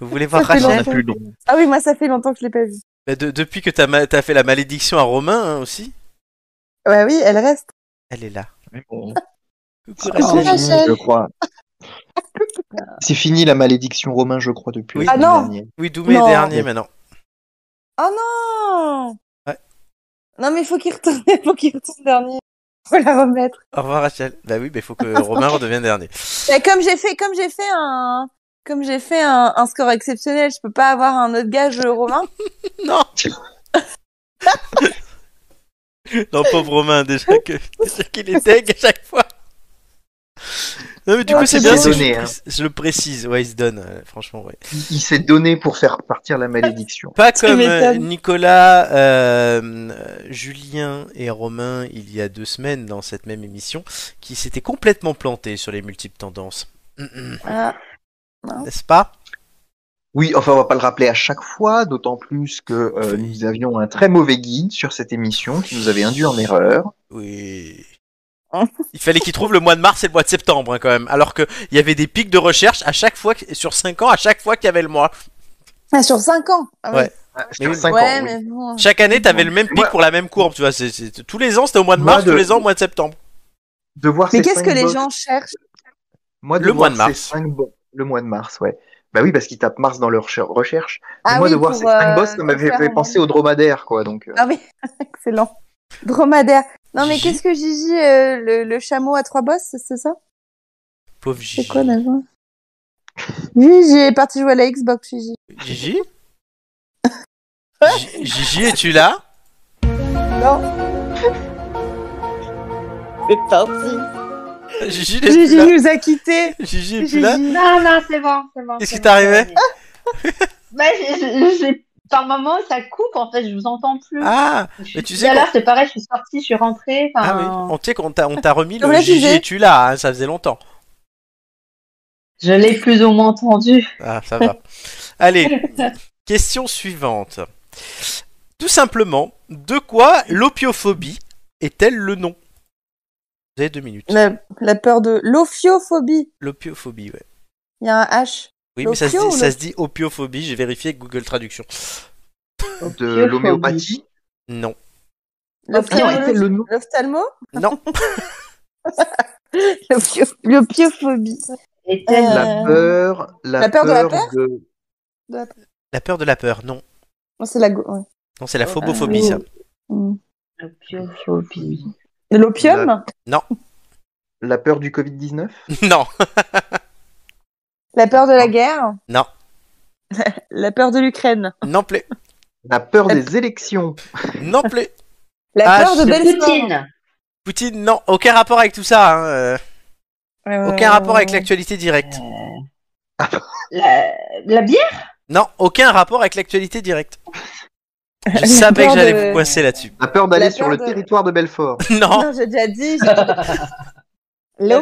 Speaker 1: Vous voulez voir
Speaker 5: Ça fait
Speaker 6: On
Speaker 1: Rachel
Speaker 6: a
Speaker 5: longtemps.
Speaker 6: plus le droit.
Speaker 5: Ah oui, moi, ça fait longtemps que je l'ai pas vu.
Speaker 1: Bah, de- Depuis que t'as ma- t'as fait la malédiction à Romain hein, aussi,
Speaker 5: Ouais, oui, elle reste.
Speaker 1: elle est là.
Speaker 6: Mais bon.
Speaker 1: Coucou,
Speaker 6: C'est
Speaker 5: Coucou,
Speaker 1: Rachel.
Speaker 6: fini,
Speaker 5: Rachel.
Speaker 6: je crois. C'est fini la malédiction romain, je crois, depuis.
Speaker 1: Oui.
Speaker 6: la
Speaker 5: Ah
Speaker 6: semaine
Speaker 5: non.
Speaker 6: dernière.
Speaker 1: Oui, Doumé est
Speaker 5: Non.
Speaker 1: dernier maintenant.
Speaker 5: Oh non
Speaker 1: Ouais.
Speaker 5: Non, mais faut qu'il retourne, faut qu'il retourne dernier. Faut la remettre.
Speaker 1: Au revoir Rachel. Bah oui, mais faut que Romain redevienne dernier.
Speaker 5: Mais comme j'ai fait, comme j'ai fait un, comme j'ai fait un, un score exceptionnel, je peux pas avoir un autre gage euh, romain.
Speaker 1: Non Non, pauvre Romain, déjà que déjà qu'il est deg à chaque fois. Non, mais du
Speaker 5: Ouais,
Speaker 1: coup, c'est
Speaker 5: c'est
Speaker 1: bien, hein.
Speaker 5: bon.
Speaker 1: c'est que je,
Speaker 6: Donné,
Speaker 1: pré- je le précise. Ouais, il se donne, euh, franchement, ouais.
Speaker 6: Il, il s'est donné pour faire partir la malédiction.
Speaker 1: Pas
Speaker 5: Tu
Speaker 1: comme euh,
Speaker 5: m'étonnes.
Speaker 1: Nicolas, euh, euh, Julien et Romain, il y a deux semaines, dans cette même émission, qui s'étaient complètement plantés sur les multiples tendances. Hum, hum.
Speaker 5: Ah,
Speaker 1: N'est-ce pas
Speaker 6: Oui, enfin, on va pas le rappeler à chaque fois, d'autant plus que euh, nous avions un très mauvais guide sur cette émission qui nous avait induit en erreur.
Speaker 1: Oui. Il fallait qu'il trouve le mois de mars et le mois de septembre, hein, quand même. Alors qu'il y avait des pics de recherche à chaque fois, que- sur 5 ans, à chaque fois qu'il y avait le mois.
Speaker 5: Ah, sur 5 ans. Ah, oui.
Speaker 1: Ouais.
Speaker 6: Ah,
Speaker 1: Mais
Speaker 6: Sur
Speaker 1: oui.
Speaker 6: cinq ans,
Speaker 5: Ouais,
Speaker 6: oui.
Speaker 5: mais bon.
Speaker 1: Chaque année, t'avais le même pic
Speaker 6: Moi-
Speaker 1: pour la même courbe, tu vois. c'est- c'est- tous les ans, c'était au mois de
Speaker 6: Moi,
Speaker 1: mars,
Speaker 6: de-
Speaker 1: tous les ans, au mois de septembre.
Speaker 6: De voir
Speaker 5: Mais
Speaker 6: ces
Speaker 5: qu'est-ce
Speaker 6: cinq
Speaker 5: que les
Speaker 6: box-
Speaker 5: gens cherchent
Speaker 6: Moi, de
Speaker 1: Le mois
Speaker 6: voir
Speaker 1: de mars.
Speaker 6: ces cinq bo- Le mois de mars, ouais. Bah oui, parce qu'ils tapent mars dans leur recher- recherche. Mais
Speaker 5: Ah
Speaker 6: moi,
Speaker 5: oui,
Speaker 6: de voir
Speaker 5: pour,
Speaker 6: ces cinq
Speaker 5: euh,
Speaker 6: boss, ça
Speaker 5: pour
Speaker 6: m'avait
Speaker 5: faire
Speaker 6: fait
Speaker 5: un-
Speaker 6: penser au dromadaire, quoi. Donc, euh,
Speaker 5: Ah oui, excellent. Dromadaire. Non, mais
Speaker 1: Gigi.
Speaker 5: qu'est-ce que Gigi, euh, le, le chameau à trois bosses, c'est ça
Speaker 1: Pauvre
Speaker 5: C'est
Speaker 1: Gigi.
Speaker 5: quoi déjà Gigi est parti jouer à la Xbox, Gigi.
Speaker 1: Gigi Gi- Gigi, es-tu là
Speaker 5: Non,
Speaker 1: Gigi, n'est plus
Speaker 5: Gigi
Speaker 1: là.
Speaker 5: nous a quittés.
Speaker 1: Gigi, est plus
Speaker 5: Gigi.
Speaker 1: là
Speaker 4: Non, non, c'est bon, c'est bon.
Speaker 1: Qu'est-ce
Speaker 4: c'est
Speaker 1: qui
Speaker 4: bon,
Speaker 1: t'est arrivé
Speaker 4: c'est bon. bah, j'ai- j'ai- j'ai- Par moment, ça coupe, en fait, je vous entends plus.
Speaker 1: Ah,
Speaker 4: Je suis-
Speaker 1: mais tu
Speaker 4: tout
Speaker 1: sais
Speaker 4: à
Speaker 1: qu'on-
Speaker 4: l'heure, c'est pareil, je suis sortie, je suis rentrée.
Speaker 1: ah oui.
Speaker 4: enfin,
Speaker 1: On sait qu'on t'a on t'a remis
Speaker 5: On
Speaker 1: le
Speaker 5: l'a
Speaker 1: Gigi,
Speaker 5: jugé.
Speaker 1: es-tu là hein, Ça faisait longtemps.
Speaker 4: Je l'ai plus ou moins entendu.
Speaker 1: Ah, ça va. Allez, question suivante. Tout simplement, de quoi l'opiophobie est-elle le nom Vous avez deux minutes.
Speaker 5: La, la peur de l'ophiophobie.
Speaker 1: L'opiophobie, ouais.
Speaker 5: Il y a un H.
Speaker 1: Oui, mais ça se,
Speaker 5: L'opio
Speaker 1: dit,
Speaker 5: ou
Speaker 1: ça
Speaker 5: l'op-
Speaker 1: se dit opiophobie, j'ai vérifié avec Google Traduction.
Speaker 5: Ah,
Speaker 6: de l'homéopathie.
Speaker 1: Non.
Speaker 6: Quel était le nom
Speaker 5: L'ophtalmo
Speaker 1: Non.
Speaker 5: L'ophio- L'ophiophobie.
Speaker 4: Et telle-
Speaker 5: Euh,
Speaker 6: La peur, la,
Speaker 5: la peur de la peur
Speaker 6: de-
Speaker 1: La peur de la peur, non.
Speaker 5: Oh, C'est la... go- ouais.
Speaker 1: Non, c'est la
Speaker 5: Oh,
Speaker 1: phobophobie, ça.
Speaker 5: Mm.
Speaker 4: Opiophobie.
Speaker 5: L'opium
Speaker 6: la peur du Covid-19
Speaker 1: Non.
Speaker 5: La peur de la guerre
Speaker 1: Non.
Speaker 5: La peur de l'Ukraine.
Speaker 1: Non plus.
Speaker 8: La peur des élections.
Speaker 1: Non plus.
Speaker 5: La
Speaker 1: Ah,
Speaker 5: peur de
Speaker 1: je-
Speaker 5: Belfort.
Speaker 4: Poutine.
Speaker 1: Poutine, non. Aucun rapport avec tout ça. hein, euh,
Speaker 5: Euh,
Speaker 1: Aucun rapport avec l'actualité directe.
Speaker 4: La, la bière
Speaker 1: Non, aucun rapport avec l'actualité directe. Je savais que
Speaker 5: peur
Speaker 1: j'allais
Speaker 5: de-
Speaker 1: vous coincer là-dessus.
Speaker 6: La peur d'aller
Speaker 5: La
Speaker 6: sur
Speaker 5: peur
Speaker 6: le
Speaker 5: de-
Speaker 6: territoire de Belfort.
Speaker 1: Non,
Speaker 5: Non, j'ai déjà dit. j'ai-
Speaker 4: La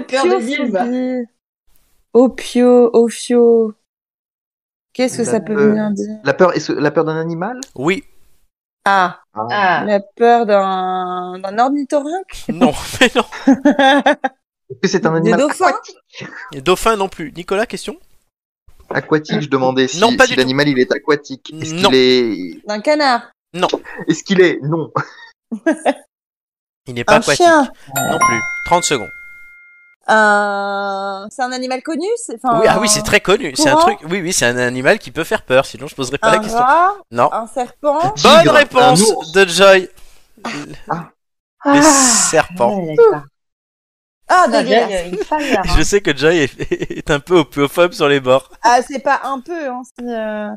Speaker 4: peur de
Speaker 5: L'opiophobie. Opio, opio. Qu'est-ce que
Speaker 6: La
Speaker 5: ça peut
Speaker 6: peur.
Speaker 5: venir dire
Speaker 6: La peur, est-ce- la peur d'un animal
Speaker 1: oui,
Speaker 5: Ah,
Speaker 4: Ah,
Speaker 5: la peur d'un d'un ornithorynque
Speaker 1: non, mais non.
Speaker 6: Est-ce que c'est un
Speaker 5: Des
Speaker 6: animal
Speaker 5: dauphins
Speaker 1: Et Dauphin non plus. Nicolas, question
Speaker 6: aquatique Je demandais si,
Speaker 1: Non, pas
Speaker 6: si
Speaker 1: du tout.
Speaker 6: l'animal il est aquatique. Est-ce
Speaker 1: Non.
Speaker 6: qu'il est...
Speaker 5: D'un canard
Speaker 6: Est-ce qu'il est Non.
Speaker 1: Il n'est pas
Speaker 5: Un
Speaker 1: aquatique.
Speaker 5: chien
Speaker 1: Non plus. 30 secondes.
Speaker 5: Un- C'est un animal connu c'est- enfin,
Speaker 1: Oui, ah oui, c'est très connu. C'est un
Speaker 5: courant
Speaker 1: truc. Oui, oui, c'est un animal qui peut faire peur. Sinon, je poserais pas
Speaker 5: Un
Speaker 1: la question.
Speaker 5: rat,
Speaker 1: Non.
Speaker 5: un serpent
Speaker 1: Bonne
Speaker 6: tigre,
Speaker 1: réponse
Speaker 6: un ours.
Speaker 1: de Joy. Les
Speaker 4: Ah.
Speaker 1: serpents.
Speaker 4: Ouais, d'accord.
Speaker 5: Ah,
Speaker 4: Ah, bien, il
Speaker 5: dégueulasse.
Speaker 4: y a une faveur, hein.
Speaker 1: Je sais que Joy est, est un peu opéophobe sur les bords.
Speaker 5: Ah, c'est pas un peu, hein, c'est, euh,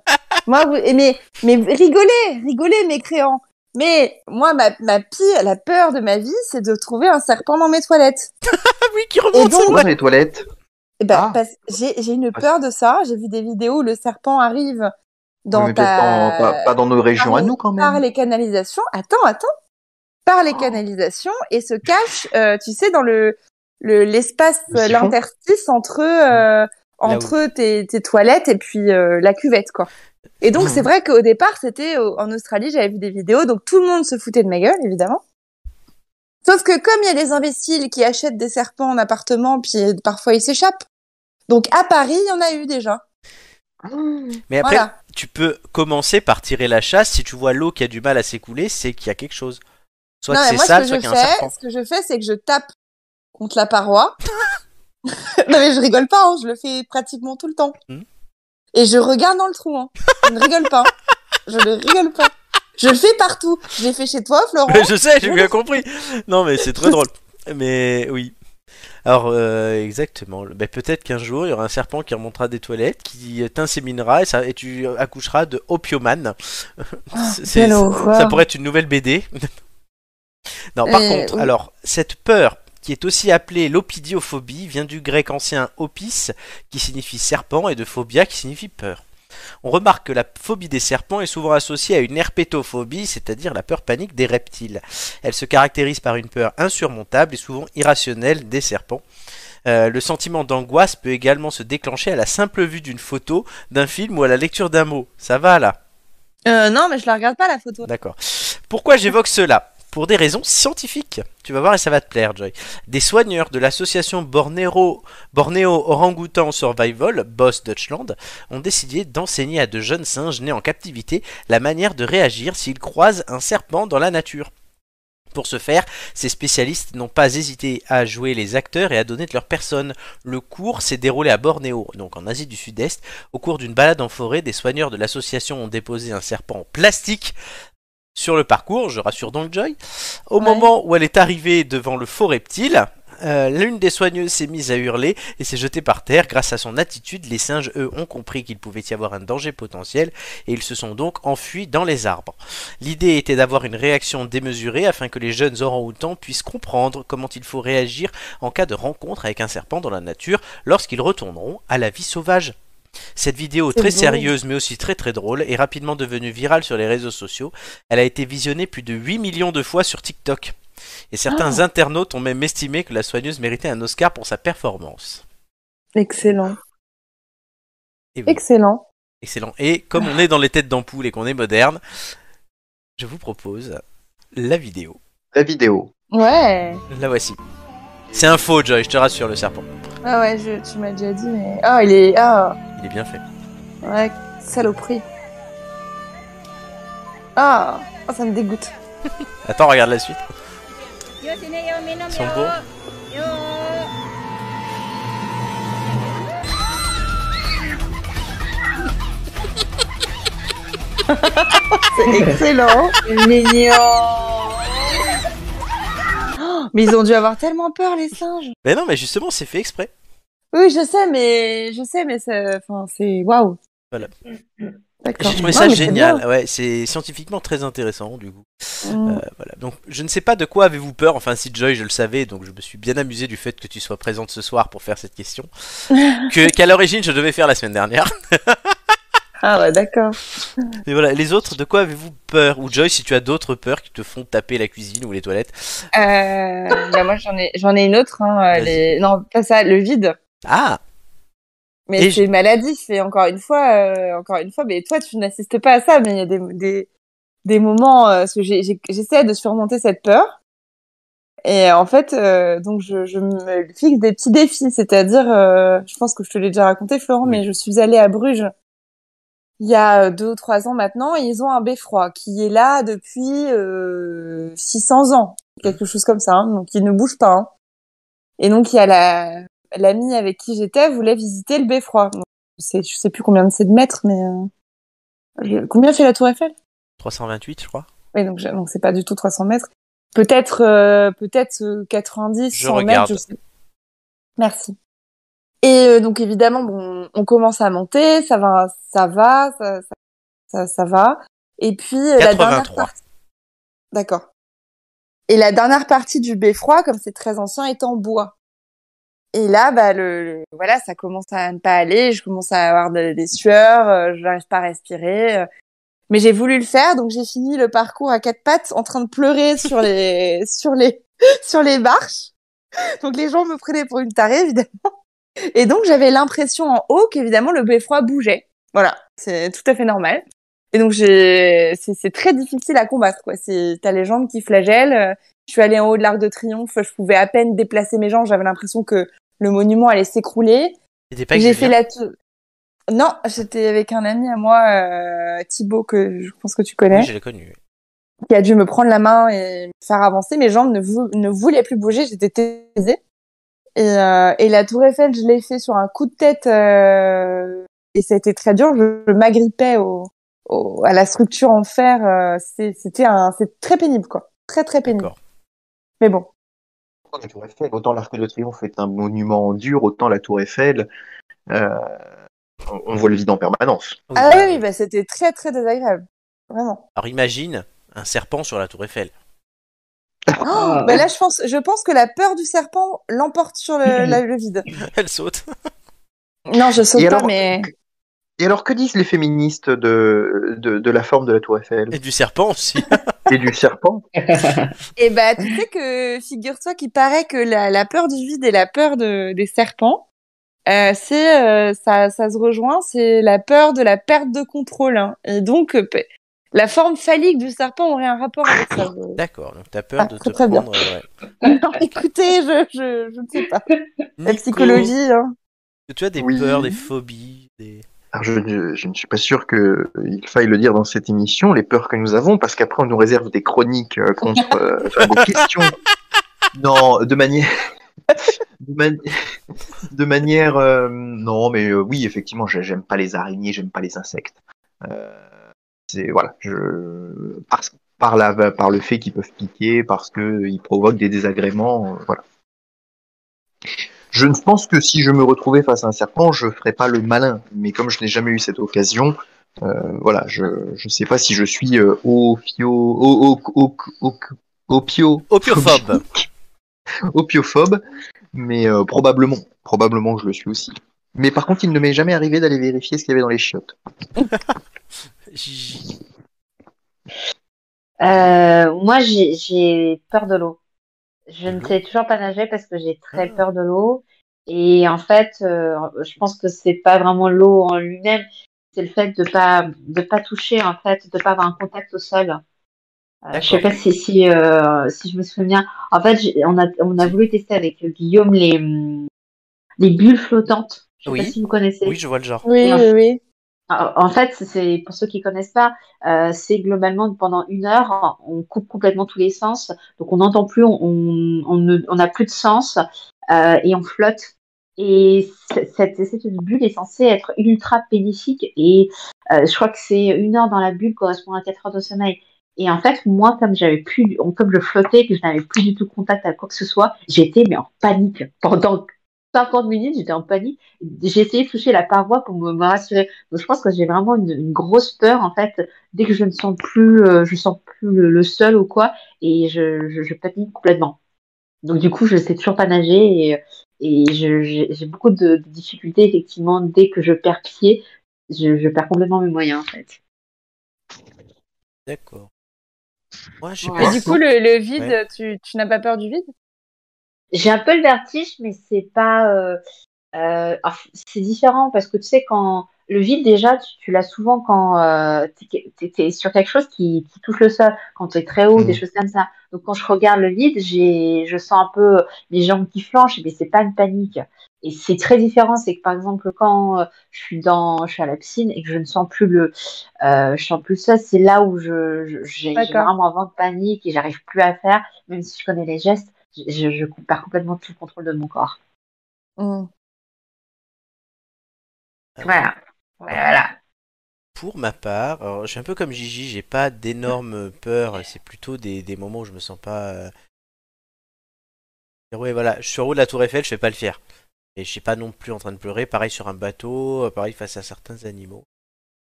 Speaker 5: moi, vous... eh, mais, mais rigolez, rigolez, mes créants. Mais moi, ma, ma pire, la peur de ma vie, c'est de trouver un serpent dans mes toilettes.
Speaker 1: Ah oui, qui
Speaker 5: Et
Speaker 1: remonte.
Speaker 5: donc,
Speaker 6: Dans les toilettes.
Speaker 5: eh ben,
Speaker 8: Ah.
Speaker 5: parce- j'ai j'ai une peur de ça. J'ai vu des vidéos où le serpent arrive dans
Speaker 8: Mais peut-être
Speaker 5: ta...
Speaker 8: en- pas, pas dans nos régions à
Speaker 5: les-
Speaker 8: nous quand même.
Speaker 5: par les canalisations. Attends, attends. Par les canalisations et se cache, euh, tu sais, dans le le- l'espace,
Speaker 8: Le siphon.
Speaker 5: l'interstice entre euh,
Speaker 1: où-
Speaker 5: entre tes, tes toilettes et puis euh, la cuvette, quoi. Et donc c'est vrai qu'au départ c'était au- en Australie, j'avais vu des vidéos, donc tout le monde se foutait de ma gueule évidemment. Sauf que comme il y a des imbéciles qui achètent des serpents en appartement, puis euh, parfois ils s'échappent. Donc à Paris, il y en a eu déjà.
Speaker 1: Mais après,
Speaker 5: Voilà.
Speaker 1: tu peux commencer par tirer la chasse. Si tu vois l'eau qui a du mal à s'écouler, c'est qu'il y a quelque chose. Soit
Speaker 5: non,
Speaker 1: que
Speaker 5: mais
Speaker 1: c'est
Speaker 5: moi,
Speaker 1: sale,
Speaker 5: ce que
Speaker 1: soit
Speaker 5: je
Speaker 1: qu'il y a un
Speaker 5: fais,
Speaker 1: serpent.
Speaker 5: ce que je fais, c'est que je tape contre la paroi. non, mais je rigole pas, hein, je le fais pratiquement tout le temps.
Speaker 1: Hmm.
Speaker 5: Et je regarde dans le trou, hein. Je ne rigole pas. Je ne rigole pas. Je le fais partout. Je l'ai fait chez toi, Florent.
Speaker 1: je sais, j'ai bien compris. Non, mais c'est très drôle. Mais oui. Alors, euh, exactement. Ben, Peut-être qu'un jour, il y aura un serpent qui remontera des toilettes, qui t'inséminera et, ça- et tu accoucheras de Opioman. C'est- c'est-
Speaker 5: Ah, quelle
Speaker 1: ça,
Speaker 5: horreur.
Speaker 1: pourrait être une nouvelle BD. non, par
Speaker 5: Euh,
Speaker 1: contre,
Speaker 5: oui.
Speaker 1: alors, cette peur qui est aussi appelée l'opidiophobie vient du grec ancien opis, qui signifie serpent, et de phobia, qui signifie peur. On remarque que la phobie des serpents est souvent associée à une herpétophobie, c'est-à-dire la peur panique des reptiles. Elle se caractérise par une peur insurmontable et souvent irrationnelle des serpents. Euh, le sentiment d'angoisse peut également se déclencher à la simple vue d'une photo, d'un film ou à la lecture d'un mot. Ça va là
Speaker 5: Euh, non, mais je la regarde pas, la photo.
Speaker 1: D'accord. Pourquoi j'évoque cela Pour des raisons scientifiques. Tu vas voir et ça va te plaire, Joy. Des soigneurs de l'association Borneo, Borneo Orangutan Survival, Boss Deutschland, ont décidé d'enseigner à de jeunes singes nés en captivité la manière de réagir s'ils croisent un serpent dans la nature. Pour ce faire, ces spécialistes n'ont pas hésité à jouer les acteurs et à donner de leur personne. Le cours s'est déroulé à Bornéo, donc en Asie du Sud-Est. Au cours d'une balade en forêt, des soigneurs de l'association ont déposé un serpent en plastique sur le parcours, je rassure donc Joy. Au
Speaker 5: Ouais.
Speaker 1: moment où elle est arrivée devant le faux reptile, euh, l'une des soigneuses s'est mise à hurler et s'est jetée par terre. Grâce à son attitude, les singes, eux, ont compris qu'il pouvait y avoir un danger potentiel et ils se sont donc enfuis dans les arbres. L'idée était d'avoir une réaction démesurée afin que les jeunes orang-outans puissent comprendre comment il faut réagir en cas de rencontre avec un serpent dans la nature lorsqu'ils retourneront à la vie sauvage. Cette vidéo
Speaker 5: C'est
Speaker 1: très
Speaker 5: drôle.
Speaker 1: sérieuse mais aussi très très drôle est rapidement devenue virale sur les réseaux sociaux. Elle a été visionnée plus de 8 millions de fois sur TikTok. Et
Speaker 9: Ah.
Speaker 1: certains internautes ont même estimé que la soigneuse méritait un Oscar pour sa performance.
Speaker 5: Excellent.
Speaker 1: Et oui,
Speaker 5: Excellent.
Speaker 1: excellent. Et comme on est dans les têtes d'ampoule et qu'on est moderne, je vous propose la vidéo.
Speaker 6: La vidéo.
Speaker 5: Ouais.
Speaker 1: La voici. C'est un faux, Joy, je te rassure, le serpent.
Speaker 5: Ah ouais, je, tu m'as déjà dit, mais. Ah, il est. Ah,
Speaker 1: Il est bien fait.
Speaker 5: ouais, saloperie. Ah, oh, ça me dégoûte.
Speaker 1: Attends, regarde la suite. Ils sont beaux.
Speaker 5: Excellent. Mignon. Oh, Mais ils ont dû avoir tellement peur les singes.
Speaker 1: Mais non, mais justement, c'est fait exprès.
Speaker 5: Oui, je sais, mais je sais, mais c'est, enfin, c'est waouh.
Speaker 1: Voilà.
Speaker 9: D'accord.
Speaker 1: J'ai trouvé
Speaker 9: Ouais,
Speaker 1: ça
Speaker 9: mais c'est
Speaker 1: génial. Ouais, c'est scientifiquement très intéressant du coup.
Speaker 9: bien. Mm.
Speaker 1: Euh, voilà. Donc je ne sais pas de quoi avez-vous peur. Enfin si Joy, je le savais, donc je me suis bien amusé du fait que tu sois présente ce soir pour faire cette question que qu'à l'origine je devais faire la semaine dernière.
Speaker 9: Ah ouais, d'accord.
Speaker 1: Mais voilà, les autres, de quoi avez-vous peur Ou Joy, si tu as d'autres peurs qui te font taper la cuisine ou les toilettes.
Speaker 5: Euh, bah moi j'en ai j'en ai une autre hein, euh,
Speaker 1: Vas-y.
Speaker 5: les- non pas ça le vide
Speaker 1: Ah,
Speaker 5: mais
Speaker 1: Et
Speaker 5: c'est une maladie c'est encore une fois euh, encore une fois mais toi tu n'assistes pas à ça mais il y a des des des moments euh, parce que j'ai- j'ai- j'essaie de surmonter cette peur et en fait euh, donc je, je me fixe des petits défis c'est-à-dire euh, je pense que je te l'ai déjà raconté Florent mais je suis allée à Bruges il y a euh, deux ou trois ans maintenant, et ils ont un beffroi qui est là depuis euh, 600 ans, quelque chose comme ça, hein, donc il ne bouge pas. hein. Et donc il y a la l'amie avec qui j'étais voulait visiter le beffroi. Donc, je sais, je sais plus combien de- c'est de mètres, mais euh, je- combien fait la Tour Eiffel
Speaker 1: 328, je crois.
Speaker 5: Oui, donc je- donc c'est pas du tout 300 mètres. Peut-être euh, peut-être euh, 90,
Speaker 1: Je
Speaker 5: 100 mètres,
Speaker 1: regarde.
Speaker 5: je sais. Merci. Et euh, donc évidemment, bon, on commence à monter, ça va, ça va, ça, ça, ça, ça va. Et puis euh, la dernière
Speaker 1: 83.
Speaker 5: partie. D'accord. Et la dernière partie du beffroi, comme c'est très ancien, est en bois. Et là, bah le, le- voilà, ça commence à ne pas aller. Je commence à avoir de- des sueurs, euh, je n'arrive pas à respirer. euh. Mais j'ai voulu le faire, donc j'ai fini le parcours à quatre pattes, en train de pleurer sur les sur les sur les marches. Donc les gens me prenaient pour une tarée, évidemment. Et donc, j'avais l'impression en haut qu'évidemment, le beffroi bougeait. Voilà, c'est tout à fait normal. Et donc, j'ai- c'est c'est très difficile à combattre. quoi. C'est- T'as les jambes qui flagellent. euh, Je suis allée en haut de l'Arc de Triomphe, je pouvais à peine déplacer mes jambes. J'avais l'impression que le monument allait s'écrouler.
Speaker 1: C'était pas avec
Speaker 5: J'ai fait
Speaker 1: Julien
Speaker 5: la... tou- Non, j'étais avec un ami à moi, euh, Thibaut, que je pense que tu connais
Speaker 1: Oui, je l'ai connu.
Speaker 5: qui a dû me prendre la main et me faire avancer. Mes jambes ne, vou- ne voulaient plus bouger, j'étais taisée. Et, euh, et la tour Eiffel, je l'ai fait sur un coup de tête euh, et ça a été très dur. Je, je m'agrippais au, au- à la structure en fer. euh, c'est- C'était un, c'est très pénible, quoi. Très très pénible.
Speaker 1: D'accord.
Speaker 5: Mais bon,
Speaker 6: Pourquoi la Tour Eiffel Autant l'Arc de Triomphe est un monument en dur, autant la Tour Eiffel, euh, on- on voit le vide en permanence.
Speaker 1: Oui,
Speaker 5: ah
Speaker 1: bah,
Speaker 5: oui, oui, bah, c'était très très désagréable, vraiment.
Speaker 1: Alors imagine un serpent sur la tour Eiffel.
Speaker 4: Ah,
Speaker 5: Bah là, je pense, je pense que la peur du serpent l'emporte sur le, la- le vide.
Speaker 1: Elle saute.
Speaker 5: Non, je saute
Speaker 6: Et
Speaker 5: pas,
Speaker 6: alors-
Speaker 5: mais
Speaker 6: Et alors, que disent les féministes de, de, de la forme de la Tour Eiffel
Speaker 1: Et du serpent aussi.
Speaker 6: et du serpent
Speaker 4: hein.
Speaker 5: Et bah, tu sais que, figure-toi qu'il paraît que la, la peur du vide et la peur de, des serpents, euh, c'est, euh, ça, ça se rejoint, c'est la peur de la perte de contrôle. hein. Et donc, euh, pe- la forme phallique du serpent aurait un rapport avec ça. je-
Speaker 1: D'accord, donc t'as peur
Speaker 5: Ah,
Speaker 1: de te
Speaker 5: très, très bien.
Speaker 1: prendre. euh, ouais.
Speaker 5: Non, écoutez, je, je, je ne sais pas. La
Speaker 1: Nico,
Speaker 5: psychologie, hein.
Speaker 1: est-ce que Tu as des
Speaker 6: Oui.
Speaker 1: peurs, des phobies, des.
Speaker 6: Alors, je, ne- je ne suis pas sûr qu'il faille le dire dans cette émission, les peurs que nous avons, parce qu'après, on nous réserve des chroniques euh, contre euh, enfin, des questions. Non, de manière. De, mani- de manière. euh, non, mais euh, oui, effectivement, j'ai- j'aime pas les araignées, j'aime pas les insectes. Euh, c'est voilà, je par, par la par le fait qu'ils peuvent piquer, parce que ils provoquent des désagréments, euh, voilà. Je ne pense que si je me retrouvais face à un serpent, je ferais pas le malin. Mais comme je n'ai jamais eu cette occasion, euh, voilà, je ne sais pas si je suis euh, ophio, o- o- o- o- opio,
Speaker 1: Opiophobe.
Speaker 6: opiophobe, mais euh, probablement, probablement que je le suis aussi. Mais par contre, il ne m'est jamais arrivé d'aller vérifier ce qu'il y avait dans les chiottes.
Speaker 1: J-
Speaker 4: Euh, moi, j'ai- j'ai peur de l'eau. Je
Speaker 1: De
Speaker 4: ne
Speaker 1: l'eau
Speaker 4: sais toujours pas nager parce que j'ai très
Speaker 1: Ah.
Speaker 4: peur de l'eau. Et en fait, euh, je pense que c'est pas vraiment l'eau en lui-même, c'est le fait de pas de pas toucher en fait, de pas avoir un contact au sol. Euh, je sais
Speaker 1: D'accord.
Speaker 4: pas si si euh, si je me souviens. En fait, j'ai- on a on a voulu tester avec Guillaume les hum, les bulles flottantes. Je sais
Speaker 1: Oui.
Speaker 4: pas si vous connaissez.
Speaker 1: Oui, je vois le genre.
Speaker 5: Oui, oui, oui.
Speaker 4: En en fait, c'est pour ceux qui connaissent pas, euh, c'est globalement pendant une heure, on coupe complètement tous les sens, donc on n'entend plus, on on on ne- on n'a plus de sens euh, et on flotte. Et c- cette, cette bulle est censée être ultra bénéfique et euh, je crois que c'est une heure dans la bulle correspond à quatre heures de sommeil. Et en fait, moi, comme j'avais plus, comme je flottais, que je n'avais plus du tout contact à quoi que ce soit, j'étais mais en panique pendant 50 minutes, j'étais en panique. J'ai essayé de toucher la paroi pour me, me rassurer. Donc, je pense que j'ai vraiment une, une grosse peur, en fait, dès que je ne sens plus, euh, je sens plus le, le sol ou quoi, et je, je, je panique complètement. Donc, du coup, je sais toujours pas nager et, et je- j'ai j'ai beaucoup de, de difficultés, effectivement, dès que je perds pied, je, je perds complètement mes moyens, en fait.
Speaker 1: D'accord. Moi, je sais
Speaker 4: Ouais.
Speaker 1: pas.
Speaker 2: Et du coup, le, le vide,
Speaker 1: Ouais.
Speaker 2: tu, tu n'as pas peur du vide
Speaker 4: J'ai un peu le vertige, mais c'est pas. euh, euh, ah, c'est différent parce que tu sais, quand le vide, déjà, tu, tu l'as souvent quand euh, t'es es, sur quelque chose qui, qui touche le sol, quand tu es très haut, des
Speaker 6: Mhm.
Speaker 4: choses comme ça. Donc, quand je regarde le vide, j'ai, je sens un peu euh, les jambes qui flanchent, mais c'est pas une panique. Et c'est très différent, c'est que par exemple, quand euh, je suis dans, je suis à la piscine et que je ne sens plus le, euh, je sens plus ça, c'est là où je, je- j'ai j'ai
Speaker 2: D'accord.
Speaker 4: vraiment un vent de panique et j'arrive plus à faire, même si je connais les gestes, je, je, je perds complètement tout le contrôle de mon corps.
Speaker 5: Mmh.
Speaker 2: Hmm.
Speaker 4: Voilà. Voilà.
Speaker 1: Pour ma part, alors, je suis un peu comme Gigi, j'ai pas d'énormes peurs, c'est plutôt des, des moments où je me sens pas. euh, Ouais, voilà, je suis en haut de la Tour Eiffel, je fais pas le fier. Et je suis pas non plus en train de pleurer, pareil sur un bateau, euh, pareil face à certains animaux.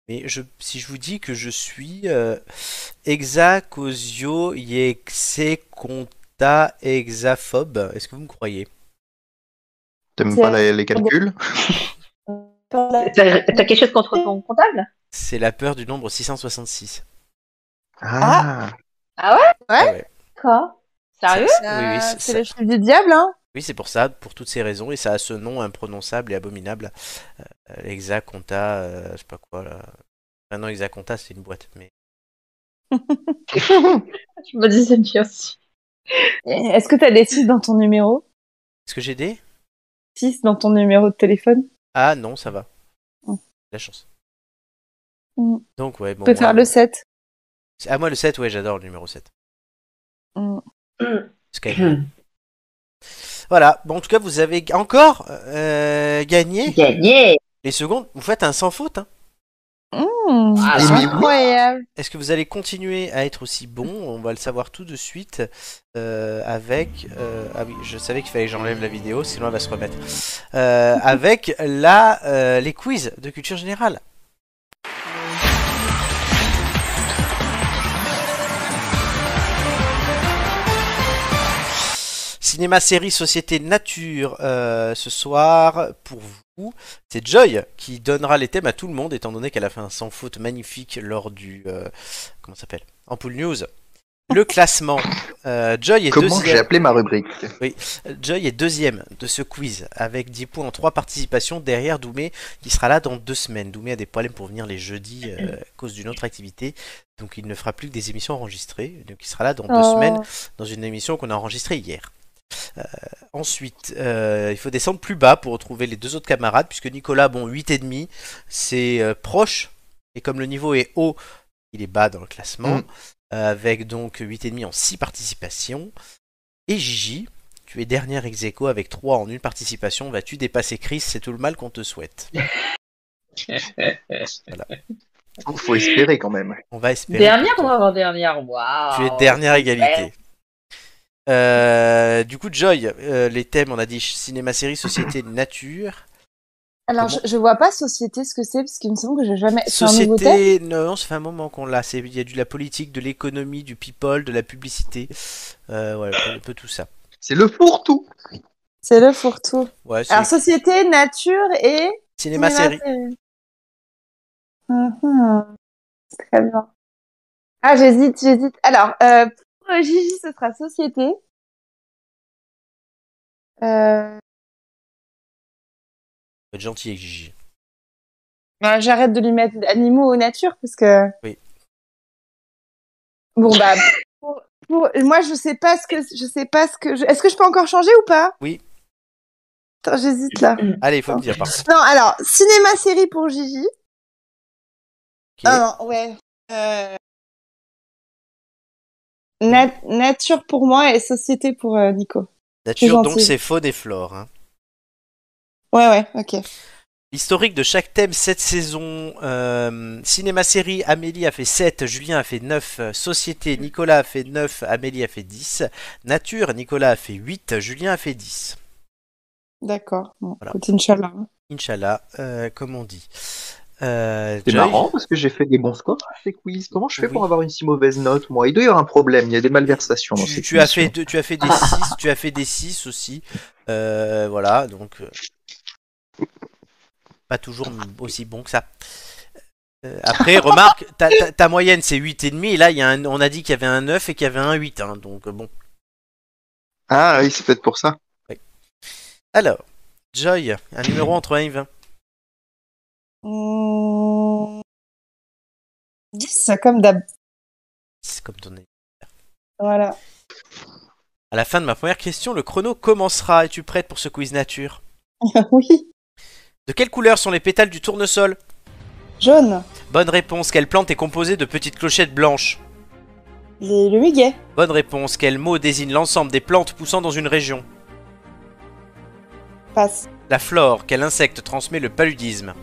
Speaker 1: Mais je, si je vous dis que je suis euh, hexacosio conta hexaphobe, est-ce que vous me croyez
Speaker 6: T'aimes pas la- les calculs
Speaker 4: T'as t'as quelque chose contre ton comptable
Speaker 1: C'est la peur du nombre 666.
Speaker 6: Ah,
Speaker 1: Ah ouais.
Speaker 4: Quoi
Speaker 2: Ah
Speaker 4: Sérieux
Speaker 1: Oui, oui, c'est
Speaker 2: c'est
Speaker 1: ça.
Speaker 2: le chiffre du diable, hein
Speaker 1: Oui, c'est pour ça, pour toutes ces raisons, et ça a ce nom imprononçable et abominable. Euh, Hexaconta, euh, je sais pas quoi là. Enfin, non, Hexaconta, c'est une boîte, mais.
Speaker 4: Je me disais bien aussi.
Speaker 2: Et Est-ce que tu as des 6 dans ton numéro
Speaker 1: Est-ce que j'ai des
Speaker 2: 6 dans ton numéro de téléphone
Speaker 1: Ah non, ça va.
Speaker 2: Mm.
Speaker 1: La chance.
Speaker 2: Mm.
Speaker 1: Donc, ouais, bon.
Speaker 2: Tu peux faire
Speaker 1: moi,
Speaker 2: le 7.
Speaker 1: Ah, moi, le 7, ouais, j'adore le numéro 7.
Speaker 2: Mm.
Speaker 1: C'est quand même- Voilà, bon, en tout cas, vous avez encore euh, gagné
Speaker 4: Gagné
Speaker 1: les secondes. Vous faites un sans faute, hein.
Speaker 5: Mmh.
Speaker 2: Hmm,
Speaker 4: Ah,
Speaker 2: c'est
Speaker 6: Eh, mais oui.
Speaker 2: incroyable.
Speaker 1: Est-ce que vous allez continuer à être aussi bon On va le savoir tout de suite euh, avec... euh, ah oui, je savais qu'il fallait que j'enlève la vidéo, sinon elle va se remettre. Euh, avec la, euh, les quiz de culture générale. Cinéma, série, société, nature, euh, ce soir, pour vous, c'est Joy qui donnera les thèmes à tout le monde, étant donné qu'elle a fait un sans faute magnifique lors du... euh, comment ça s'appelle Ampoule News. Le classement. Euh, Joy est
Speaker 6: comment
Speaker 1: deuxième.
Speaker 6: j'ai appelé ma rubrique
Speaker 1: Joy est deuxième de ce quiz avec 10 points en 3 participations derrière Doumé qui sera là dans deux semaines. Doumé a des problèmes pour venir les jeudis euh, à cause d'une autre activité, donc il ne fera plus que des émissions enregistrées. Donc il sera là dans deux
Speaker 2: Oh.
Speaker 1: semaines dans une émission qu'on a enregistrée hier. Euh, ensuite, euh, il faut descendre plus bas pour retrouver les deux autres camarades puisque Nicolas, bon, 8,5, c'est euh, proche et comme le niveau est haut, il est bas dans le classement.
Speaker 6: Mm.
Speaker 1: Avec donc 8,5 en 6 participations. Et Gigi, tu es dernière ex aequo avec 3 en une participation. Vas-tu dépasser Chris C'est tout le mal qu'on te souhaite.
Speaker 6: Faut espérer quand même.
Speaker 1: On va espérer.
Speaker 4: Dernière
Speaker 1: pour
Speaker 4: ou
Speaker 1: toi.
Speaker 4: avant-dernière Waouh
Speaker 1: Tu es dernière égalité. Euh, du coup, Joy, euh, les thèmes, on a dit ch- cinéma, série, société, nature.
Speaker 2: Alors,
Speaker 1: Comment
Speaker 2: je, je vois pas société ce que c'est, parce qu'il me semble que j'ai jamais. C'est un nouveau thème
Speaker 1: Société, non, ça fait un moment qu'on l'a. C'est- Il y a de la politique, de l'économie, du people, de la publicité. Euh, voilà, un peu tout ça.
Speaker 6: C'est le fourre-tout.
Speaker 2: C'est le fourre-tout.
Speaker 1: Ouais, c'est
Speaker 2: Alors, société, nature et.
Speaker 1: cinéma, série.
Speaker 2: Mhm. Très bien. Ah, j'hésite, j'hésite. Alors, euh, pour euh, Gigi, ce sera société. Euh,
Speaker 1: Faut être gentil avec Gigi.
Speaker 2: bah, J'arrête de lui mettre animaux ou nature parce que.
Speaker 1: Oui.
Speaker 2: Bon bah. Pour, pour- moi, je sais pas ce que je sais pas ce que. je- Est-ce que je peux encore changer ou pas
Speaker 1: Oui.
Speaker 2: Attends, j'hésite là.
Speaker 1: Allez, il faut me dire par contre.
Speaker 2: Non, alors cinéma série pour Gigi.
Speaker 1: Ok.
Speaker 2: Ah non, ouais. Euh, nat- nature pour moi et société pour euh, Nico.
Speaker 1: Nature, donc,
Speaker 2: gentil.
Speaker 1: c'est faune et flore. hein.
Speaker 2: Ouais, ouais, ok.
Speaker 1: L'historique de chaque thème cette saison. euh, Cinéma-série, Amélie a fait 7, Julien a fait 9, euh, Société, Nicolas a fait 9, Amélie a fait 10, Nature, Nicolas a fait 8, Julien a fait 10.
Speaker 5: D'accord. Bon,
Speaker 1: Voilà.
Speaker 5: écoute, Inch'Allah.
Speaker 1: Inch'Allah, euh, comme on dit. Euh,
Speaker 6: C'est
Speaker 1: Joy
Speaker 6: marrant parce que j'ai fait des bons scores sur ces quiz. Comment je fais pour
Speaker 1: Oui.
Speaker 6: avoir une si mauvaise note, moi Il doit y avoir un problème, il y a des malversations dans
Speaker 1: tu,
Speaker 6: ces
Speaker 1: tu as
Speaker 6: quiz.
Speaker 1: fait deux- tu as fait des 6 tu as fait des 6 aussi Euh, voilà donc euh, pas toujours m- aussi bon que ça Euh, après remarque ta, ta- ta moyenne c'est 8,5 et demi et là il y a un- on a dit qu'il y avait un 9 et qu'il y avait un 8 hein, donc euh, bon
Speaker 6: Ah oui, c'est peut-être pour ça.
Speaker 1: alors Joy un numéro entre 1 et 20
Speaker 5: Mmh. 10, comme d'hab.
Speaker 1: c'est comme ton année.
Speaker 5: Voilà.
Speaker 1: à la fin de ma première question le chrono commencera es-tu prête pour ce quiz nature
Speaker 5: oui.
Speaker 1: de quelle couleur sont les pétales du tournesol
Speaker 5: Jaune.
Speaker 1: bonne réponse quelle plante est composée de petites clochettes blanches
Speaker 5: Les- le muguet.
Speaker 1: Bonne réponse. Quel mot désigne l'ensemble des plantes poussant dans une région
Speaker 5: Passe.
Speaker 1: La flore. Quel insecte transmet le paludisme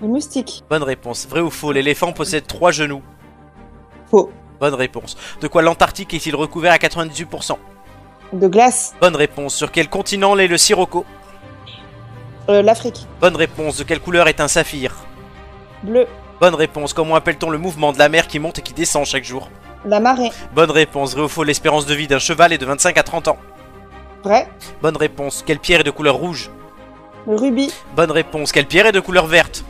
Speaker 5: Le moustique.
Speaker 1: Bonne réponse. Vrai ou faux L'éléphant possède trois genoux.
Speaker 5: Faux.
Speaker 1: Bonne réponse. De quoi l'Antarctique est-il recouvert à 98%
Speaker 5: De glace.
Speaker 1: Bonne réponse. Sur quel continent l'est le sirocco
Speaker 5: Euh, L'Afrique.
Speaker 1: Bonne réponse. De quelle couleur est un saphir
Speaker 5: Bleu.
Speaker 1: Bonne réponse. Comment appelle-t-on le mouvement de la mer qui monte et qui descend chaque jour
Speaker 5: La marée.
Speaker 1: Bonne réponse. Vrai ou faux L'espérance de vie d'un cheval est de 25 à 30 ans.
Speaker 5: Vrai.
Speaker 1: Bonne réponse. Quelle pierre est de couleur rouge
Speaker 5: Le rubis.
Speaker 1: Bonne réponse. Quelle pierre est de couleur verte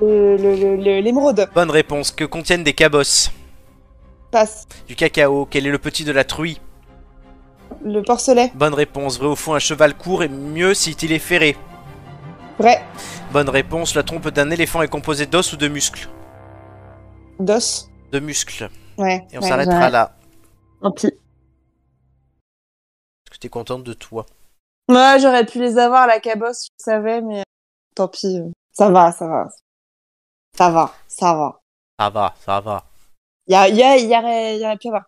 Speaker 5: Euh, le- le- le- L'émeraude.
Speaker 1: Bonne réponse. Que contiennent des cabosses
Speaker 5: Passe.
Speaker 1: Du cacao, quel est le petit de la truie
Speaker 5: Le porcelet.
Speaker 1: Bonne réponse, vrai au fond, un cheval court est mieux si il est ferré.
Speaker 5: Vrai.
Speaker 1: Bonne réponse, la trompe d'un éléphant est composée d'os ou de muscles
Speaker 5: D'os.
Speaker 1: De muscles.
Speaker 5: Ouais.
Speaker 1: Et on
Speaker 5: ouais.
Speaker 1: s'arrêtera
Speaker 4: ouais.
Speaker 1: là.
Speaker 5: Gentil.
Speaker 1: Parce que t'es contente de toi.
Speaker 5: Moi, j'aurais pu les avoir, la cabosse, je savais, mais euh, tant pis. euh, Ça va, ça va. Ça va, ça va.
Speaker 1: Ça va, ça va.
Speaker 5: Il y, a- y, a- y aurait y aurait pu avoir.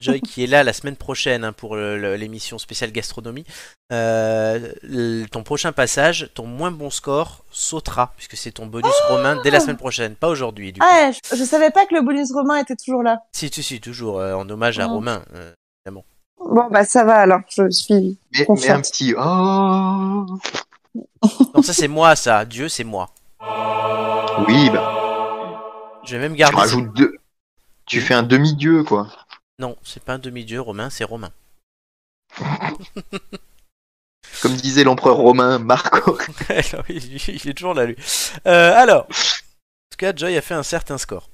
Speaker 1: Joy qui est là la semaine prochaine hein, pour le- le- l'émission spéciale gastronomie. Euh, le- ton prochain passage, ton moins bon score sautera, puisque c'est ton bonus romain dès la semaine prochaine, pas aujourd'hui. Du coup.
Speaker 5: Ah, je, je savais pas que le bonus romain était toujours là.
Speaker 1: Si, si, si, toujours, euh, en hommage à
Speaker 5: Ah.
Speaker 1: Romain. euh,
Speaker 5: Bon, bah ça va alors, je suis...
Speaker 6: Mais, mais
Speaker 5: Confiante.
Speaker 6: un petit. Oh
Speaker 1: Non, ça c'est moi, ça. Dieu, c'est moi.
Speaker 6: Oui, bah,
Speaker 1: Je vais même
Speaker 6: tu
Speaker 1: garder.
Speaker 6: rajoutes deux. Tu fais un demi-dieu, quoi.
Speaker 1: Non, c'est pas un demi-dieu romain, c'est romain.
Speaker 6: Comme disait l'empereur romain Marco.
Speaker 1: Alors, il, il est toujours là, lui. Euh, alors, en tout cas, Joy a fait un certain score.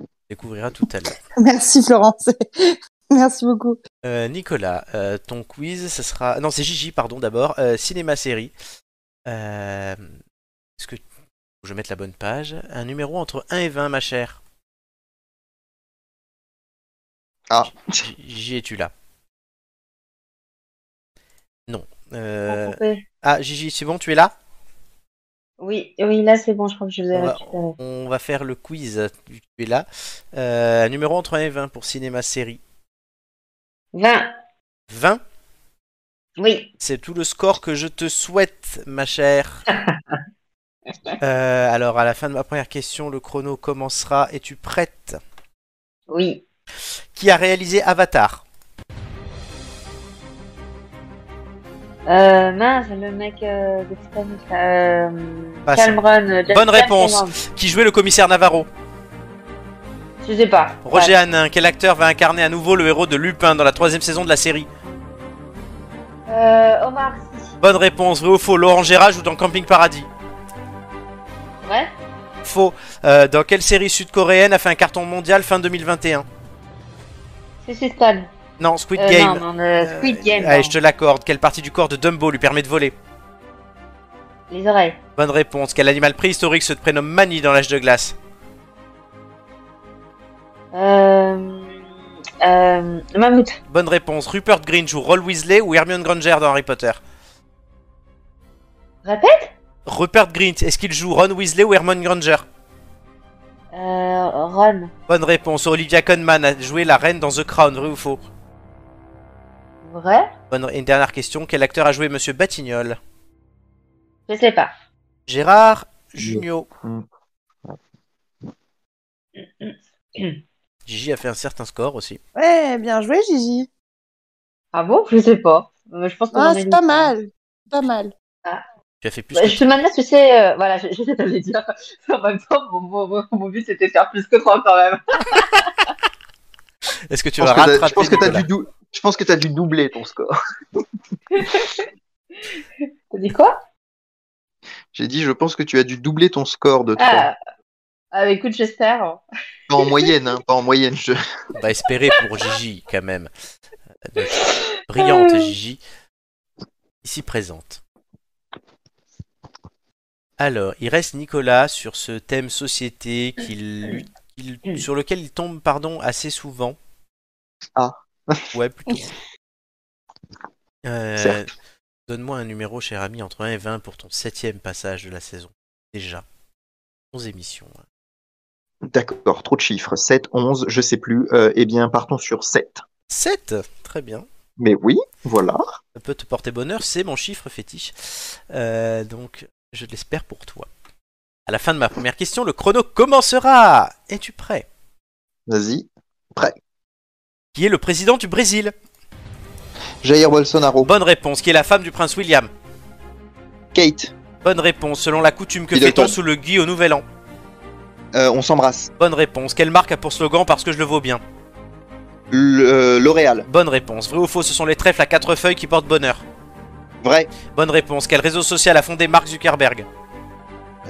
Speaker 1: On découvrira tout à l'heure.
Speaker 5: Merci Florence. Merci beaucoup.
Speaker 1: Euh, Nicolas, euh, ton quiz, ça sera. Non, c'est Gigi, pardon, d'abord. Euh, Cinéma-série. Euh, Est-ce que. Je vais mettre la bonne page. Un numéro entre 1 et 20, ma chère.
Speaker 6: Ah.
Speaker 1: G- Gigi, es-tu là Non. Euh,
Speaker 4: Coupé.
Speaker 1: Ah, Gigi, c'est bon, tu es là
Speaker 4: Oui, oui, là c'est bon, je crois que je vous ai
Speaker 1: Ouais.
Speaker 4: récupéré.
Speaker 1: On va faire le quiz, tu tu es là. Euh, numéro entre 1 et 20 pour cinéma-série.
Speaker 4: 20,
Speaker 1: 20,
Speaker 4: oui.
Speaker 1: c'est tout le score que je te souhaite, ma chère. Euh, alors, à la fin de ma première question, le chrono commencera. Es-tu prête
Speaker 4: Oui.
Speaker 1: Qui a réalisé Avatar
Speaker 4: Euh, mince, le mec euh, de Titanic, là, euh,
Speaker 1: Passe.
Speaker 4: Cameron. euh, James-
Speaker 1: Bonne
Speaker 4: James
Speaker 1: réponse.
Speaker 4: Cameron.
Speaker 1: Qui jouait le commissaire Navarro
Speaker 4: Je sais pas.
Speaker 1: Roger
Speaker 4: Ouais.
Speaker 1: Hanin. Quel acteur va incarner à nouveau le héros de Lupin dans la troisième saison de la série
Speaker 4: Euh, Omar Sy.
Speaker 1: Bonne réponse. Vrai ou faux Laurent Gérard joue dans Camping Paradis.
Speaker 4: Vrai.
Speaker 1: Faux. Euh, dans quelle série sud-coréenne a fait un carton mondial fin 2021
Speaker 4: Suicide Squad.
Speaker 1: Non, Squid
Speaker 4: Euh,
Speaker 1: Game.
Speaker 4: Non, non, euh, Squid
Speaker 1: Euh,
Speaker 4: Game.
Speaker 1: allez,
Speaker 4: non.
Speaker 1: je te l'accorde. Quelle partie du corps de Dumbo lui permet de voler
Speaker 4: Les oreilles.
Speaker 1: Bonne réponse. Quel animal préhistorique se prénomme Mani dans l'âge de glace
Speaker 4: Euh, euh, le mammouth.
Speaker 1: Bonne réponse. Rupert Green joue Roll Weasley ou Hermione Granger dans Harry Potter
Speaker 4: Répète.
Speaker 1: Rupert Green, est-ce qu'il joue Ron Weasley ou Hermione Granger
Speaker 4: Euh, Ron.
Speaker 1: Bonne réponse. Olivia Colman a joué la reine dans The Crown, vrai ou faux
Speaker 4: Vrai.
Speaker 1: Bonne... Et une dernière question. Quel acteur a joué Monsieur Batignol
Speaker 4: Je sais pas.
Speaker 1: Gérard Jugnot. Gigi a fait un certain score aussi.
Speaker 5: Ouais, bien joué Gigi.
Speaker 4: Ah bon Je sais pas. Euh, je pense qu'on
Speaker 5: Ah,
Speaker 4: en a
Speaker 5: c'est
Speaker 4: dit.
Speaker 5: pas mal. C'est pas mal.
Speaker 1: Tu as fait plus
Speaker 4: Bah,
Speaker 1: que
Speaker 4: je te demande là, tu sais, euh, voilà, je, je sais pas le dire. En même temps, mon, mon- mon- mon but c'était de faire plus que trois quand même.
Speaker 1: Est-ce que tu
Speaker 6: Je pense
Speaker 1: vas
Speaker 6: que t'as-
Speaker 1: rattraper
Speaker 6: je pense que t'as
Speaker 1: Nicolas
Speaker 6: dû dou- je pense que t'as dû doubler ton score.
Speaker 4: T'as dit quoi
Speaker 6: J'ai dit, je pense que tu as dû doubler ton score de 3.
Speaker 4: ah, ah, écoute, j'espère.
Speaker 6: Pas en moyenne, hein, pas en moyenne. Je...
Speaker 1: On va espérer pour Gigi quand même. Donc, brillante
Speaker 6: Euh.
Speaker 1: Gigi, ici présente. Alors, il reste Nicolas sur ce thème société qu'il,
Speaker 6: Hmm.
Speaker 1: qu'il- sur lequel il tombe pardon assez souvent.
Speaker 6: Ah.
Speaker 1: Ouais, plutôt. Euh,
Speaker 6: Certes.
Speaker 1: donne-moi un numéro, cher ami, entre 1 et 20 pour ton septième passage de la saison. Déjà. 11 émissions. hein.
Speaker 6: D'accord, trop de chiffres. 7, 11, je sais plus. Euh, eh bien, partons sur 7.
Speaker 1: 7 Très bien.
Speaker 6: Mais oui, voilà.
Speaker 1: ça peut te porter bonheur, c'est mon chiffre fétiche. Euh, donc, je l'espère pour toi. À la fin de ma première question, le chrono commencera. Es-tu prêt
Speaker 6: Vas-y.
Speaker 1: Qui est le président du Brésil
Speaker 6: Jair Bolsonaro.
Speaker 1: Bonne réponse. Qui est la femme du prince William
Speaker 6: Kate,
Speaker 1: Bonne réponse. Selon la coutume que
Speaker 6: Middleton.
Speaker 1: fait-on sous le gui au Nouvel An
Speaker 6: euh, on s'embrasse.
Speaker 1: Bonne réponse. Quelle marque a pour slogan parce que je le vaux bien
Speaker 6: Le- euh, L'Oréal.
Speaker 1: Bonne réponse. Vrai ou faux, ce sont les trèfles à quatre feuilles qui portent bonheur
Speaker 6: Vrai.
Speaker 1: Bonne réponse. Quel réseau social a fondé Mark Zuckerberg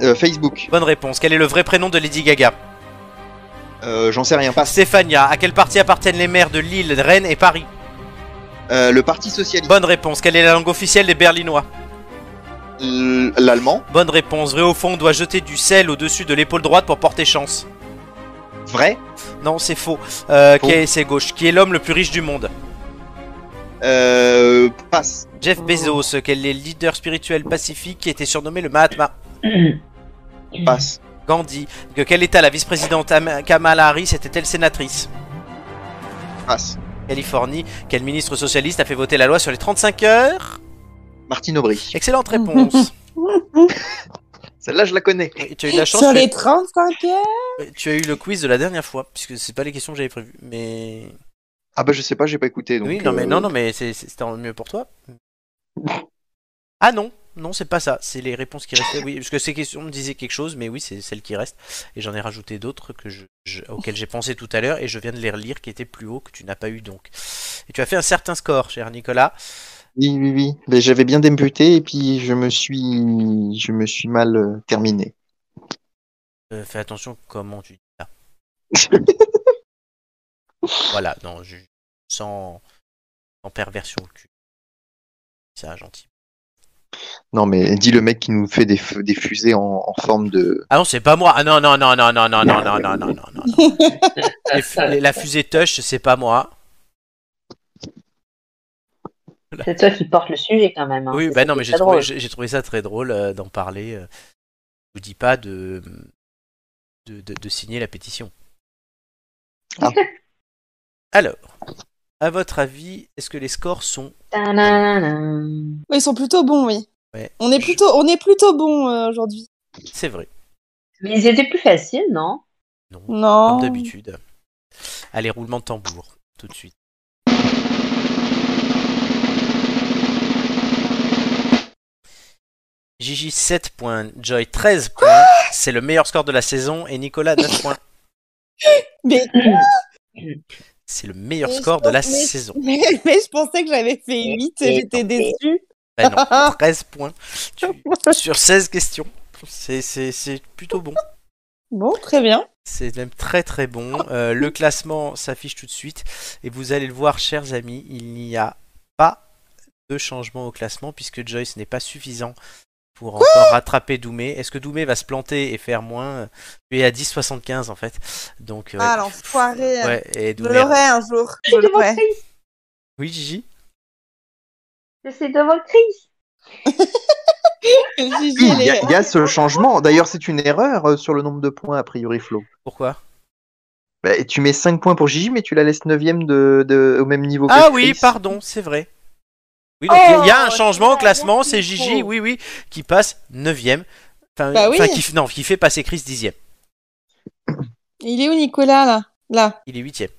Speaker 6: Euh, Facebook.
Speaker 1: Bonne réponse. Quel est le vrai prénom de Lady Gaga
Speaker 6: Euh, J'en sais rien. Passe.
Speaker 1: Stéphania. À quel parti appartiennent les maires de Lille, Rennes et Paris
Speaker 6: Euh, le Parti Socialiste.
Speaker 1: Bonne réponse. Quelle est la langue officielle des Berlinois
Speaker 6: L- L'Allemand.
Speaker 1: Bonne réponse. Vrai au fond, on doit jeter du sel au-dessus de l'épaule droite pour porter chance.
Speaker 6: Vrai.
Speaker 1: Non, c'est faux. Euh,
Speaker 6: Faux.
Speaker 1: qui est- C'est gauche. Qui est l'homme le plus riche du monde
Speaker 6: Euh, passe.
Speaker 1: Jeff Bezos, quel est le leader spirituel pacifique qui était surnommé le Mahatma Mm.
Speaker 6: Passe.
Speaker 1: Gandhi. De quel état la vice-présidente Am- Kamala Harris était-elle sénatrice
Speaker 6: Passe.
Speaker 1: Californie. Quel ministre socialiste a fait voter la loi sur les 35 heures
Speaker 6: Martine Aubry.
Speaker 1: Excellente réponse.
Speaker 6: Celle-là, je la connais.
Speaker 1: Oui, tu as eu de la chance.
Speaker 5: Sur
Speaker 1: tu as-
Speaker 5: les 35 heures
Speaker 1: Tu as eu le quiz de la dernière fois, puisque c'est pas les questions que j'avais prévues. Mais
Speaker 6: Ah bah je sais pas, j'ai pas écouté. Donc,
Speaker 1: oui, non, mais
Speaker 6: euh,
Speaker 1: non, non, mais c'est- c'est- c'était en mieux pour toi. Ah non, non, c'est pas ça. C'est les réponses qui restaient. Oui, parce que ces questions me disaient quelque chose, mais oui, c'est celles qui restent. Et j'en ai rajouté d'autres que je, je- auxquelles j'ai pensé tout à l'heure et je viens de les relire qui étaient plus haut que tu n'as pas eu donc. Et tu as fait un certain score, cher Nicolas.
Speaker 6: Oui, oui, oui. Mais j'avais bien débuté et puis je me suis, je me suis mal euh, terminé.
Speaker 1: Euh, fais attention comment tu dis ça. voilà, non, je... sans sans perversion au cul. Ça, gentil.
Speaker 6: Non, mais dis le mec qui nous fait des, f- des fusées en, en forme de.
Speaker 1: Ah non, c'est pas moi. Ah non, non, non, non, non, non, non, non, non, non, non, non. Les fu- les- la fusée Touch, c'est pas moi.
Speaker 4: C'est toi qui porte le sujet quand même. hein.
Speaker 1: Oui,
Speaker 4: C'est
Speaker 1: bah
Speaker 4: ça
Speaker 1: non,
Speaker 4: qui
Speaker 1: mais
Speaker 4: est
Speaker 1: j'ai
Speaker 4: très
Speaker 1: trouvé,
Speaker 4: drôle.
Speaker 1: j'ai- j'ai trouvé ça très drôle euh, d'en parler. euh. Je vous dis pas de, de, de- de signer la pétition.
Speaker 6: Ah.
Speaker 1: Alors, à votre avis, est-ce que les scores sont.
Speaker 4: Tadadadam.
Speaker 5: Oui, Ils sont plutôt bons, oui.
Speaker 1: Ouais,
Speaker 5: On est
Speaker 1: je-
Speaker 5: plutôt, on est plutôt bons euh, aujourd'hui.
Speaker 1: C'est vrai,
Speaker 4: Mais ils étaient plus faciles, non
Speaker 5: Non.
Speaker 1: comme d'habitude. Allez, roulement de tambour, tout de suite. Gigi 7 points, Joy 13 points, c'est le meilleur score de la saison, et Nicolas 9 points.
Speaker 5: Mais,
Speaker 1: C'est le meilleur
Speaker 5: Mais je
Speaker 1: score de la
Speaker 5: pense- mais-
Speaker 1: saison.
Speaker 5: mais, mais je pensais que j'avais fait 8 et j'étais déçue.
Speaker 1: Ben non, 13 points Tu- sur 16 questions. C'est- C'est c'est plutôt bon.
Speaker 5: Bon, très bien.
Speaker 1: C'est même très très bon. Euh, le classement s'affiche tout de suite. Et vous allez le voir, chers amis, il n'y a pas de changement au classement puisque Joyce n'est pas suffisant pour encore rattraper Doumé. Est-ce que Doumé va se planter et faire moins Tu es à 10,75 en fait. Donc, ouais.
Speaker 5: Ah, l'enfoiré.
Speaker 1: Ouais, et
Speaker 5: Je
Speaker 1: Doumé-
Speaker 5: l'aurai un jour. Je
Speaker 4: C'est devant
Speaker 5: l'aurai.
Speaker 4: Chris
Speaker 1: Oui, Gigi
Speaker 4: C'est devant Chris
Speaker 5: Gigi,
Speaker 6: Oui,
Speaker 5: elle
Speaker 6: il y, a-
Speaker 5: est-
Speaker 6: il y a ce changement. D'ailleurs, c'est une erreur euh, sur le nombre de points, a priori, Flo.
Speaker 1: Pourquoi
Speaker 6: Bah, tu mets 5 points pour Gigi, mais tu la laisses 9 de, de, au même niveau que
Speaker 1: Ah oui,
Speaker 6: Chris.
Speaker 1: pardon, c'est vrai. Oui, donc il y a- il y, a un
Speaker 4: Oh,
Speaker 1: changement au classement, c'est Gigi, oui, oui, qui passe 9ème. Enfin,
Speaker 5: Bah oui.
Speaker 1: enfin, qui, f- non, qui fait passer Chris 10ème.
Speaker 5: Il est où Nicolas là Là.
Speaker 1: Il est 8ème.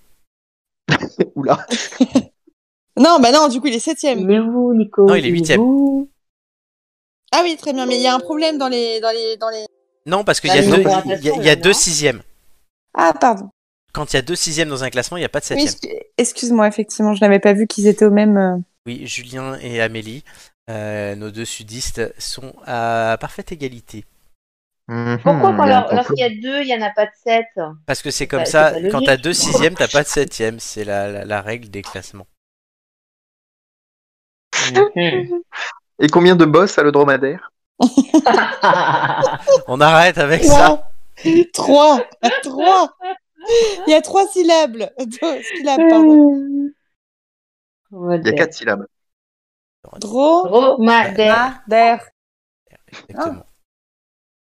Speaker 6: Oula.
Speaker 5: Non, bah non, du coup il est septième.
Speaker 4: Il est où, Nico
Speaker 1: Non, il est huitième.
Speaker 4: où
Speaker 5: Ah oui, très bien, mais il y a un problème dans les. Dans les, dans les...
Speaker 1: Non, parce qu'il y
Speaker 4: Bah,
Speaker 1: a
Speaker 4: ils
Speaker 1: deux-
Speaker 4: ont pas
Speaker 1: il y a-
Speaker 4: rattaché,
Speaker 1: il y a
Speaker 4: là,
Speaker 1: deux
Speaker 4: non
Speaker 1: sixièmes.
Speaker 5: Ah, pardon.
Speaker 1: Quand il y a deux sixièmes dans un classement, il n'y a pas de
Speaker 5: Oui,
Speaker 1: septième.
Speaker 5: excu- excuse-moi, effectivement, je n'avais pas vu qu'ils étaient au même. euh,
Speaker 1: Oui, Julien et Amélie, euh, nos deux sudistes, sont à parfaite égalité.
Speaker 3: Mhm,
Speaker 4: Pourquoi
Speaker 5: Hmm,
Speaker 3: il y
Speaker 4: quand
Speaker 3: a un
Speaker 4: leur-
Speaker 3: complot.
Speaker 4: lorsqu'il y a deux, il n'y en a pas de sept
Speaker 1: Parce que c'est comme
Speaker 4: Bah,
Speaker 1: ça,
Speaker 4: c'est pas logique.
Speaker 1: quand t'as deux sixièmes, t'as pas de septième. C'est la, la, la règle des classements.
Speaker 3: Et combien de boss a le dromadaire
Speaker 5: Hmm.
Speaker 1: On arrête avec ça.
Speaker 5: Trois Trois Il y a trois syllabes. Deux syllabes, Euh, pardon.
Speaker 3: Il y a quatre syllabes.
Speaker 5: Dro.
Speaker 4: Dromadaire.
Speaker 5: Der.
Speaker 1: Exactement.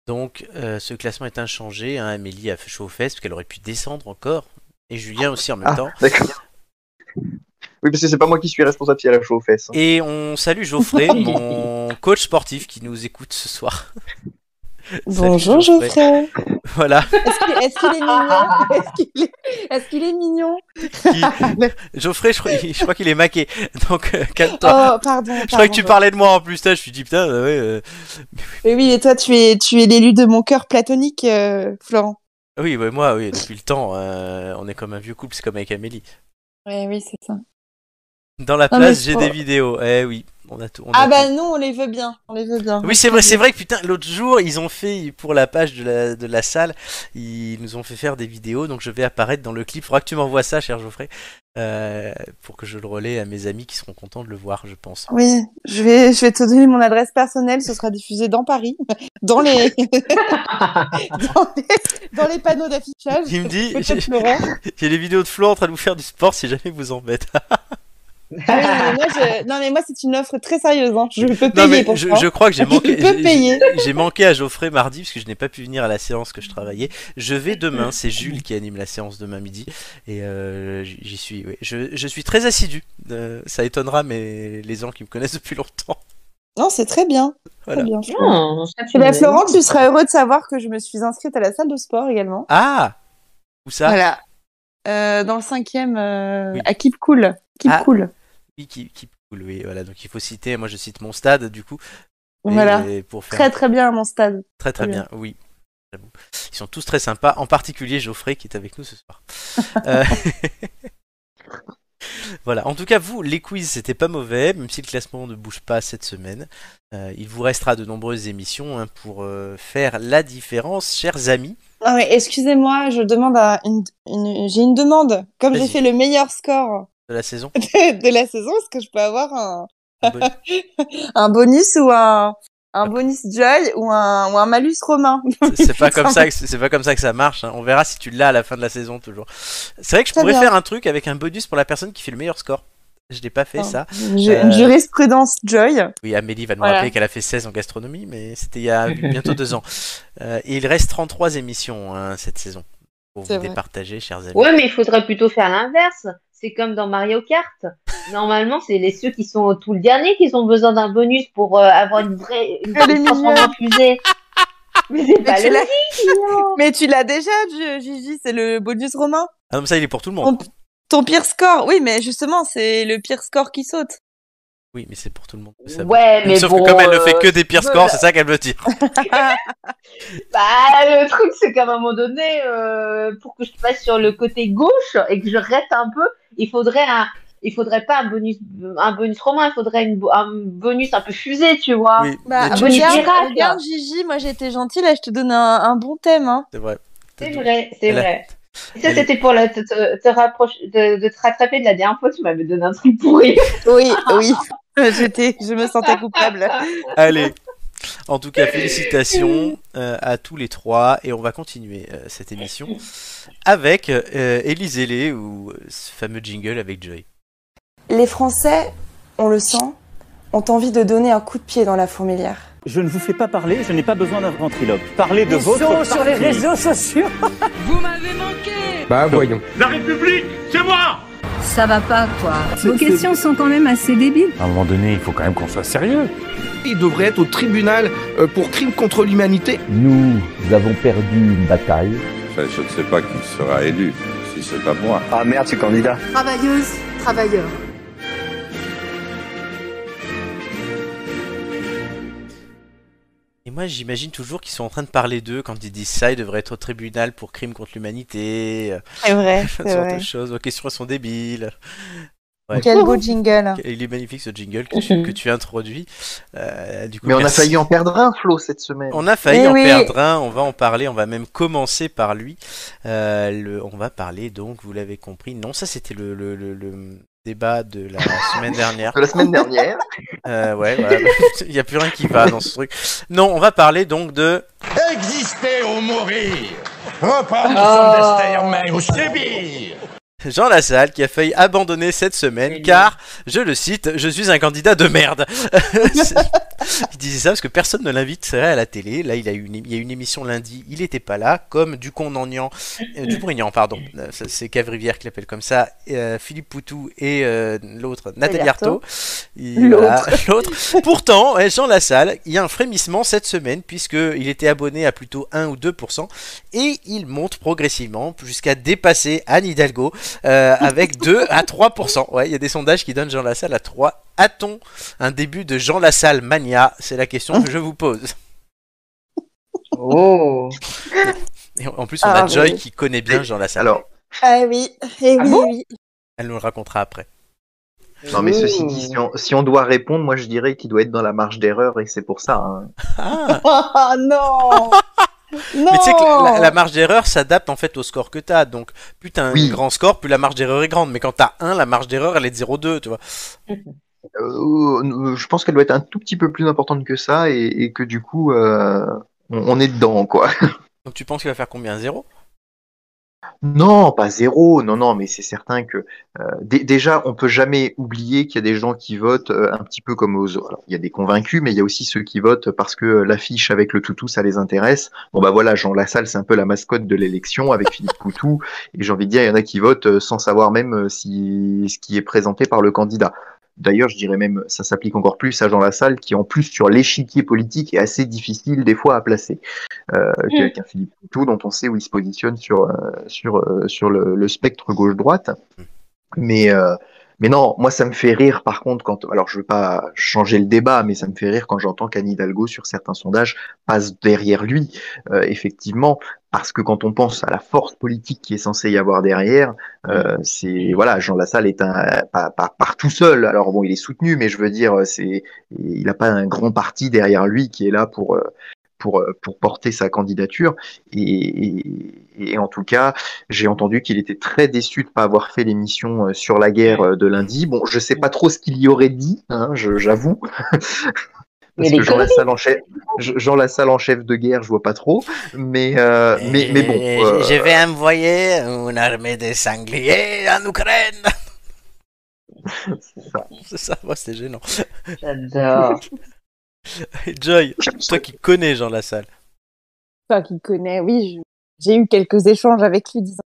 Speaker 1: Donc, euh, ce classement est inchangé. hein. Amélie a fait chaud aux fesses parce qu'elle aurait pu descendre encore. Et Julien aussi en même
Speaker 3: Ah.
Speaker 1: temps.
Speaker 3: D'accord. Oui, parce que c'est pas moi qui suis responsable si elle a chaud aux fesses.
Speaker 6: hein.
Speaker 1: Et on salue Geoffrey, mon coach sportif qui nous écoute ce soir.
Speaker 5: Bonjour,
Speaker 1: Salut, Geoffrey.
Speaker 5: Geoffrey.
Speaker 1: Voilà.
Speaker 5: Est-ce qu'il est-ce qu'il est mignon Est-ce qu'il est, est-ce qu'il est mignon
Speaker 1: Geoffrey, je crois, je crois qu'il est maqué. Donc, euh, calme-toi.
Speaker 5: Oh, pardon.
Speaker 1: je croyais que tu parlais de moi en plus. putain, je me suis dit, putain, euh, ouais. euh,
Speaker 5: Mais oui, et toi, tu es, tu es l'élu de mon cœur platonique, euh, Florent.
Speaker 1: Oui, ouais, moi, oui, depuis le temps, euh, on est comme un vieux couple, c'est comme avec Amélie.
Speaker 5: Oui, oui, c'est ça.
Speaker 1: Dans la
Speaker 5: Non,
Speaker 1: place,
Speaker 5: mais
Speaker 1: j'ai
Speaker 5: pour-
Speaker 1: des vidéos. Eh oui, on a tout. on a
Speaker 5: Ah
Speaker 1: tout.
Speaker 5: bah nous, on les veut bien. On les veut bien.
Speaker 1: Oui, c'est vrai, c'est vrai que putain, l'autre jour, ils ont fait pour la page de la, de la salle, ils nous ont fait faire des vidéos, donc je vais apparaître dans le clip. Faudra que tu m'envoies ça, cher Geoffrey, euh, pour que je le relaie à mes amis qui seront contents de le voir, je pense.
Speaker 5: Oui, je vais, je vais te donner mon adresse personnelle. Ce sera diffusé dans Paris, dans les, dans les, dans les panneaux d'affichage.
Speaker 1: Il me dit,
Speaker 5: Peut-être
Speaker 1: j'ai-
Speaker 5: Florent.
Speaker 1: j'ai les vidéos de Flo en train de vous faire du sport si jamais vous embête.
Speaker 5: Ah oui, non, mais moi, je- non, mais moi, c'est une offre très sérieuse. hein. Je peux payer
Speaker 1: Non mais
Speaker 5: pour
Speaker 1: je,
Speaker 5: ça.
Speaker 1: je crois que j'ai
Speaker 5: Je
Speaker 1: manqué.
Speaker 5: peux
Speaker 1: j'ai-
Speaker 5: payer.
Speaker 1: j'ai- J'ai manqué à Geoffrey mardi parce que je n'ai pas pu venir à la séance que je travaillais. Je vais demain. C'est Jules qui anime la séance demain midi et euh, j- j'y suis. ouais. Je, je suis très assidu. Euh, ça étonnera mais les gens qui me connaissent depuis longtemps.
Speaker 5: Non, c'est très bien.
Speaker 1: Voilà.
Speaker 5: Très bien.
Speaker 4: Non, on s'en
Speaker 5: Eh
Speaker 4: fout.
Speaker 5: ben, Florent, tu seras heureux de savoir que je me suis inscrite à la salle de sport également.
Speaker 1: Ah ou ça
Speaker 5: Voilà. Euh, dans le cinquième, euh,
Speaker 1: Oui.
Speaker 5: à Keep Cool. Keep
Speaker 1: Ah.
Speaker 5: Cool.
Speaker 1: Oui, qui, qui cool, oui, voilà. Donc il faut citer. Moi je cite mon stade du coup. Et-
Speaker 5: Voilà.
Speaker 1: et pour faire
Speaker 5: Très, très bien à mon stade.
Speaker 1: Très très
Speaker 5: Très
Speaker 1: bien, oui. J'avoue. Ils sont tous très sympas, en particulier Geoffrey qui est avec nous ce soir. Euh, voilà, en tout cas, vous, les quiz, c'était pas mauvais, même si le classement ne bouge pas cette semaine. Euh, il vous restera de nombreuses émissions hein, pour euh, faire la différence, chers amis.
Speaker 5: Ah ouais, excusez-moi, je demande à une, une- j'ai une demande. Comme j'ai
Speaker 1: Vas-y.
Speaker 5: fait le meilleur score
Speaker 1: De la saison.
Speaker 5: de, de la saison, est-ce que je peux avoir un,
Speaker 1: Un bon-
Speaker 5: un bonus ou un, un bonus joy ou un, ou un malus romain
Speaker 1: C'est c'est pas comme ça, que- c'est pas comme ça que ça marche. hein. On verra si tu l'as à la fin de la saison toujours. C'est vrai que je
Speaker 5: Très
Speaker 1: pourrais
Speaker 5: bien.
Speaker 1: faire un truc avec un bonus pour la personne qui fait le meilleur score. Je n'ai pas fait ça.
Speaker 5: Ju-
Speaker 1: Euh,
Speaker 5: Jurisprudence joy.
Speaker 1: Oui, Amélie va nous
Speaker 5: Voilà.
Speaker 1: rappeler qu'elle a fait 16 en gastronomie, mais c'était il y a bientôt deux ans. Euh, et il reste 33 émissions hein, cette saison pour vous
Speaker 5: C'est vrai.
Speaker 1: départager, chers amis.
Speaker 4: Ouais, mais il faudrait plutôt faire l'inverse. C'est comme dans Mario Kart. Normalement, c'est les ceux qui sont tout le dernier qui ont besoin d'un bonus pour euh, avoir une vraie une
Speaker 5: Elle est
Speaker 4: transformation en fusée. Mais c'est pas
Speaker 5: tu l'as-
Speaker 4: logique,
Speaker 5: Mais tu l'as déjà, Ju- Gigi, c'est le bonus romain.
Speaker 1: Ah non, mais ça, il est pour tout le monde.
Speaker 5: Ton- Ton pire score, oui, mais justement, c'est le pire score qui saute.
Speaker 1: Oui, mais c'est pour tout le monde.
Speaker 4: non
Speaker 1: ça.
Speaker 4: Ouais, mais
Speaker 1: Sauf
Speaker 4: bon,
Speaker 1: que comme elle ne fait
Speaker 4: euh,
Speaker 1: que des pires
Speaker 4: je-
Speaker 1: scores, c'est ça qu'elle veut dire.
Speaker 4: Bah, le truc, c'est qu'à un moment donné, euh, pour que je passe sur le côté gauche et que je reste un peu, il faudrait un, il faudrait pas un bonus, un bonus romain, il faudrait une, bo- un bonus un peu fusé, tu vois.
Speaker 1: Oui,
Speaker 5: Bah,
Speaker 1: mais tu-
Speaker 4: bonus
Speaker 5: regarde,
Speaker 4: miracle.
Speaker 5: regarde, Gigi, moi j'étais gentille, là je te donne un, un bon thème. Hein.
Speaker 1: c'est vrai.
Speaker 4: C'est vrai, c'est
Speaker 1: Elle a-
Speaker 4: vrai. Et ça,
Speaker 1: elle-
Speaker 4: c'était pour la- te, te, te rapprocher, de, de te rattraper de la dernière fois, tu m'avais donné un truc pourri.
Speaker 5: Oui, oui, j'étais, je me sentais coupable.
Speaker 1: Allez. En tout cas, félicitations euh, à tous les trois et on va continuer euh, cette émission avec euh, Élise Hélé ou euh, ce fameux jingle avec Joy.
Speaker 5: Les Français, on le sent, ont envie de donner un coup de pied dans la fourmilière.
Speaker 10: Je ne vous fais pas parler, je n'ai pas besoin d'un ventriloque. Parlez de votre sur les réseaux sociaux.
Speaker 11: Bah voyons.
Speaker 12: Ça va pas, quoi. Vos questions sont quand même assez débiles.
Speaker 10: À un moment donné, il faut quand même qu'on soit sérieux.
Speaker 11: Il devrait être au tribunal euh, pour crime contre l'humanité.
Speaker 13: Nous avons perdu une bataille.
Speaker 14: je ne sais pas qui sera élu, si c'est pas moi.
Speaker 10: Ah merde, c'est candidat.
Speaker 12: Travailleuses, travailleurs.
Speaker 1: moi, j'imagine toujours qu'ils sont en train de parler d'eux quand ils disent ça. Ils devraient être au tribunal pour crimes contre l'humanité. euh,
Speaker 5: C'est vrai,
Speaker 1: ce
Speaker 5: c'est
Speaker 1: genre
Speaker 5: vrai.
Speaker 1: de choses. Vos questions sont débiles. Ouais.
Speaker 5: Quel beau jingle.
Speaker 1: Il est magnifique ce jingle que tu, que tu introduis. Euh, du coup,
Speaker 6: Mais on a
Speaker 1: merci.
Speaker 6: failli en perdre un, Flo, cette semaine.
Speaker 1: On a failli
Speaker 6: Eh
Speaker 1: en
Speaker 6: oui.
Speaker 1: perdre un, on va en parler, on va même commencer par lui. Euh, le- on va parler donc, vous l'avez compris, non, ça c'était le, le- le- le débat de la semaine dernière.
Speaker 6: De la semaine dernière.
Speaker 1: Euh, ouais, voilà. il n'y a plus rien qui va dans ce truc. Non, on va parler donc de...
Speaker 7: Exister ou mourir Reprendre
Speaker 1: Oh.
Speaker 7: son destin en main ou subir
Speaker 1: Jean Lassalle qui a failli abandonner cette semaine car, je le cite, je suis un candidat de merde. il disait ça parce que personne ne l'invite c'est vrai, à la télé. Là, il a eu une, il y a eu une émission lundi, il n'était pas là, comme Ducon-Nagnan, euh, Dubrignan, pardon, Euh, ça, c'est Cave Rivière qui l'appelle comme ça, et, euh, Philippe Poutou et euh, l'autre, Nathalie Arthaud.
Speaker 5: Arthaud.
Speaker 1: Il- voilà, L'autre. Pourtant, euh, Jean Lassalle, il y a un frémissement cette semaine puisqu'il était abonné à plutôt 1 ou 2% et il monte progressivement jusqu'à dépasser Anne Hidalgo euh, avec 2 à 3%. Ouais, il y a des sondages qui donnent Jean Lassalle à 3. A-t-on un début de Jean Lassalle mania C'est la question que je vous pose.
Speaker 4: Oh
Speaker 1: Et en plus, on
Speaker 5: Ah,
Speaker 1: a Joy
Speaker 5: oui.
Speaker 1: qui connaît bien Jean Lassalle.
Speaker 6: Alors,
Speaker 5: Ah oui, et oui, oui.
Speaker 1: Elle nous le racontera après.
Speaker 6: Non, mais ceci dit, si on, si on doit répondre, moi je dirais qu'il doit être dans la marge d'erreur et c'est pour ça. hein.
Speaker 5: Oh non Non
Speaker 1: Mais tu sais que la, la- la marge d'erreur s'adapte en fait au score que t'as. Donc, plus t'as un
Speaker 6: Oui.
Speaker 1: grand score, plus la marge d'erreur est grande. Mais quand t'as 1, la marge d'erreur elle est de 0,2, tu vois.
Speaker 6: Euh, euh, je pense qu'elle doit être un tout petit peu plus importante que ça et, et que du coup, euh, on, on est dedans, quoi.
Speaker 1: Donc, tu penses qu'il va faire combien 0
Speaker 6: Non, pas zéro, non, non, mais c'est certain que euh, dé- déjà, on peut jamais oublier qu'il y a des gens qui votent euh, un petit peu comme aux autres. Alors, il y a des convaincus, mais il y a aussi ceux qui votent parce que euh, l'affiche avec le toutou, ça les intéresse. Bon, bah voilà, Jean Lassalle, c'est un peu la mascotte de l'élection avec Philippe Poutou, et j'ai envie de dire, il y en a qui votent euh, sans savoir même euh, si ce qui est présenté par le candidat. D'ailleurs, je dirais même, ça s'applique encore plus à Jean Lassalle, qui en plus sur l'échiquier politique est assez difficile des fois à placer. Euh,
Speaker 7: Mm.
Speaker 6: Qu'un Philippe Poutou, dont on sait où il se positionne sur, euh, sur, euh, sur le, le spectre gauche-droite. Mais, euh, mais non, moi ça me fait rire par contre quand. Alors je veux pas changer le débat, mais ça me fait rire quand j'entends qu'Anne Hidalgo sur certains sondages passe derrière lui, euh, effectivement, parce que quand on pense à la force politique qui est censée y avoir derrière, euh, c'est voilà, Jean Lassalle est un pas, pas, part tout seul. Alors bon, il est soutenu, mais je veux dire, c'est il n'a pas un grand parti derrière lui qui est là pour. euh, pour, euh, pour porter sa candidature. Et, et- et en tout cas, j'ai entendu qu'il était très déçu de ne pas avoir fait l'émission euh, sur la guerre euh, de lundi. Bon, je sais pas trop ce qu'il y aurait dit, hein, je- j'avoue.
Speaker 4: Mais
Speaker 6: Parce
Speaker 4: les
Speaker 6: que Jean
Speaker 4: conneries.
Speaker 6: Lassalle, en chef, Je- Jean Lassalle en chef de guerre, je vois pas trop. Mais, euh, mais, mais bon. euh,
Speaker 1: Je vais envoyer une armée de sangliers en Ukraine. C'est ça, moi c'est gênant.
Speaker 4: J'adore.
Speaker 1: Joy, toi qui connais Jean Lassalle.
Speaker 5: Enfin, qu'il connaît, oui, je- j'ai eu quelques échanges avec lui, disons.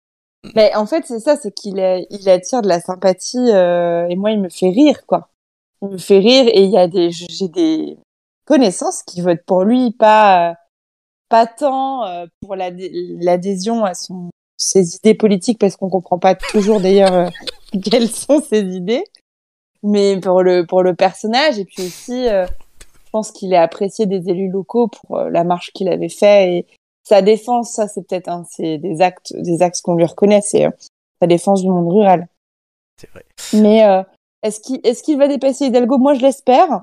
Speaker 5: Mais en fait, c'est ça, c'est qu'il a- il attire de la sympathie euh, et moi, il me fait rire, quoi. Il me fait rire et il y a des, j'ai des connaissances qui votent pour lui, pas, euh, pas tant euh, pour l'adhé- l'adhésion à son, ses idées politiques, parce qu'on comprend pas toujours d'ailleurs euh, quelles sont ses idées, mais pour le, pour le personnage et puis aussi, euh, je pense qu'il est apprécié des élus locaux pour euh, la marche qu'il avait fait et sa défense. Ça, c'est peut-être un c'est des actes, des axes qu'on lui reconnaît, c'est euh, sa défense du monde rural. C'est vrai. Mais euh, est-ce qu'il est-ce qu'il va dépasser Hidalgo Moi, je l'espère.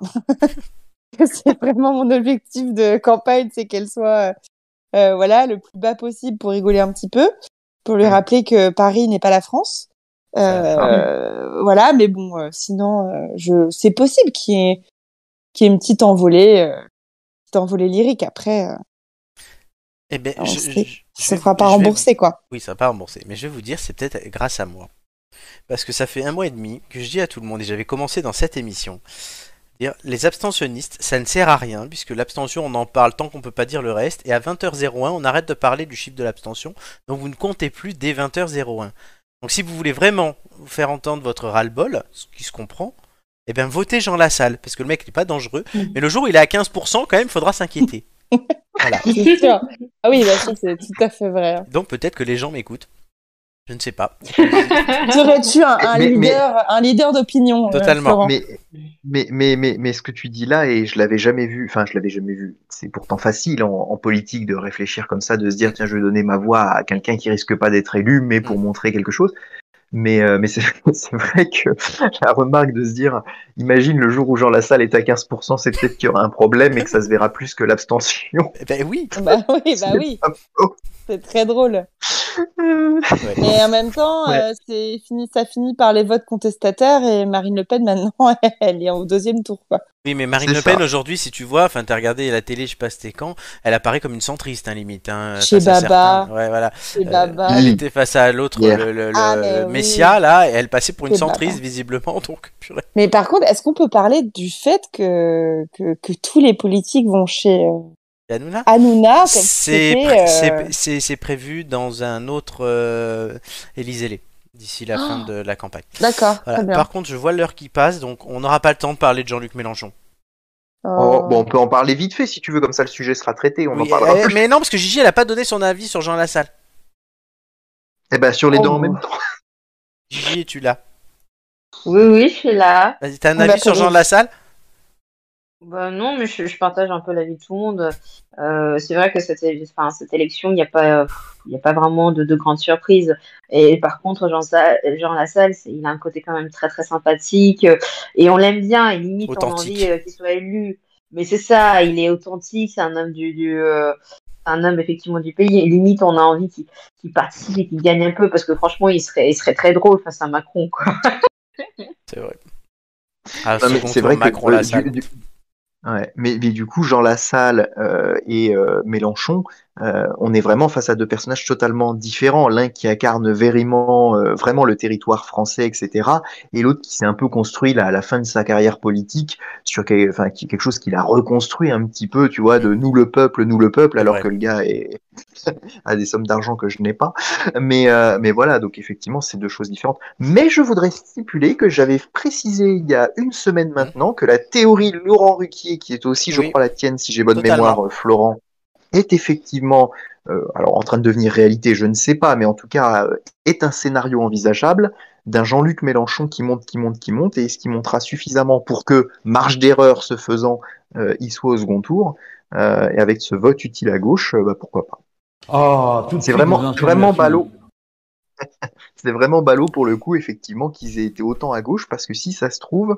Speaker 5: c'est vraiment mon objectif de campagne, c'est qu'elle soit euh, euh, voilà le plus bas possible pour rigoler un petit peu, pour lui rappeler que Paris n'est pas la France.
Speaker 1: Ah
Speaker 5: Euh, voilà, mais bon, euh, sinon, euh, je c'est possible qu'il y ait qui est une petite envolée, euh, petite envolée lyrique. Après, euh,
Speaker 1: Eh ben,
Speaker 5: on
Speaker 1: je-
Speaker 5: sait-
Speaker 1: je-
Speaker 5: ça
Speaker 1: je-
Speaker 5: ne fera pas
Speaker 1: je vais-
Speaker 5: rembourser, quoi.
Speaker 1: Oui, ça va pas rembourser. Mais je vais vous dire, c'est peut-être grâce à moi. Parce que ça fait un mois et demi que je dis à tout le monde, et j'avais commencé dans cette émission, dire, les abstentionnistes, ça ne sert à rien, puisque l'abstention, on en parle tant qu'on peut pas dire le reste, et à 20h01, on arrête de parler du chiffre de l'abstention, donc vous ne comptez plus dès 20h01. Donc si vous voulez vraiment vous faire entendre votre ras-le-bol, ce qui se comprend, eh bien votez Jean Lassalle, parce que le mec n'est pas dangereux, mais le jour où il est à 15%, quand même, faudra s'inquiéter. voilà.
Speaker 5: C'est sûr. Ah oui, bah, ça, c'est tout à fait vrai.
Speaker 1: Donc peut-être que les gens m'écoutent. Je ne sais pas.
Speaker 5: Serais-tu un, un
Speaker 6: Mais- mais-
Speaker 5: leader, un leader d'opinion euh, Florent
Speaker 6: Mais, mais, mais, mais, mais ce que tu dis là, et je l'avais jamais vu, enfin, je l'avais jamais vu. C'est pourtant facile en, en politique de réfléchir comme ça, de se dire, tiens, je vais donner ma voix à quelqu'un qui risque pas d'être élu, mais
Speaker 1: Mm.
Speaker 6: pour montrer quelque chose. Mais, euh, mais c'est c'est vrai que la remarque de se dire, imagine le jour où Jean Lassalle est à 15%, c'est peut-être qu'il y aura un problème et que ça se verra plus que l'abstention.
Speaker 1: Ben oui.
Speaker 5: Bah oui, bah oui. C'est très drôle. Mais en même temps,
Speaker 6: Ouais.
Speaker 5: euh, c'est fini, ça finit par les votes contestataires et Marine Le Pen maintenant, elle est au deuxième tour. Quoi.
Speaker 1: Oui, mais Marine
Speaker 6: C'est
Speaker 1: Le Pen
Speaker 6: ça.
Speaker 1: aujourd'hui, si tu vois, enfin, t'as regardé la télé, je sais pas c'était quand, elle apparaît comme une centriste, hein, limite. Hein,
Speaker 5: Chez
Speaker 1: face à
Speaker 5: Baba.
Speaker 1: certains. Ouais, voilà.
Speaker 5: Chez Baba.
Speaker 1: Elle était face à l'autre,
Speaker 6: Hier.
Speaker 1: le, le, le
Speaker 5: Ah, mais oui.
Speaker 1: Messia, là, et elle passait pour une
Speaker 5: Chez Baba.
Speaker 1: centriste, visiblement, donc, purée.
Speaker 5: Mais par contre, est-ce qu'on peut parler du fait que, que, que tous les politiques vont chez euh,
Speaker 1: Hanouna
Speaker 5: Hanouna Ah, comme si
Speaker 1: C'est
Speaker 5: c'était,
Speaker 1: pré-
Speaker 5: euh,
Speaker 1: c'est- c'est- c'est prévu dans un autre euh, Élysée-les, d'ici la fin de la campagne.
Speaker 5: D'accord,
Speaker 1: Voilà.
Speaker 5: Ah. très bien.
Speaker 1: Par contre, je vois l'heure qui passe, donc on n'aura pas le temps de parler de Jean-Luc Mélenchon.
Speaker 5: Euh,
Speaker 6: Oh, bon, on peut en parler vite fait si tu veux, comme ça le sujet sera traité, on en
Speaker 1: Oui,
Speaker 6: parlera
Speaker 1: eh,
Speaker 6: plus.
Speaker 1: mais non, parce que Gigi, elle a pas donné son avis sur Jean Lassalle.
Speaker 6: Eh ben, sur les deux
Speaker 4: Oh.
Speaker 6: en même temps.
Speaker 1: Gigi, es-tu là
Speaker 4: Oui, oui, je suis là.
Speaker 1: Vas-y, t'as un
Speaker 5: On
Speaker 1: avis
Speaker 5: va
Speaker 1: sur
Speaker 5: trouver.
Speaker 1: Jean Lassalle
Speaker 4: Bah non, mais je, je partage un peu l'avis de tout le monde. Euh, c'est vrai que cette, enfin, cette élection, il n'y a pas, euh, il y a pas vraiment de, de grandes surprises. Et par contre, Jean, Sa- Jean Lassalle, c'est- il a un côté quand même très très sympathique euh, et on l'aime bien. Et limite, on a
Speaker 1: Authentique.
Speaker 4: envie euh, qu'il soit élu. Mais c'est ça, il est authentique, c'est un homme du, du euh, c'est un homme effectivement du pays. Et limite, on a envie qu'il qu'il participe et qu'il gagne un peu parce que franchement, il serait, il serait très drôle face à Macron, quoi.
Speaker 1: C'est vrai. Ah,
Speaker 6: Non, mais
Speaker 1: second
Speaker 6: c'est
Speaker 1: tour,
Speaker 6: vrai que
Speaker 1: Macron
Speaker 6: euh,
Speaker 1: Lassalle.
Speaker 6: du- du- Ouais, mais, mais du coup, Jean Lassalle euh, et euh, Mélenchon, euh, on est vraiment face à deux personnages totalement différents. L'un qui incarne vraiment, euh, vraiment le territoire français, etc., et l'autre qui s'est un peu construit là, à la fin de sa carrière politique sur quel- enfin, qui- quelque chose qu'il a reconstruit un petit peu, tu vois, de nous le peuple, nous le peuple, alors
Speaker 1: Ouais.
Speaker 6: que le gars est- a des sommes d'argent que je n'ai pas. Mais, euh, mais voilà, donc effectivement, c'est deux choses différentes. Mais je voudrais stipuler que j'avais précisé il y a une semaine maintenant que la théorie Laurent Ruquier, qui est aussi, je
Speaker 1: Mm. Oui.
Speaker 6: crois, la tienne, si j'ai bonne
Speaker 1: Totalement.
Speaker 6: mémoire, euh, Florent, est effectivement, euh, alors en train de devenir réalité, je ne sais pas, mais en tout cas, euh, est un scénario envisageable d'un Jean-Luc Mélenchon qui monte, qui monte, qui monte, et ce qui montera suffisamment pour que, marge d'erreur se faisant, euh, il soit au second tour, euh, et avec ce vote utile à gauche, euh, bah, pourquoi pas. C'est vraiment, vraiment ballot. C'est vraiment ballot pour le coup, effectivement, qu'ils aient été autant à gauche, parce que si ça se trouve,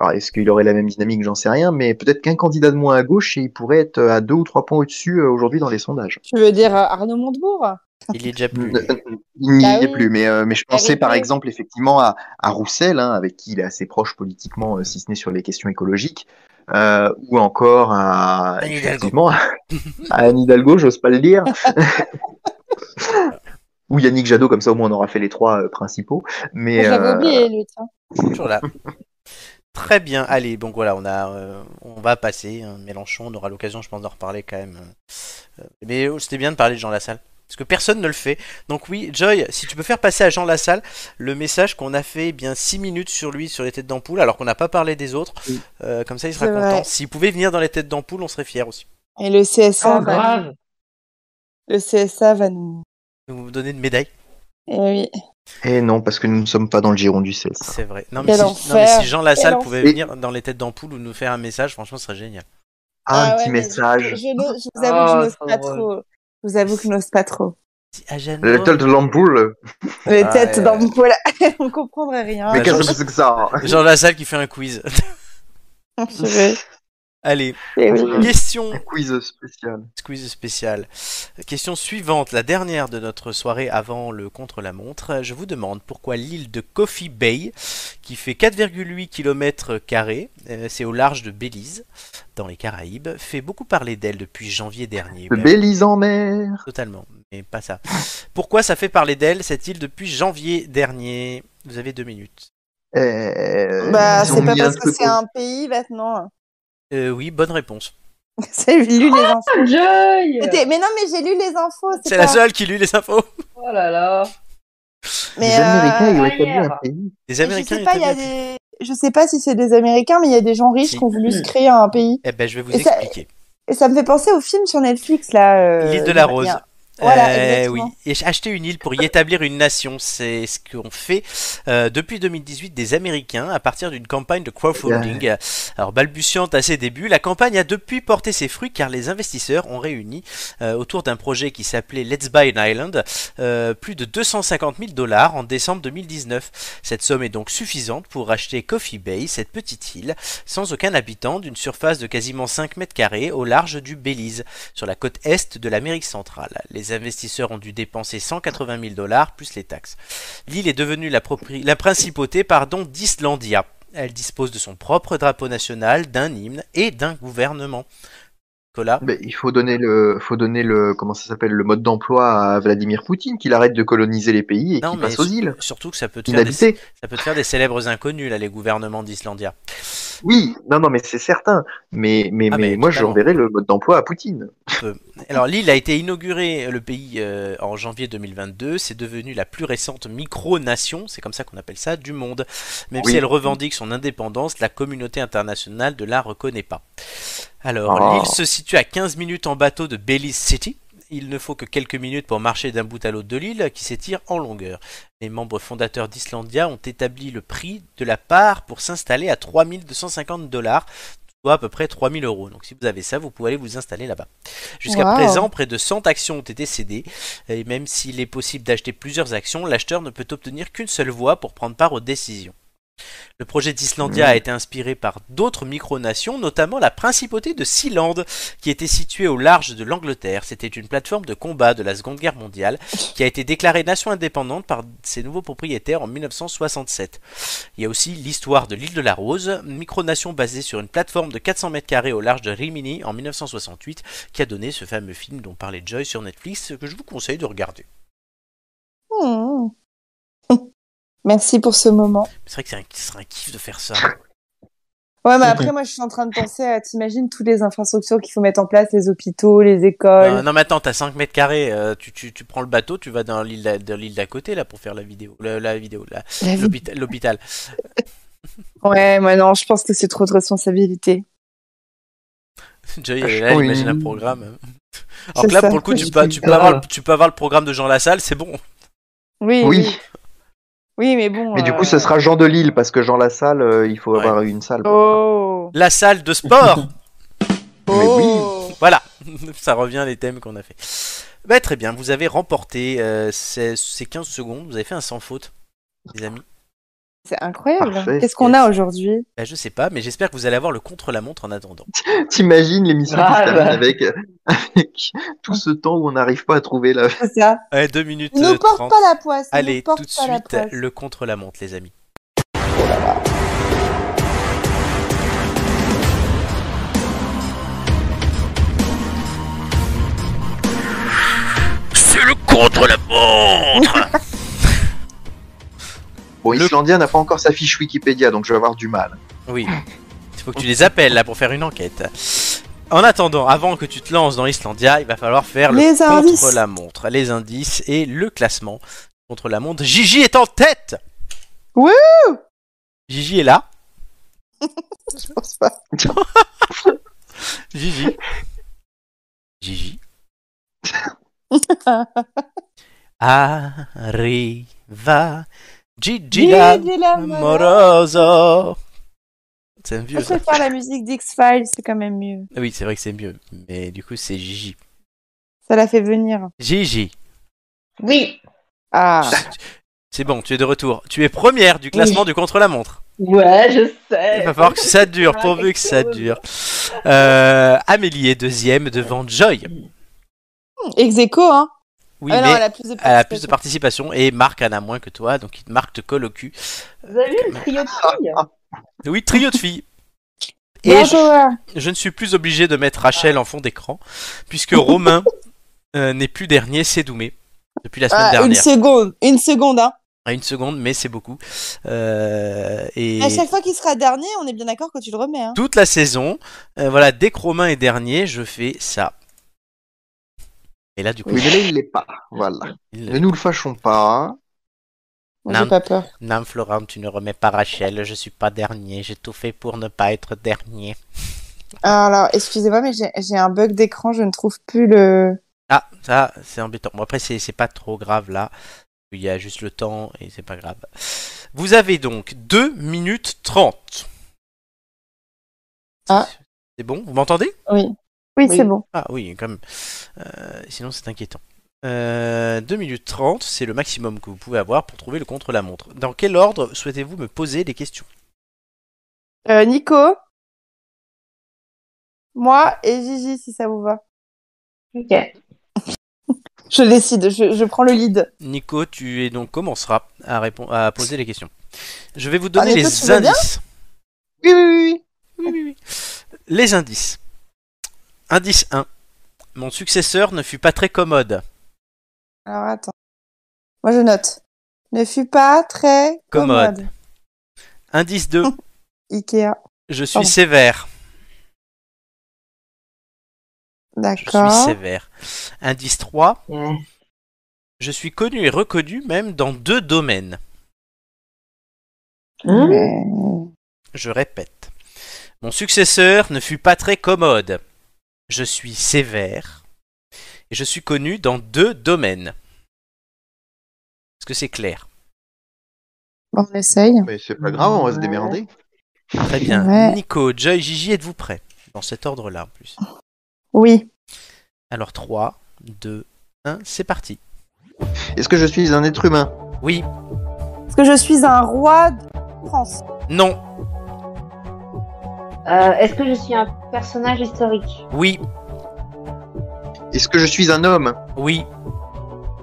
Speaker 6: alors est-ce qu'il aurait la même dynamique, j'en sais rien, mais peut-être qu'un candidat de moins à gauche, et il pourrait être euh, à deux ou trois points au-dessus euh, aujourd'hui dans les sondages.
Speaker 5: Tu veux dire euh, Arnaud Montebourg
Speaker 1: Il est déjà plus.
Speaker 6: Euh, euh, Il n'y
Speaker 5: Bah
Speaker 6: est
Speaker 5: oui.
Speaker 6: plus, mais, euh, mais je
Speaker 5: La
Speaker 6: pensais par
Speaker 5: vérité.
Speaker 6: exemple effectivement à, à Roussel, hein, avec qui il est assez proche politiquement, euh, si ce n'est sur les questions écologiques, euh, ou encore à
Speaker 1: Anne Hidalgo.
Speaker 6: effectivement, à Anne Hidalgo, j'ose pas le dire. Ou Yannick Jadot, comme ça au moins on aura fait les trois euh, principaux. Mais,
Speaker 5: J'avais
Speaker 6: euh,
Speaker 5: oublié lui. tiens.
Speaker 1: Toujours là. Très bien. Allez, donc voilà, on a, euh, on va passer. hein, Mélenchon, on aura l'occasion, je pense, d'en reparler quand même. euh, euh, Mais euh, c'était bien de parler de Jean Lassalle. Parce que personne ne le fait. Donc oui, Joy, si tu peux faire passer à Jean Lassalle le message qu'on a fait eh bien 6 minutes sur lui, sur les têtes d'ampoule, alors qu'on n'a pas parlé des autres.
Speaker 6: Oui.
Speaker 1: Euh, comme ça, il sera
Speaker 5: C'est vrai.
Speaker 1: content. S'il pouvait venir dans les têtes d'ampoule, on serait fiers aussi.
Speaker 5: Et le CSA, va-
Speaker 4: grave.
Speaker 5: bah, le CSA va nous.
Speaker 1: Vous me donnez une médaille.
Speaker 5: Eh oui.
Speaker 6: Et non, parce que nous ne sommes pas dans le giron du CS.
Speaker 1: C'est vrai. Non mais,
Speaker 5: Quel
Speaker 1: si, non, mais
Speaker 5: enfer.
Speaker 1: si Jean Lassalle
Speaker 5: Quel
Speaker 1: pouvait
Speaker 6: enfer.
Speaker 1: venir dans les têtes d'ampoule ou nous faire un message, franchement, ce serait génial.
Speaker 6: Ah, un
Speaker 5: ouais,
Speaker 6: petit
Speaker 5: mais
Speaker 6: message.
Speaker 5: Je, je n'ose- je vous avoue que
Speaker 4: Oh,
Speaker 5: je n'ose
Speaker 4: trop
Speaker 5: pas
Speaker 4: drôle.
Speaker 5: trop. Je vous avoue que je n'ose pas trop.
Speaker 1: Ah, Jeanne
Speaker 6: Le
Speaker 1: Moore.
Speaker 6: tel de l'ampoule,
Speaker 5: Les
Speaker 1: Ah,
Speaker 5: têtes
Speaker 1: ouais.
Speaker 5: dans mon poil, on comprendrait rien.
Speaker 6: mais
Speaker 1: Ah,
Speaker 6: qu'est-ce
Speaker 1: je-
Speaker 6: que c'est que ça
Speaker 1: Jean Lassalle qui fait un quiz.
Speaker 5: Je vais-
Speaker 1: Allez,
Speaker 5: Eh oui.
Speaker 1: question
Speaker 6: Un quiz spécial.
Speaker 1: quiz spécial. Question suivante, la dernière de notre soirée avant le contre-la-montre. Je vous demande pourquoi l'île de Coffee Bay, qui fait 4,8 km, euh, c'est au large de Belize, dans les Caraïbes, fait beaucoup parler d'elle depuis janvier dernier.
Speaker 6: Le
Speaker 1: Ben,
Speaker 6: Belize en mer.
Speaker 1: Totalement, mais pas ça. Pourquoi ça fait parler d'elle, cette île, depuis janvier dernier Vous avez deux minutes.
Speaker 6: Euh,
Speaker 5: Bah,
Speaker 6: ils ont
Speaker 5: c'est pas
Speaker 6: mis
Speaker 5: parce que
Speaker 6: truc
Speaker 5: c'est
Speaker 6: au-
Speaker 5: un pays maintenant.
Speaker 1: Euh, oui, bonne réponse.
Speaker 5: J'ai lu les infos.
Speaker 4: Ah, Joy!
Speaker 5: C'était- Mais non, mais j'ai lu les infos.
Speaker 1: C'est
Speaker 5: Oh, pas-
Speaker 1: la seule qui lit les infos.
Speaker 4: Oh là là.
Speaker 5: Mais euh,
Speaker 6: les Américains, ils ont
Speaker 4: arrière.
Speaker 6: établi un pays.
Speaker 1: Les
Speaker 5: je
Speaker 1: Américains
Speaker 5: sais pas, il y a
Speaker 1: étaient bien-
Speaker 5: des. Je sais pas si c'est des Américains, mais il y a des gens riches
Speaker 1: Si.
Speaker 5: qui ont voulu se créer un pays.
Speaker 1: Eh ben, je vais vous
Speaker 5: Et ça-
Speaker 1: expliquer.
Speaker 5: Et ça me fait penser au film sur Netflix là. euh,
Speaker 1: L'île de la
Speaker 5: il y a-
Speaker 1: Rose. Voilà, euh, oui. Et acheter une île pour y établir une nation, c'est ce qu'ont fait euh, depuis 2018 des Américains à partir d'une campagne de crowdfunding. Yeah. Alors balbutiante à ses débuts, la campagne a depuis porté ses fruits car les investisseurs ont réuni euh, autour d'un projet qui s'appelait Let's Buy an Island euh, plus de 250 000 dollars en décembre 2019. Cette somme est donc suffisante pour acheter Coffee Bay, cette petite île, sans aucun habitant, d'une surface de quasiment 5 mètres carrés au large du Belize, sur la côte est de l'Amérique centrale. Les les investisseurs ont dû dépenser 180 000 dollars plus les taxes. L'île est devenue la, la principauté pardon, d'Islandia. Elle dispose de son propre drapeau national, d'un hymne et d'un gouvernement. Nicolas
Speaker 6: Mais il faut donner le, faut donner le, comment ça s'appelle, le mode d'emploi à Vladimir Poutine, qu'il arrête de coloniser les pays et qu'il passe aux îles.
Speaker 1: Surtout que ça peut, te faire des, ça peut te faire des célèbres inconnus là, les gouvernements d'Islandia.
Speaker 6: Oui, non, non, mais c'est certain. Mais, mais, ah, mais, mais moi, je renverrai le mode d'emploi à Poutine.
Speaker 1: Alors, l'île a été inaugurée, le pays, euh, en janvier 2022. C'est devenu la plus récente micro-nation, c'est comme ça qu'on appelle ça, du monde. Même oui. si elle revendique son indépendance, la communauté internationale ne la reconnaît pas. Alors, oh. l'île se situe à 15 minutes en bateau de Belize City. Il ne faut que quelques minutes pour marcher d'un bout à l'autre de l'île qui s'étire en longueur. Les membres fondateurs d'Islandia ont établi le prix de la part pour s'installer à 3250 dollars, soit à peu près 3000 euros. Donc si vous avez ça, vous pouvez aller vous installer là-bas. Jusqu'à wow. présent, près de 100 actions ont été cédées, et même s'il est possible d'acheter plusieurs actions, l'acheteur ne peut obtenir qu'une seule voix pour prendre part aux décisions. Le projet d'Islandia a été inspiré par d'autres micronations, notamment la principauté de Sealand, qui était située au large de l'Angleterre. C'était une plateforme de combat de la Seconde Guerre mondiale, qui a été déclarée nation indépendante par ses nouveaux propriétaires en 1967. Il y a aussi l'histoire de l'île de la Rose, micronation basée sur une plateforme de 400 mètres carrés au large de Rimini en 1968, qui a donné ce fameux film dont parlait Joy sur Netflix, que je vous conseille de regarder.
Speaker 5: Mmh. Merci pour ce moment.
Speaker 1: C'est vrai que c'est un, un, kiff de faire ça.
Speaker 5: Ouais, mais après, moi, je suis en train de penser à, t'imagines, toutes les infrastructures qu'il faut mettre en place, les hôpitaux, les écoles.
Speaker 1: Non, non mais attends, t'as 5 mètres carrés, euh, tu, tu, tu, prends le bateau, tu vas dans l'île d'à côté, là, pour faire la vidéo, la, la vidéo, l'hôpital.
Speaker 5: La... ouais, moi, non, je pense que c'est trop de responsabilité.
Speaker 1: Joy, elle, elle oui. imagine un programme. Alors que là, ça. pour le coup, tu peux, tu peux, avoir, tu peux avoir le programme de Jean Lassalle, c'est bon.
Speaker 5: Oui. oui. oui. Oui, mais bon.
Speaker 6: Mais du coup, euh... ce sera Jean de Lille, parce que Jean La Salle, euh, il faut ouais. avoir une salle.
Speaker 5: Oh.
Speaker 1: La salle de sport
Speaker 5: oh.
Speaker 1: oui. Voilà, ça revient à les thèmes qu'on a fait. Bah, très bien, vous avez remporté euh, ces, ces, 15 secondes, vous avez fait un sans faute, les amis.
Speaker 5: C'est incroyable. Qu'est-ce qu'on a aujourd'hui
Speaker 1: bah, Je sais pas, mais j'espère que vous allez avoir le contre-la-montre en attendant.
Speaker 6: T'imagines l'émission ah, qui se termine bah. avec, avec, tout ce temps où on n'arrive pas à trouver la.
Speaker 5: C'est ça.
Speaker 1: Ouais, deux minutes.
Speaker 5: Ne porte
Speaker 1: 30.
Speaker 5: pas la poisse.
Speaker 1: Allez,
Speaker 5: porte
Speaker 1: tout de
Speaker 5: pas
Speaker 1: suite, la le contre-la-montre, les amis.
Speaker 15: C'est le contre-la-montre
Speaker 6: Bon, Islandien n'a pas encore sa fiche Wikipédia, donc je vais avoir du mal.
Speaker 1: Oui. Il faut que tu les appelles là pour faire une enquête. En attendant, avant que tu te lances dans Islandia, il va falloir faire
Speaker 5: les
Speaker 1: le contre-la-montre, les indices et le classement. Contre-la-montre, Gigi est en tête
Speaker 5: Wouh
Speaker 1: Gigi est là.
Speaker 5: je pense pas.
Speaker 1: Gigi. Gigi. Arriva. Gigi Moroso. C'est un vieux. Ah
Speaker 5: Je préfère la musique d'X-Files, c'est quand même mieux.
Speaker 1: Oui, c'est vrai que c'est mieux, mais du coup, c'est Gigi.
Speaker 5: Ça l'a fait venir.
Speaker 1: Gigi.
Speaker 4: Oui.
Speaker 5: Ah.
Speaker 1: C'est bon, tu es de retour. Tu es première du classement oui. du contre-la-montre.
Speaker 4: Ouais, je sais.
Speaker 1: Il va falloir que ça dure, pourvu que ça dure. Euh, Amélie est deuxième devant Joy.
Speaker 5: Ex aequo, hein.
Speaker 1: Oui, ah mais non, elle, a plus de elle a plus de participation et Marc en a moins que toi, donc Marc te colle au cul.
Speaker 4: Vous avez vu le trio de filles
Speaker 1: Oui, trio de filles. Et non, je, je, ne suis plus obligé de mettre Rachel en fond d'écran, puisque Romain euh, n'est plus dernier, c'est Doumé, depuis la semaine ah, dernière.
Speaker 5: Une seconde, une seconde, hein
Speaker 1: à une seconde, mais c'est beaucoup. Euh, et...
Speaker 5: À chaque fois qu'il sera dernier, on est bien d'accord quand tu le remets. Hein.
Speaker 1: Toute la saison, euh, voilà, dès que Romain est dernier, je fais ça. Et là, du coup.
Speaker 6: Oui, mais là, il l'est pas. Voilà. Il... Ne nous le fâchons pas.
Speaker 5: Nam, pas peur.
Speaker 1: Nam Florent, tu ne remets pas Rachel. Je suis pas dernier. J'ai tout fait pour ne pas être dernier.
Speaker 5: Alors, excusez-moi, mais j'ai un bug d'écran. Je ne trouve plus le.
Speaker 1: Ah, ça, c'est embêtant. Bon, après, c'est c'est pas trop grave là. Il y a juste le temps et c'est pas grave. Vous avez donc 2 minutes 30.
Speaker 5: Ah.
Speaker 1: C'est bon Vous m'entendez
Speaker 5: Oui. Oui, c'est bon.
Speaker 1: Ah oui, quand même. Euh, sinon, c'est inquiétant. Euh, 2 minutes 30, c'est le maximum que vous pouvez avoir pour trouver le contre-la-montre. Dans quel ordre souhaitez-vous me poser des questions
Speaker 5: Euh, Nico, moi et Gigi, si ça vous va.
Speaker 4: Ok.
Speaker 5: Je décide, je, je prends le lead.
Speaker 1: Nico, tu es donc commenceras à, répondre, à poser les questions. Je vais vous donner
Speaker 5: Ah, Nico, tu
Speaker 1: les
Speaker 5: veux bien
Speaker 1: indices.
Speaker 5: Oui, oui,
Speaker 1: oui. Les indices. Indice 1. Mon successeur ne fut pas très commode.
Speaker 5: Alors attends. Moi je note. Ne fut pas très
Speaker 1: Commode.
Speaker 5: commode.
Speaker 1: Indice 2.
Speaker 5: Ikea.
Speaker 1: Je suis
Speaker 5: Pardon.
Speaker 1: sévère. Je suis
Speaker 5: D'accord.
Speaker 1: sévère. Indice 3.
Speaker 4: Ouais.
Speaker 1: Je suis connu et reconnu même dans deux domaines.
Speaker 4: Hein
Speaker 1: Je répète. Mon successeur ne fut pas très commode. Je suis sévère. Et je suis connu dans deux domaines. Est-ce que c'est clair
Speaker 5: Bon, on essaye.
Speaker 6: Mais c'est pas grave, on va se démerder.
Speaker 1: Très bien.
Speaker 5: Ouais.
Speaker 1: Nico, Joy, Gigi, êtes-vous prêts Dans cet ordre-là en plus.
Speaker 5: Oui.
Speaker 1: Alors 3, 2, 1, c'est parti.
Speaker 6: Est-ce que je suis un être humain
Speaker 1: Oui,
Speaker 5: Est-ce que je suis un roi de France
Speaker 1: non,
Speaker 4: Euh, Est-ce que je suis un personnage historique
Speaker 1: oui,
Speaker 6: Est-ce que je suis un homme
Speaker 1: oui,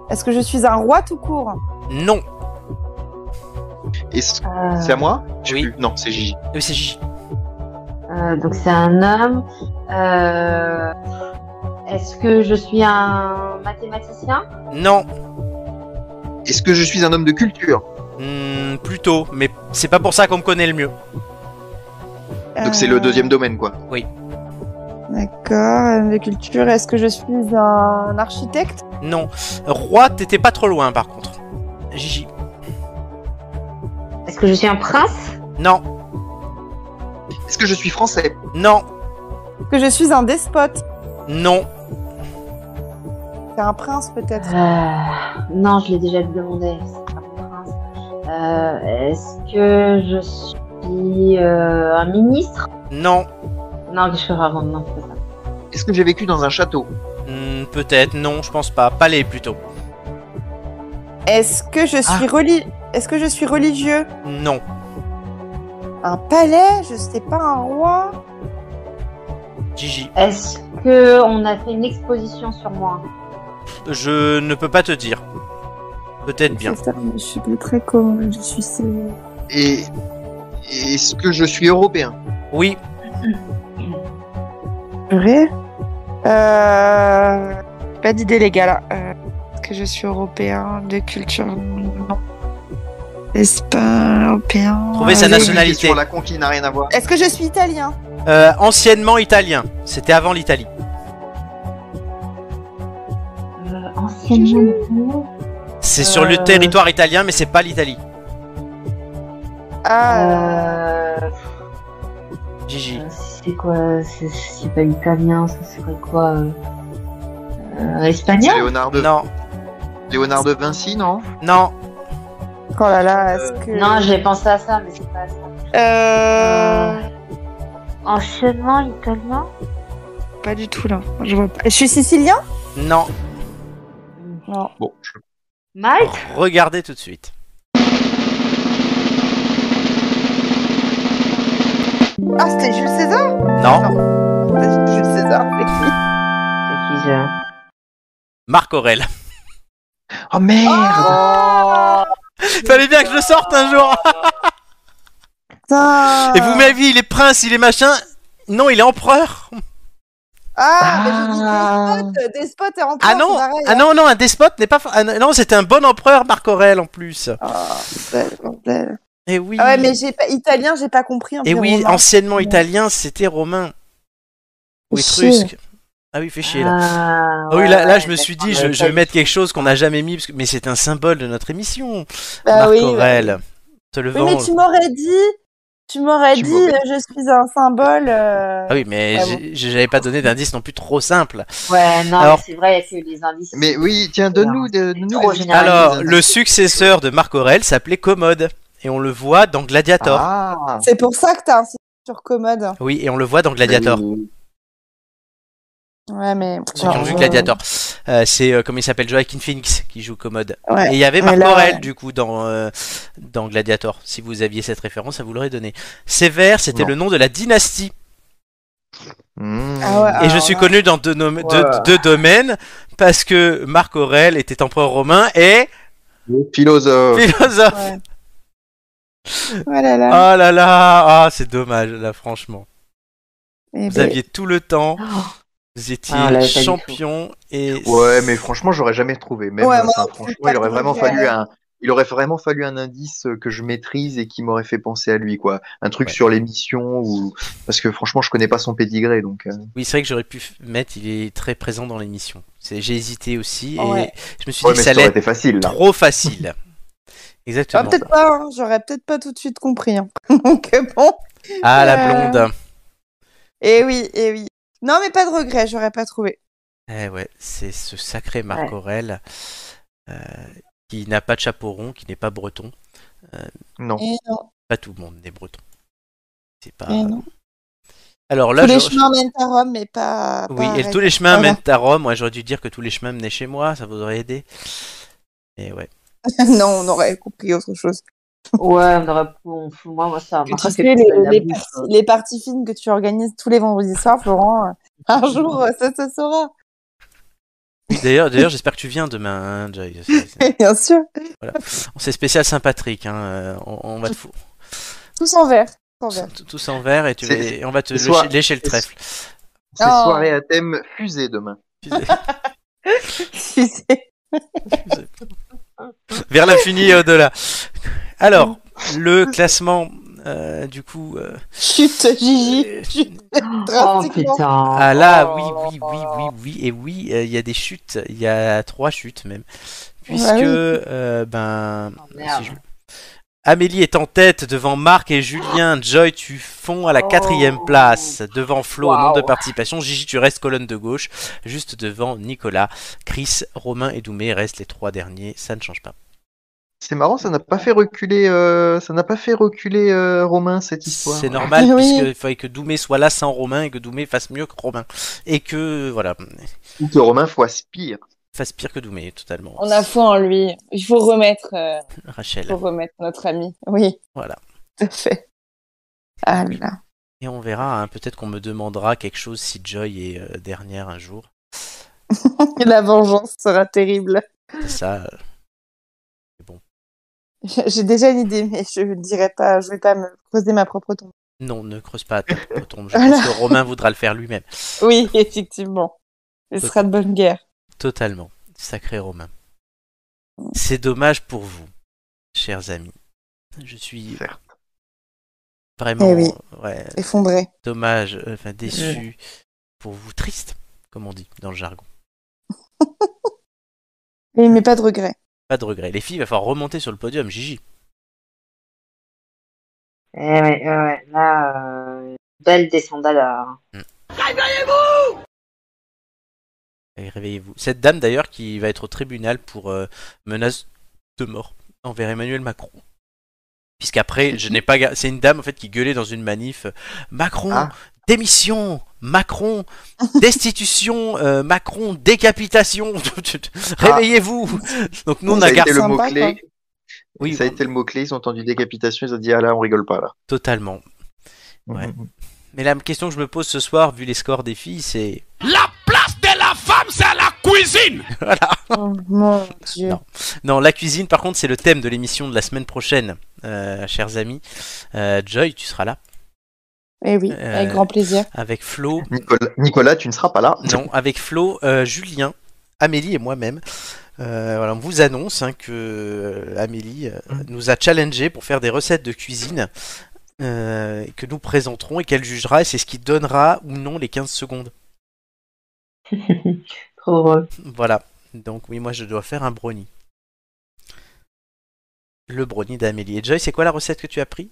Speaker 5: Est-ce que je suis un roi tout court
Speaker 1: non.
Speaker 6: Est-ce-
Speaker 4: Euh,
Speaker 6: C'est à moi Je sais
Speaker 1: Oui.
Speaker 6: plus. Non, c'est Gigi.
Speaker 1: Euh, C'est Gigi.
Speaker 4: euh, Donc c'est un homme. Euh, Est-ce que je suis un mathématicien
Speaker 1: Non,
Speaker 6: Est-ce que je suis un homme de culture
Speaker 1: Hmm, plutôt, mais c'est pas pour ça qu'on me connaît le mieux.
Speaker 6: Donc c'est le deuxième domaine, quoi.
Speaker 5: D'accord, homme de culture. Est-ce que je suis un architecte
Speaker 1: Non. Roi, t'étais pas trop loin par contre. Gigi.
Speaker 4: Est-ce que je suis un prince
Speaker 1: Non,
Speaker 6: Est-ce que je suis français
Speaker 1: non,
Speaker 5: Est-ce que je suis un despote
Speaker 1: non,
Speaker 5: C'est un prince peut-être
Speaker 4: Euh, Non, je l'ai déjà demandé. c'est pas un prince. Euh, Est-ce que je suis euh, un ministre
Speaker 1: non,
Speaker 4: Non, que je suis avant, non, c'est pas ça.
Speaker 6: Est-ce que j'ai vécu dans un château
Speaker 1: Hmm, peut-être, non, je pense pas. Palais plutôt.
Speaker 5: Est-ce que je
Speaker 1: Ah.
Speaker 5: suis reli- Est-ce que je suis religieux
Speaker 1: Non.
Speaker 5: Un palais Je sais pas un roi
Speaker 1: Gigi.
Speaker 4: Est-ce que on a fait une exposition sur moi
Speaker 1: Je ne peux pas te dire. Peut-être bien.
Speaker 5: C'est ça, mais je suis pas très comment je suis célèbre.
Speaker 6: Et et est-ce que je suis européen
Speaker 1: Oui,
Speaker 5: Vrai Euh... Pas d'idée les gars là. Euh, Est-ce que je suis européen de culture Non. Espagne, européen.
Speaker 1: Trouvez sa
Speaker 5: Euh,
Speaker 1: nationalité.
Speaker 6: Sur la con qui n'a rien à voir.
Speaker 5: Est-ce que je suis italien
Speaker 1: Euh, anciennement italien. C'était avant l'Italie.
Speaker 4: euh, Anciennement italien
Speaker 1: C'est sur le
Speaker 4: Euh.
Speaker 1: territoire italien, mais c'est pas l'Italie.
Speaker 5: Ah,
Speaker 4: euh...
Speaker 1: Gigi.
Speaker 4: euh, C'est quoi C'est c'est pas italien, ça serait quoi euh, euh, Espagnol
Speaker 6: Léonard de...
Speaker 1: Non,
Speaker 6: Léonard de Vinci, non
Speaker 1: non,
Speaker 5: oh là là, est-ce que.
Speaker 4: euh, Non, j'ai pensé à ça, mais c'est pas ça.
Speaker 5: Euh...
Speaker 4: Anciennement italien
Speaker 5: Pas du tout là. Je vois pas. Je suis sicilien
Speaker 1: non.
Speaker 5: Non.
Speaker 6: Bon, je-
Speaker 4: Malte
Speaker 1: Regardez tout de suite.
Speaker 5: Ah, c'était Jules César
Speaker 1: Non.
Speaker 5: C'était Jules César, c'est qui
Speaker 4: C'est qui
Speaker 1: Ah,
Speaker 4: ça
Speaker 1: Marc Aurel.
Speaker 6: Oh merde
Speaker 1: Fallait bien que je le sorte un jour.
Speaker 5: Putain
Speaker 1: Et vous m'avez dit, il est prince, il est machin. Non, il est empereur.
Speaker 5: Ah, mais j'ai dit euh, des spots, des spots et en
Speaker 1: Ah non, ah non, non, un despote n'est pas. fa- ah non, c'était un bon empereur, Marc Aurel en plus. Et oui.
Speaker 5: Oh. Ah ouais, mais j'ai pas italien, j'ai pas compris.
Speaker 1: Et Eh oui,
Speaker 5: environnement.
Speaker 1: anciennement italien, c'était romain ou
Speaker 5: Chier.
Speaker 1: étrusque. Ah oui, fait chier là.
Speaker 4: Ah,
Speaker 1: Ah oui,
Speaker 4: ouais,
Speaker 1: là, là,
Speaker 4: ouais,
Speaker 1: je me suis
Speaker 4: d'accord,
Speaker 1: dit, je,
Speaker 4: j'avais
Speaker 1: je
Speaker 4: pas
Speaker 1: vais
Speaker 4: vu.
Speaker 1: mettre quelque chose qu'on n'a jamais mis, parce que- mais c'est un symbole de notre émission.
Speaker 5: Bah
Speaker 1: Marc
Speaker 5: oui, bah
Speaker 1: Aurel, te le
Speaker 5: Oui, mais
Speaker 1: venge.
Speaker 5: tu m'aurais dit, Tu m'aurais dit, euh, je suis un symbole. euh,
Speaker 1: Ah oui, mais
Speaker 5: Ah
Speaker 1: j'ai-
Speaker 5: bon.
Speaker 1: j'avais pas donné d'indice non plus trop simple.
Speaker 4: Ouais, non,
Speaker 1: Alors-
Speaker 4: mais c'est vrai que les indices.
Speaker 6: Mais oui, tiens, donne-nous des. donne-nous
Speaker 4: trop
Speaker 6: des-
Speaker 5: Ah,
Speaker 4: général.
Speaker 1: Alors, le successeur de Marc Aurel s'appelait Commode. Et on le voit dans Gladiator.
Speaker 5: Ah.
Speaker 6: Ah.
Speaker 5: C'est pour ça que t'as insisté sur commode.
Speaker 1: Oui, et on le voit dans Gladiator.
Speaker 5: Ah. Ouais, mais.
Speaker 1: Ceux qui ont vu Gladiator. Euh, c'est euh, comment il s'appelle Joaquin Phoenix qui joue Commode.
Speaker 5: Ouais,
Speaker 1: et il y avait
Speaker 5: mais
Speaker 1: Marc
Speaker 5: là,
Speaker 1: Aurel
Speaker 5: ouais.
Speaker 1: du coup dans, euh, dans Gladiator. Si vous aviez cette référence, ça vous l'aurait donné. Sévère, c'était
Speaker 6: Non.
Speaker 1: le nom de la dynastie.
Speaker 6: Hmm.
Speaker 5: Ah ouais,
Speaker 1: et
Speaker 5: alors
Speaker 1: je suis
Speaker 5: là.
Speaker 1: connu dans deux, nom- deux-
Speaker 6: Voilà.
Speaker 1: deux domaines parce que Marc Aurel était empereur romain et
Speaker 6: Philosophe.
Speaker 1: philosophe. Oh
Speaker 5: Oh là là.
Speaker 1: là là, ah, c'est dommage là franchement.
Speaker 5: Eh
Speaker 1: Vous
Speaker 5: ben, Oh.
Speaker 1: aviez tout le temps. Vous étiez
Speaker 4: Ah, on l'avait pas du
Speaker 1: champion et
Speaker 6: Ouais, mais franchement, j'aurais jamais trouvé. Même
Speaker 5: Ouais,
Speaker 6: euh,
Speaker 5: moi
Speaker 6: ça,
Speaker 5: non plus,
Speaker 6: franchement,
Speaker 5: pas
Speaker 6: il aurait vraiment
Speaker 5: trouvé,
Speaker 6: fallu
Speaker 5: ouais.
Speaker 6: un, il aurait vraiment fallu un indice euh, que je maîtrise et qui m'aurait fait penser à lui, quoi. Un truc sur l'émission ou parce que franchement, je connais pas son pédigré, donc. euh,
Speaker 1: Oui, c'est vrai que j'aurais pu f- mettre, il est très présent dans l'émission. C'est- J'ai hésité aussi et
Speaker 5: Ouais.
Speaker 1: je me suis
Speaker 6: Ouais,
Speaker 1: dit que
Speaker 6: mais
Speaker 1: ça
Speaker 6: ça
Speaker 1: allait
Speaker 6: aurait
Speaker 1: être
Speaker 6: été facile. là.
Speaker 1: trop facile.
Speaker 5: ah,
Speaker 1: Exactement.
Speaker 5: peut-être pas, hein. j'aurais peut-être pas tout de suite compris. hein. Donc euh, bon.
Speaker 1: Ah, la
Speaker 5: Euh,
Speaker 1: blonde.
Speaker 5: Eh oui, eh oui. Non, mais pas de regret, j'aurais pas trouvé.
Speaker 1: Eh ouais, c'est ce sacré Marc
Speaker 4: Ouais.
Speaker 1: Aurel euh, qui n'a pas de chapeau rond, qui n'est pas breton.
Speaker 6: Non.
Speaker 5: Et non,
Speaker 1: Pas tout le monde n'est breton. C'est pas.
Speaker 5: et Eh non.
Speaker 1: Alors là,
Speaker 5: Tous les
Speaker 1: je-
Speaker 5: chemins mènent à Rome, mais pas.
Speaker 1: oui,
Speaker 5: pas à
Speaker 1: et
Speaker 5: Rennes.
Speaker 1: tous les chemins
Speaker 5: Voilà.
Speaker 1: mènent à Rome. Moi, j'aurais dû dire que tous les chemins menaient chez moi, ça vous aurait aidé. Et ouais.
Speaker 5: non, on aurait compris autre chose.
Speaker 4: Ouais, on aurait. on- moi, moi, ça.
Speaker 5: Tu
Speaker 4: marqué
Speaker 5: sais,
Speaker 4: que
Speaker 5: les,
Speaker 4: tu l'as
Speaker 5: les
Speaker 4: vu,
Speaker 5: parties, les parties fines que tu organises tous les vendredis soirs, Florent, euh, un jour, euh, ça se saura.
Speaker 1: Oui, D'ailleurs, d'ailleurs, j'espère que tu viens demain, hein, Joy.
Speaker 5: Bien sûr.
Speaker 1: Voilà. C'est spécial Saint-Patrick. Hein. euh, On, on va te fou-
Speaker 5: Tous en vert. Tous en vert.
Speaker 1: tout- tous en verre et, tu vas-
Speaker 6: C'est-
Speaker 1: et on va te
Speaker 6: c'est soit-
Speaker 1: lécher, lécher le trèfle.
Speaker 6: C'est
Speaker 5: Oh.
Speaker 6: soirée à thème fusée demain.
Speaker 5: Tu sais.
Speaker 1: Vers l'infini et au-delà. Alors, le classement, euh, du coup. euh,
Speaker 5: Chute, Gigi. Chute.
Speaker 4: Oh
Speaker 5: Drastiquement.
Speaker 4: putain.
Speaker 1: ah là, oui, oui, oui, oui, oui. Et oui, euh, il y a des chutes. Il y a trois chutes même. Puisque,
Speaker 5: Ouais, oui.
Speaker 1: euh, ben.
Speaker 4: Oh, merde.
Speaker 1: si je- Amélie est en tête devant Marc et Julien. Joy, tu fonds à la
Speaker 4: Oh.
Speaker 1: quatrième place. Devant Flo au nombre de
Speaker 4: Waouh.
Speaker 1: participations. Gigi, tu restes colonne de gauche. Juste devant Nicolas. Chris, Romain et Doumé restent les trois derniers. Ça ne change pas.
Speaker 6: C'est marrant, ça n'a pas fait reculer, euh, ça n'a pas fait reculer euh, Romain cette histoire.
Speaker 1: C'est normal
Speaker 5: Oui.
Speaker 1: puisqu'il fallait que Doumé soit là sans Romain et que Doumé fasse mieux que Romain. Et que, voilà,
Speaker 6: Ou que Romain faut aspire.
Speaker 1: fasse pire que Doumé totalement.
Speaker 5: On a foi en lui. Il faut remettre, euh,
Speaker 1: Rachel.
Speaker 5: faut remettre notre ami. Oui.
Speaker 1: Voilà.
Speaker 5: Tout à fait. Ah là.
Speaker 1: Et on verra, hein, peut-être qu'on me demandera quelque chose si Joy est euh, dernière un jour.
Speaker 5: La vengeance sera terrible.
Speaker 1: C'est ça. euh, c'est bon.
Speaker 5: J'ai déjà une idée, mais je ne dirai pas. Je vais pas me creuser ma propre tombe.
Speaker 1: Non, ne creuse pas ta propre tombe. Je
Speaker 5: Voilà.
Speaker 1: pense que Romain voudra le faire lui-même.
Speaker 5: Oui, effectivement. Ce sera de bonne guerre.
Speaker 1: Totalement. Sacré Romain. C'est dommage pour vous, chers amis. Je suis
Speaker 6: Certes.
Speaker 1: vraiment
Speaker 5: Eh oui.
Speaker 1: ouais,
Speaker 5: Effondré.
Speaker 1: dommage, euh, enfin déçu pour vous, triste, comme on dit dans le jargon.
Speaker 5: Oui, mais pas de regret.
Speaker 1: Pas de regret. Les filles, il va falloir remonter sur le podium, Gigi.
Speaker 4: Eh ouais, ouais, ouais, là, euh, belle descendade à.
Speaker 1: Allez, réveillez-vous. Cette dame d'ailleurs qui va être au tribunal pour euh, menace de mort envers Emmanuel Macron. Puisqu'après, je n'ai pas. ga- C'est une dame en fait qui gueulait dans une manif. euh, Macron,
Speaker 6: Ah.
Speaker 1: démission, Macron, destitution, euh, Macron, décapitation. Réveillez-vous. Donc nous on
Speaker 6: Ah. ça
Speaker 1: a
Speaker 6: a été
Speaker 1: gardé
Speaker 6: le
Speaker 5: Sympa,
Speaker 6: mot clé.
Speaker 1: Oui,
Speaker 6: ça a été le mot clé. Ils ont entendu décapitation. Ils ont dit ah là, on rigole pas là.
Speaker 1: totalement. Ouais.
Speaker 6: Mhm.
Speaker 1: Mais la question que je me pose ce soir, vu les scores des filles, c'est
Speaker 15: La place de la femme, c'est la cuisine
Speaker 5: Oh, mon Dieu.
Speaker 1: Non. Non, la cuisine, par contre, c'est le thème de l'émission de la semaine prochaine, euh, chers amis. Euh, Joy, tu seras là
Speaker 5: Eh oui,
Speaker 1: Euh,
Speaker 5: avec grand plaisir.
Speaker 1: avec Flo.
Speaker 6: Nicolas, Nicolas, tu ne seras pas là.
Speaker 1: Non, avec Flo, euh, Julien, Amélie et moi-même. Euh, voilà, on vous annonce hein, que euh, Amélie euh, nous a challengé pour faire des recettes de cuisine euh, que nous présenterons et qu'elle jugera et c'est ce qui donnera ou non les 15 secondes.
Speaker 4: Trop heureux.
Speaker 1: Voilà. Donc oui, moi je dois faire un brownie. Le brownie d'Amélie. Et Joy, c'est quoi la recette que tu as pris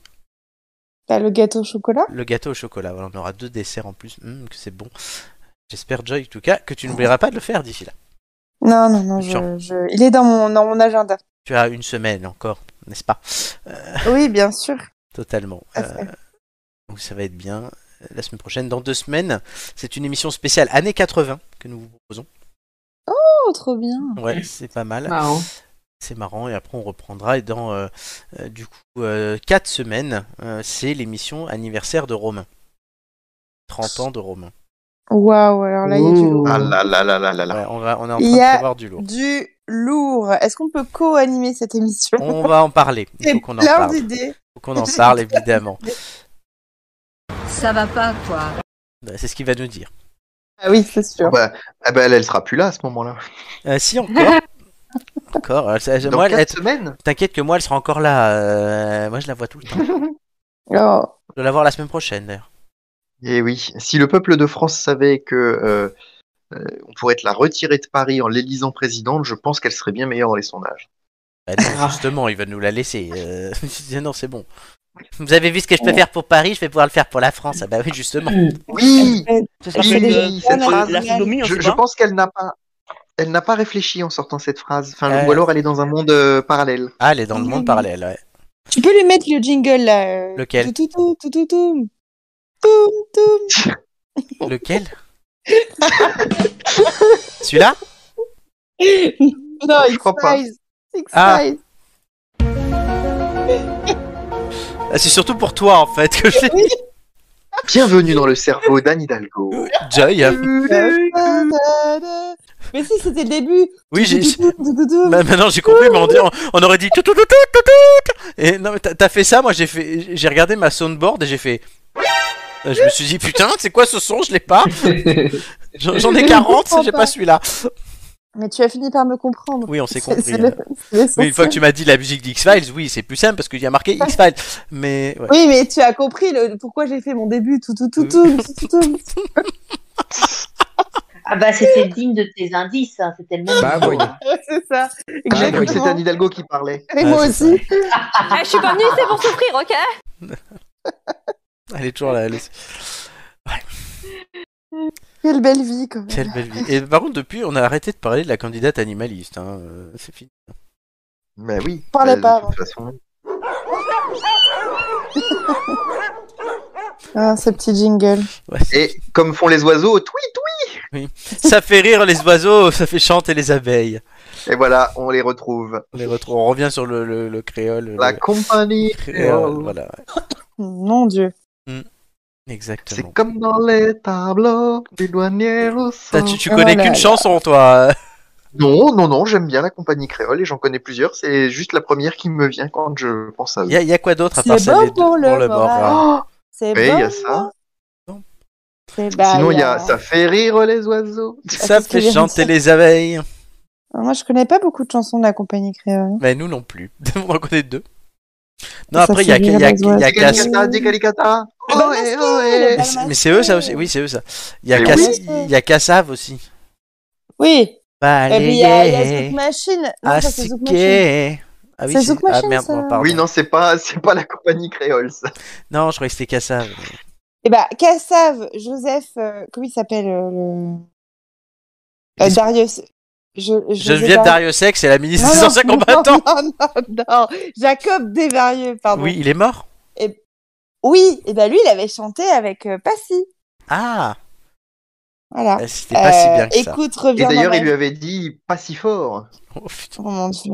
Speaker 5: T'as Bah, le gâteau au chocolat
Speaker 1: Le gâteau au chocolat, voilà, on aura deux desserts en plus, Hum, que c'est bon. J'espère, Joy, en tout cas, que tu n'oublieras pas de le faire d'ici là.
Speaker 5: Non, non, non, je, je- il est dans mon, dans mon agenda.
Speaker 1: Tu as une semaine encore, n'est-ce pas
Speaker 5: Oui, bien sûr.
Speaker 1: Totalement. Euh, donc ça va être bien. euh, La semaine prochaine, dans deux semaines, c'est une émission spéciale années 80 que nous vous proposons.
Speaker 5: Oh, trop bien.
Speaker 1: Ouais, c'est pas mal.
Speaker 5: Marrant.
Speaker 1: C'est marrant et après on reprendra et dans euh, euh, du coup euh, quatre semaines, euh, c'est l'émission anniversaire de Romain. 30 ans de Romain.
Speaker 5: Waouh, alors là, il y a du lourd.
Speaker 1: Mm.
Speaker 6: Ah là là là là là là.
Speaker 1: Ouais, on, va, on est en
Speaker 5: Il y
Speaker 1: train de
Speaker 5: a
Speaker 1: prévoir du lourd.
Speaker 5: du lourd. Est-ce qu'on peut co-animer cette émission
Speaker 1: On va en parler. Il faut
Speaker 5: J'ai
Speaker 1: qu'on en
Speaker 5: plein
Speaker 1: parle.
Speaker 5: d'idées.
Speaker 1: faut qu'on en parle évidemment.
Speaker 2: Ça va pas, quoi.
Speaker 1: Euh, C'est ce qu'il va nous dire.
Speaker 5: Ah oui, c'est sûr.
Speaker 6: Bah, ah bah, elle, elle sera plus là à ce moment-là.
Speaker 1: Euh, si encore. encore. euh, ça-
Speaker 6: Dans
Speaker 1: moi,
Speaker 6: quatre
Speaker 1: elle-
Speaker 6: semaines
Speaker 1: T'inquiète que moi elle sera encore là. euh, moi je la vois tout le temps.
Speaker 5: Oh.
Speaker 1: Je dois la voir la semaine prochaine d'ailleurs.
Speaker 6: Eh oui, si le peuple de France savait que euh, euh, on pourrait te la retirer de Paris en l'élisant présidente, je pense qu'elle serait bien meilleure dans les sondages.
Speaker 1: Bah non,
Speaker 5: Ah.
Speaker 1: justement, il va nous la laisser. euh, non, c'est bon. Vous avez vu ce que
Speaker 5: Oh.
Speaker 1: je peux faire pour Paris, je vais pouvoir le faire pour la France. Ah bah oui, justement.
Speaker 6: Oui,
Speaker 1: Ce sera
Speaker 6: oui,
Speaker 1: fait,
Speaker 6: oui,
Speaker 1: euh,
Speaker 6: cette
Speaker 1: la-
Speaker 6: phrase.
Speaker 1: la sodomie, on
Speaker 6: je,
Speaker 1: sait
Speaker 6: je
Speaker 1: hein, pas.
Speaker 6: pense qu'elle n'a pas, elle n'a pas réfléchi en sortant cette phrase. Enfin,
Speaker 1: Euh.
Speaker 6: ou alors elle est dans un monde euh, parallèle.
Speaker 1: Ah, elle est dans le monde parallèle, ouais.
Speaker 5: Tu peux lui mettre le jingle là. euh,
Speaker 1: Lequel
Speaker 5: Tout, tout, tout, tout, tout. Toum, toum.
Speaker 1: Lequel Celui-là
Speaker 5: non, X Size. X
Speaker 1: Ah.
Speaker 5: Size.
Speaker 1: Ah, C'est surtout pour toi en fait que je l'ai mis.
Speaker 6: Bienvenue dans le cerveau d'Anne Hidalgo.
Speaker 1: Joy.
Speaker 5: Mais si, c'était le début.
Speaker 1: Oui, j'ai.
Speaker 5: Tout, tout, tout, tout.
Speaker 1: Bah, Maintenant j'ai compris, mais on, dit- on- on aurait dit tout tout tout tout tout tout. Et non, mais t'as- t'as fait ça, moi j'ai fait, j'ai regardé ma soundboard et j'ai fait. Euh, Je me suis dit putain, c'est quoi ce son Je l'ai pas. J'en j'en ai 40, j'ai pas celui-là.
Speaker 5: Mais tu as fini par me comprendre.
Speaker 1: Oui, on s'est
Speaker 5: C'est-
Speaker 1: compris. hein.
Speaker 5: c'est le- c'est
Speaker 1: Oui, une fois que tu
Speaker 5: l'essentiel.
Speaker 1: m'as dit la musique d'X-Files, oui, c'est plus simple parce qu'il y a marqué X-Files. Mais ouais.
Speaker 5: Oui, mais tu as compris le... pourquoi j'ai fait mon début. Tout, tout, tout, tout, tout, tout, tout.
Speaker 4: Ah bah c'était digne de tes indices, hein, c'était le même.
Speaker 6: Bah oui.
Speaker 5: c'est ça.
Speaker 6: Ah, oui, c'était Anne Hidalgo qui parlait.
Speaker 5: Et moi aussi.
Speaker 7: Eh, je suis pas venue ici pour souffrir, ok
Speaker 1: Elle est toujours là. elle est-
Speaker 5: Quelle belle vie, quand même.
Speaker 1: Quelle belle vie. Et par contre, depuis, on a arrêté de parler de la candidate animaliste. hein, euh, C'est fini.
Speaker 6: Bah oui.
Speaker 5: Parlez
Speaker 6: bah,
Speaker 5: pas
Speaker 6: De
Speaker 5: avant.
Speaker 6: toute façon.
Speaker 5: Ah, ce petit jingle.
Speaker 6: Et comme font les oiseaux, tweet, tweet.
Speaker 1: Oui. Ça fait rire les oiseaux, ça fait chanter les abeilles.
Speaker 6: Et voilà, on les retrouve.
Speaker 1: On les retrouve. On revient sur le, le- le créole.
Speaker 6: La
Speaker 1: le-
Speaker 6: compagnie.
Speaker 1: créole, voilà, ouais.
Speaker 5: Mon Dieu.
Speaker 1: exactement.
Speaker 6: Comme dans les tableaux du douanier au
Speaker 1: Putain,
Speaker 6: sol.
Speaker 1: tu, tu connais qu'une chanson, toi.
Speaker 6: Non, non, non, j'aime bien la compagnie créole et j'en connais plusieurs. C'est juste la première qui me vient quand je pense à eux.
Speaker 1: Il y, a- y a quoi d'autre à part ça les deux- pour le moral.
Speaker 5: Oh, c'est
Speaker 6: Oui,
Speaker 5: bon.
Speaker 6: il y a ça.
Speaker 5: C'est bah,
Speaker 6: Sinon, il y a
Speaker 5: alors.
Speaker 6: ça fait rire les oiseaux.
Speaker 1: Ça
Speaker 5: c'est ce que
Speaker 1: fait
Speaker 5: j'ai
Speaker 1: chanter
Speaker 5: dit.
Speaker 1: les abeilles.
Speaker 5: Moi, je connais pas beaucoup de chansons de la compagnie créole.
Speaker 1: Mais nous non plus. On en connaît deux. Non,
Speaker 5: Ça
Speaker 1: après, il y a,
Speaker 5: fait
Speaker 1: y a,
Speaker 5: rire
Speaker 1: y a,
Speaker 5: les oiseaux.
Speaker 1: y a Cass-
Speaker 6: Décalicata, décalicata.
Speaker 5: Eh ben,
Speaker 6: Ohé, ohé.
Speaker 1: Mais c'est- Mais c'est eux, ça aussi. Oui, c'est eux, ça. Il y a
Speaker 6: Mais
Speaker 1: Cass-
Speaker 5: oui.
Speaker 1: il y a Cassav aussi.
Speaker 5: Oui. Et puis, il y a, il y a Zouk
Speaker 1: Balayer,
Speaker 5: Machine. Non, ça, c'est Zouk Machine.
Speaker 1: astiquer. Ah oui,
Speaker 5: C'est
Speaker 1: c'est-
Speaker 5: Zouk
Speaker 1: ah
Speaker 5: Machine,
Speaker 1: merde,
Speaker 5: ça.
Speaker 1: non, pardon.
Speaker 6: Oui, non, c'est pas, c'est pas la compagnie créole, ça.
Speaker 1: Non, je croyais que c'était Cassav.
Speaker 5: Eh ben, Kassav, Joseph, euh, comment il s'appelle euh, le... euh, Darius. Je,
Speaker 1: Geneviève Dariussec, c'est la ministre
Speaker 5: Non,
Speaker 1: des
Speaker 5: non,
Speaker 1: anciens
Speaker 5: non,
Speaker 1: combattants.
Speaker 5: Non, non, non, Jacob Desvarieux, pardon.
Speaker 1: Oui, il est mort.
Speaker 5: Et... Oui, et ben lui, il avait chanté avec euh, Passy.
Speaker 1: Ah,
Speaker 5: Voilà.
Speaker 1: eh, c'était pas si
Speaker 5: Euh,
Speaker 1: bien que ça.
Speaker 5: Écoute,
Speaker 6: Et
Speaker 5: reviens.
Speaker 6: d'ailleurs,
Speaker 5: dans
Speaker 6: il
Speaker 5: ma-
Speaker 6: lui avait dit pas si fort.
Speaker 1: Oh, putain,
Speaker 5: Oh mon Dieu.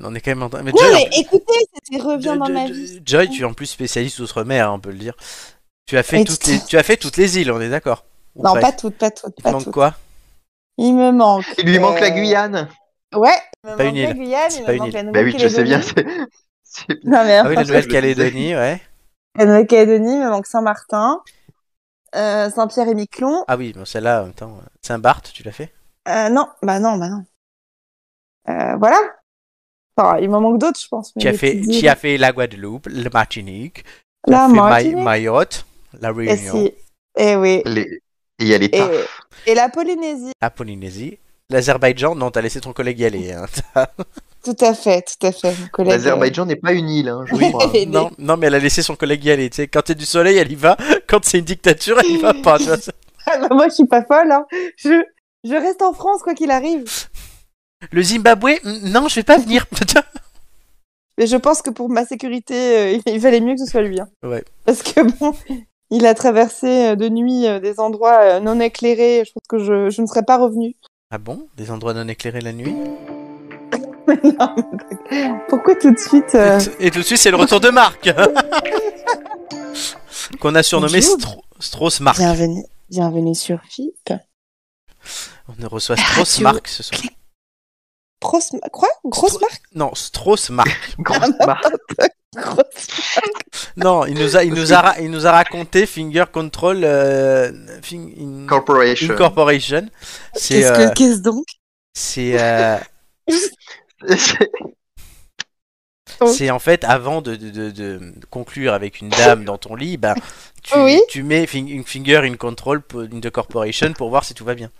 Speaker 1: on en est quand même en train. Mais
Speaker 5: Non,
Speaker 1: Joy, en
Speaker 5: mais
Speaker 1: plus-
Speaker 5: écoutez, c'était Reviens
Speaker 1: Jo-
Speaker 5: dans
Speaker 1: Jo-
Speaker 5: ma
Speaker 1: Jo-
Speaker 5: vie.
Speaker 1: Joy, tu es en plus spécialiste outre-mer, on peut le dire. Tu as fait
Speaker 5: Et
Speaker 1: toutes
Speaker 5: tu-
Speaker 1: les, tu as fait toutes les îles, on est d'accord. Ou
Speaker 5: Non,
Speaker 1: pas
Speaker 5: pas toutes, pas toutes,
Speaker 1: Il te
Speaker 5: pas
Speaker 1: manque
Speaker 5: toutes.
Speaker 1: quoi
Speaker 5: Il me manque.
Speaker 6: Il lui manque la
Speaker 5: euh,
Speaker 6: Guyane.
Speaker 5: Ouais, il me
Speaker 1: Pas
Speaker 5: manque
Speaker 1: une
Speaker 5: la
Speaker 1: île.
Speaker 5: Guyane,
Speaker 1: C'est
Speaker 5: il
Speaker 1: pas
Speaker 5: me
Speaker 1: une
Speaker 5: manque la
Speaker 1: île.
Speaker 6: Bah oui, je sais bien.
Speaker 5: Nouvelle-Calédonie.
Speaker 6: c'est- c'est-
Speaker 5: Non, mais
Speaker 1: Ah oui, la
Speaker 5: enfin,
Speaker 6: je le disais.
Speaker 1: Nouvelle-Calédonie, ouais.
Speaker 5: la Nouvelle-Calédonie, il me manque Saint-Martin, euh, Saint-Pierre et Miquelon.
Speaker 1: Ah oui, bon, celle-là, en même temps. euh, Saint-Barth, tu l'as fait
Speaker 5: Euh, non, bah non, bah non. Euh, voilà. Enfin, il m'en manque d'autres, je pense. mais
Speaker 1: tu as,
Speaker 5: les
Speaker 1: fait,
Speaker 5: petites
Speaker 1: tu
Speaker 5: îles.
Speaker 1: as fait la Guadeloupe, la Martinique, tu
Speaker 5: La
Speaker 1: as fait Ma-
Speaker 5: Martinique.
Speaker 1: Mayotte, la
Speaker 5: Et
Speaker 1: Réunion,
Speaker 5: si. Eh oui.
Speaker 6: Les- Et il y a les
Speaker 5: Et,
Speaker 6: tafs.
Speaker 5: et la Polynésie.
Speaker 1: la Polynésie, l'Azerbaïdjan. Non, t'as laissé ton collègue y aller. hein.
Speaker 5: Tout à fait, tout à fait. mon collègue,
Speaker 6: L'Azerbaïdjan n'est pas une île, hein, je crois.
Speaker 1: non, non, mais elle a laissé son collègue y aller. tu sais. Quand c'est du soleil, elle y va. Quand c'est une dictature, elle y va pas. tu vois.
Speaker 5: Ah bah, moi, je suis pas folle. hein. Je, je reste en France, quoi qu'il arrive.
Speaker 1: Le Zimbabwe, mm, non, je vais pas venir.
Speaker 5: Mais je pense que pour ma sécurité, euh, il valait mieux que ce soit lui. hein.
Speaker 1: ouais.
Speaker 5: Parce que bon, il a traversé euh, de nuit euh, des endroits euh, non éclairés. Je pense que je, je ne serais pas revenue.
Speaker 1: Ah bon Des endroits non éclairés la nuit
Speaker 5: Mais non, mais pourquoi tout de suite euh,
Speaker 1: Et tout de suite, c'est le retour de Marc Qu'on a surnommé
Speaker 5: Bonjour.
Speaker 1: Stro- Strauss Marc.
Speaker 5: bienvenue, bienvenue sur FIP
Speaker 1: On reçoit Strauss Marc ce soir.
Speaker 5: Grosse, ma- quoi Grosse marque
Speaker 1: Non, Strauss Marc.
Speaker 5: Ah, Grosse-
Speaker 1: Non, il nous a, il nous a, ra- il nous a raconté Finger Control euh, Fing- in-
Speaker 6: Corporation.
Speaker 1: Incorporation. C'est
Speaker 5: Qu'est-ce
Speaker 1: euh,
Speaker 5: que qu'est-ce donc
Speaker 1: c'est euh, c'est en fait avant de, de- de- de conclure avec une dame dans ton lit, ben tu,
Speaker 5: Oui.
Speaker 1: tu mets fing- une finger in control pour- in the corporation pour voir si tout va bien.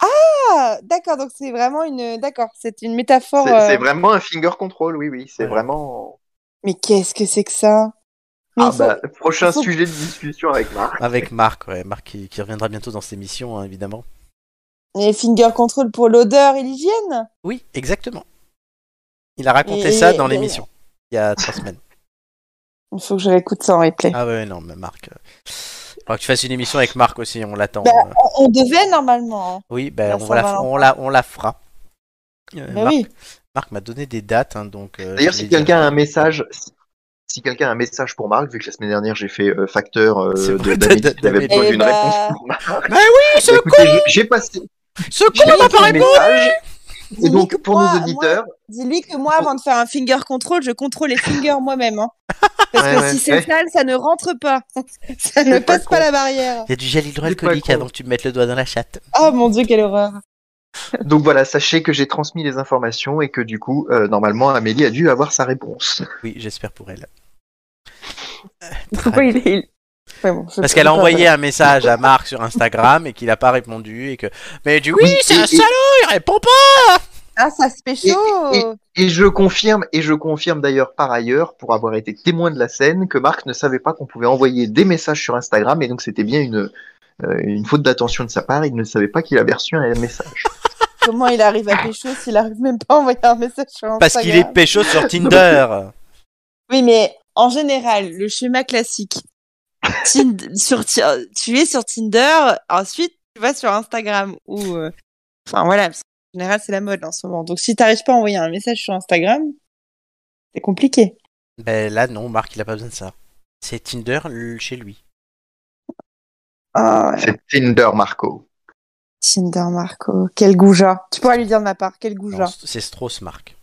Speaker 5: Ah, d'accord, donc c'est vraiment une. D'accord, c'est une métaphore.
Speaker 6: C'est c'est
Speaker 5: euh,
Speaker 6: vraiment un finger control, oui, oui. C'est vraiment.
Speaker 5: Mais qu'est-ce que c'est que ça Mais
Speaker 6: Ah
Speaker 5: il faut-
Speaker 6: bah, prochain
Speaker 5: il faut-
Speaker 6: sujet de discussion avec Marc.
Speaker 1: Avec Marc, ouais, Marc qui, qui reviendra bientôt dans cette émission hein, évidemment.
Speaker 5: Les finger control pour l'odeur et l'hygiène
Speaker 1: Oui, exactement. Il a raconté
Speaker 5: Et-
Speaker 1: ça dans
Speaker 5: et-
Speaker 1: l'émission il y a trois semaines.
Speaker 5: Il faut que je réécoute ça en replay.
Speaker 1: Ah ouais non mais Marc, euh, faudra que tu fasses une émission avec Marc aussi, on l'attend.
Speaker 5: Bah,
Speaker 1: euh.
Speaker 5: on, on devait normalement. hein.
Speaker 1: Oui, ben,
Speaker 5: La
Speaker 1: on, la,
Speaker 5: Saint-Valentin.
Speaker 1: on, la, on la fera. Euh, Marc,
Speaker 5: Mais Bah Ben oui.
Speaker 1: Marc m'a donné des dates, hein, donc. euh,
Speaker 6: D'ailleurs,
Speaker 1: je
Speaker 6: si
Speaker 1: vais dire.
Speaker 6: quelqu'un a un message, si- si quelqu'un a un message pour Marc, vu que la semaine dernière j'ai fait euh, facteur euh,
Speaker 1: C'est
Speaker 6: de-
Speaker 1: vrai,
Speaker 6: d'Amélie
Speaker 1: de-
Speaker 6: qui avait besoin
Speaker 5: Eh
Speaker 6: d'une
Speaker 5: bah.
Speaker 6: réponse pour Marc. Bah,
Speaker 1: Mais oui, ce
Speaker 6: Écoutez,
Speaker 1: con
Speaker 6: j'ai- j'ai passé,
Speaker 1: Ce
Speaker 6: j'ai
Speaker 1: con n'a
Speaker 6: passé
Speaker 1: pas
Speaker 6: le
Speaker 1: répondu
Speaker 6: message. Et
Speaker 5: Dis-lui
Speaker 6: donc
Speaker 5: que
Speaker 6: pour
Speaker 5: moi-
Speaker 6: nos auditeurs,
Speaker 5: Dis-lui que moi, avant de faire un finger control, je contrôle les fingers moi-même. hein. Parce
Speaker 6: Ouais,
Speaker 5: que
Speaker 6: ouais,
Speaker 5: si c'est
Speaker 6: ouais.
Speaker 5: sale, ça ne rentre pas. ça ne
Speaker 6: C'est pas
Speaker 5: passe pas
Speaker 6: con.
Speaker 5: la barrière.
Speaker 1: Il y a du gel
Speaker 6: Dis-le
Speaker 1: hydroalcoolique
Speaker 6: pas, con.
Speaker 1: avant que tu me mettes le doigt dans la chatte.
Speaker 5: Oh mon dieu, quelle horreur.
Speaker 6: donc voilà, sachez que j'ai transmis les informations et que du coup, euh, normalement, Amélie a dû avoir sa réponse.
Speaker 1: Oui, j'espère pour elle.
Speaker 5: Pourquoi il est. il- Ouais, bon, je-
Speaker 1: Parce qu'elle a envoyé un message à Marc sur Instagram et qu'il n'a pas répondu et que. Mais du oui,
Speaker 6: Oui,
Speaker 1: c'est
Speaker 6: et-
Speaker 1: un
Speaker 6: et-
Speaker 1: salaud, il répond pas.
Speaker 5: Ah, ça se pécho
Speaker 6: Et je confirme, et je confirme d'ailleurs par ailleurs, pour avoir été témoin de la scène, que Marc ne savait pas qu'on pouvait envoyer des messages sur Instagram, et donc c'était bien une, euh, une faute d'attention de sa part, il ne savait pas qu'il avait reçu un message.
Speaker 5: Comment il arrive à pécho s'il arrive même pas à envoyer un message sur Instagram
Speaker 1: Parce qu'il est pécho sur Tinder.
Speaker 5: Oui, mais en général, Bah, le schéma classique. Tind- sur Ti- euh, tu es sur Tinder, ensuite tu vas sur Instagram ou. euh, Enfin voilà, parce qu'en général c'est la mode en ce moment. Donc si t'arrives pas à envoyer un message sur Instagram, c'est compliqué.
Speaker 1: Ben là, non, Marc, il a pas besoin de ça. C'est Tinder l- chez lui.
Speaker 5: Ah, ouais.
Speaker 6: C'est Tinder, Marco.
Speaker 5: Tinder Marco, quel goujat. Tu pourras lui dire de ma part, quel
Speaker 1: Non,
Speaker 5: goujat.
Speaker 1: C'est Strauss, Marc.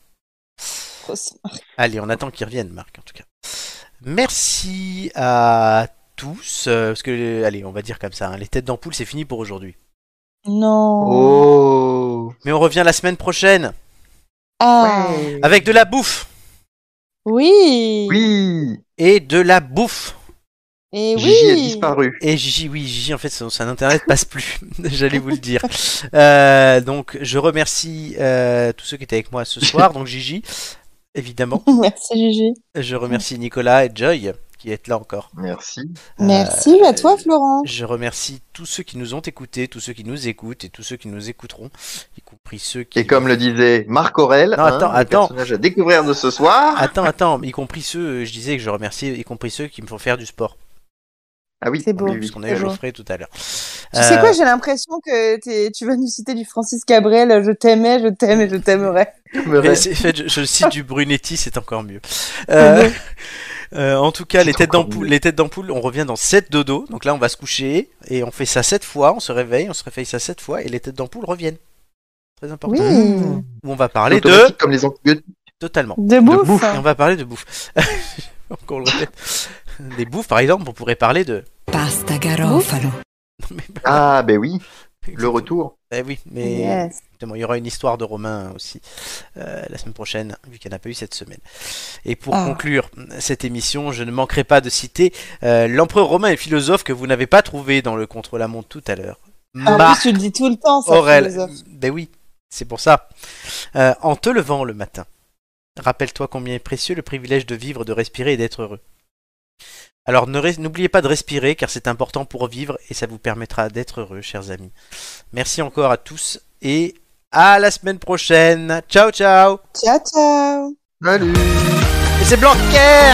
Speaker 5: Trop smart.
Speaker 1: Allez, on attend qu'il revienne, Marc, en tout cas. Merci à tous. euh, parce que, euh, allez, on va dire comme ça, hein, les têtes d'ampoule, c'est fini pour aujourd'hui.
Speaker 5: Non.
Speaker 6: Oh
Speaker 1: Mais on revient la semaine prochaine
Speaker 5: Ah.
Speaker 1: avec de la bouffe.
Speaker 5: Oui.
Speaker 6: Oui
Speaker 1: Et de la bouffe.
Speaker 5: Et oui.
Speaker 6: Gigi a disparu.
Speaker 1: Et Gigi, oui, Gigi, en fait, son, son internet passe plus. J'allais vous le dire. Euh, donc, je remercie euh, tous ceux qui étaient avec moi ce soir. Donc, Gigi, évidemment.
Speaker 5: Merci Gigi.
Speaker 1: Je remercie Nicolas et Joy qui est là encore.
Speaker 6: Merci.
Speaker 5: Euh, Merci à toi Florent.
Speaker 1: Je remercie tous ceux qui nous ont écoutés, tous ceux qui nous écoutent et tous ceux qui nous écouteront, y compris ceux qui.
Speaker 6: Et comme le disait Marc Aurel,
Speaker 1: Non, attends,
Speaker 6: le
Speaker 1: attends.
Speaker 6: personnage à découvrir de ce soir.
Speaker 1: Attends, attends, y compris ceux, je disais que je remercie, y compris ceux qui me font faire du sport.
Speaker 6: Ah oui,
Speaker 5: C'est beau.
Speaker 6: oui, oui.
Speaker 1: Parce qu'on a eu
Speaker 5: c'est beau.
Speaker 1: Geoffrey tout à l'heure.
Speaker 5: Tu sais quoi, j'ai l'impression que t'es- tu vas nous citer du Francis Cabrel, euh, je t'aimais, je t'aime et je t'aimerai.
Speaker 1: Mais c'est- fait, je, je cite du Brunetti, c'est encore mieux. Euh, euh, en tout cas, les
Speaker 6: C'est
Speaker 1: têtes,
Speaker 6: encore
Speaker 1: d'ampoule,
Speaker 6: mieux.
Speaker 1: les têtes d'ampoule, on revient dans 7 dodo. Donc là, on va se coucher et on fait ça 7 fois. On se réveille, on se réveille ça 7 fois et les têtes d'ampoule reviennent. Très important.
Speaker 5: Oui.
Speaker 1: Où on va parler de.
Speaker 6: Automatique comme les antibiotiques.
Speaker 1: Totalement.
Speaker 5: Mmh. De bouffe.
Speaker 6: bouffe.
Speaker 1: Et on va parler de bouffe. Encore le répète. Des bouffes, par exemple, on pourrait parler de.
Speaker 4: Pasta garofalo.
Speaker 6: Ah ben oui, le retour.
Speaker 1: Eh oui, mais
Speaker 5: Yes.
Speaker 1: Exactement, il y aura une histoire de Romain aussi euh, la semaine prochaine, vu qu'elle n'a pas eu cette semaine. Et pour
Speaker 5: Ah.
Speaker 1: conclure cette émission, je ne manquerai pas de citer euh, l'empereur romain et philosophe que vous n'avez pas trouvé dans le contre-la-montre tout à l'heure.
Speaker 5: En plus,
Speaker 1: Marc
Speaker 5: tu le dis tout le temps, ça,
Speaker 1: Aurel.
Speaker 5: philosophe.
Speaker 1: Ben oui, c'est pour ça. Euh, en te levant le matin, Rappelle-toi combien est précieux le privilège de vivre, de respirer et d'être heureux. Alors ne res- n'oubliez pas de respirer car c'est important pour vivre et ça vous permettra d'être heureux, chers amis. Merci encore à tous et à la semaine prochaine. Ciao ciao.
Speaker 2: Ciao ciao.
Speaker 3: Salut.
Speaker 1: Et c'est Blanquer.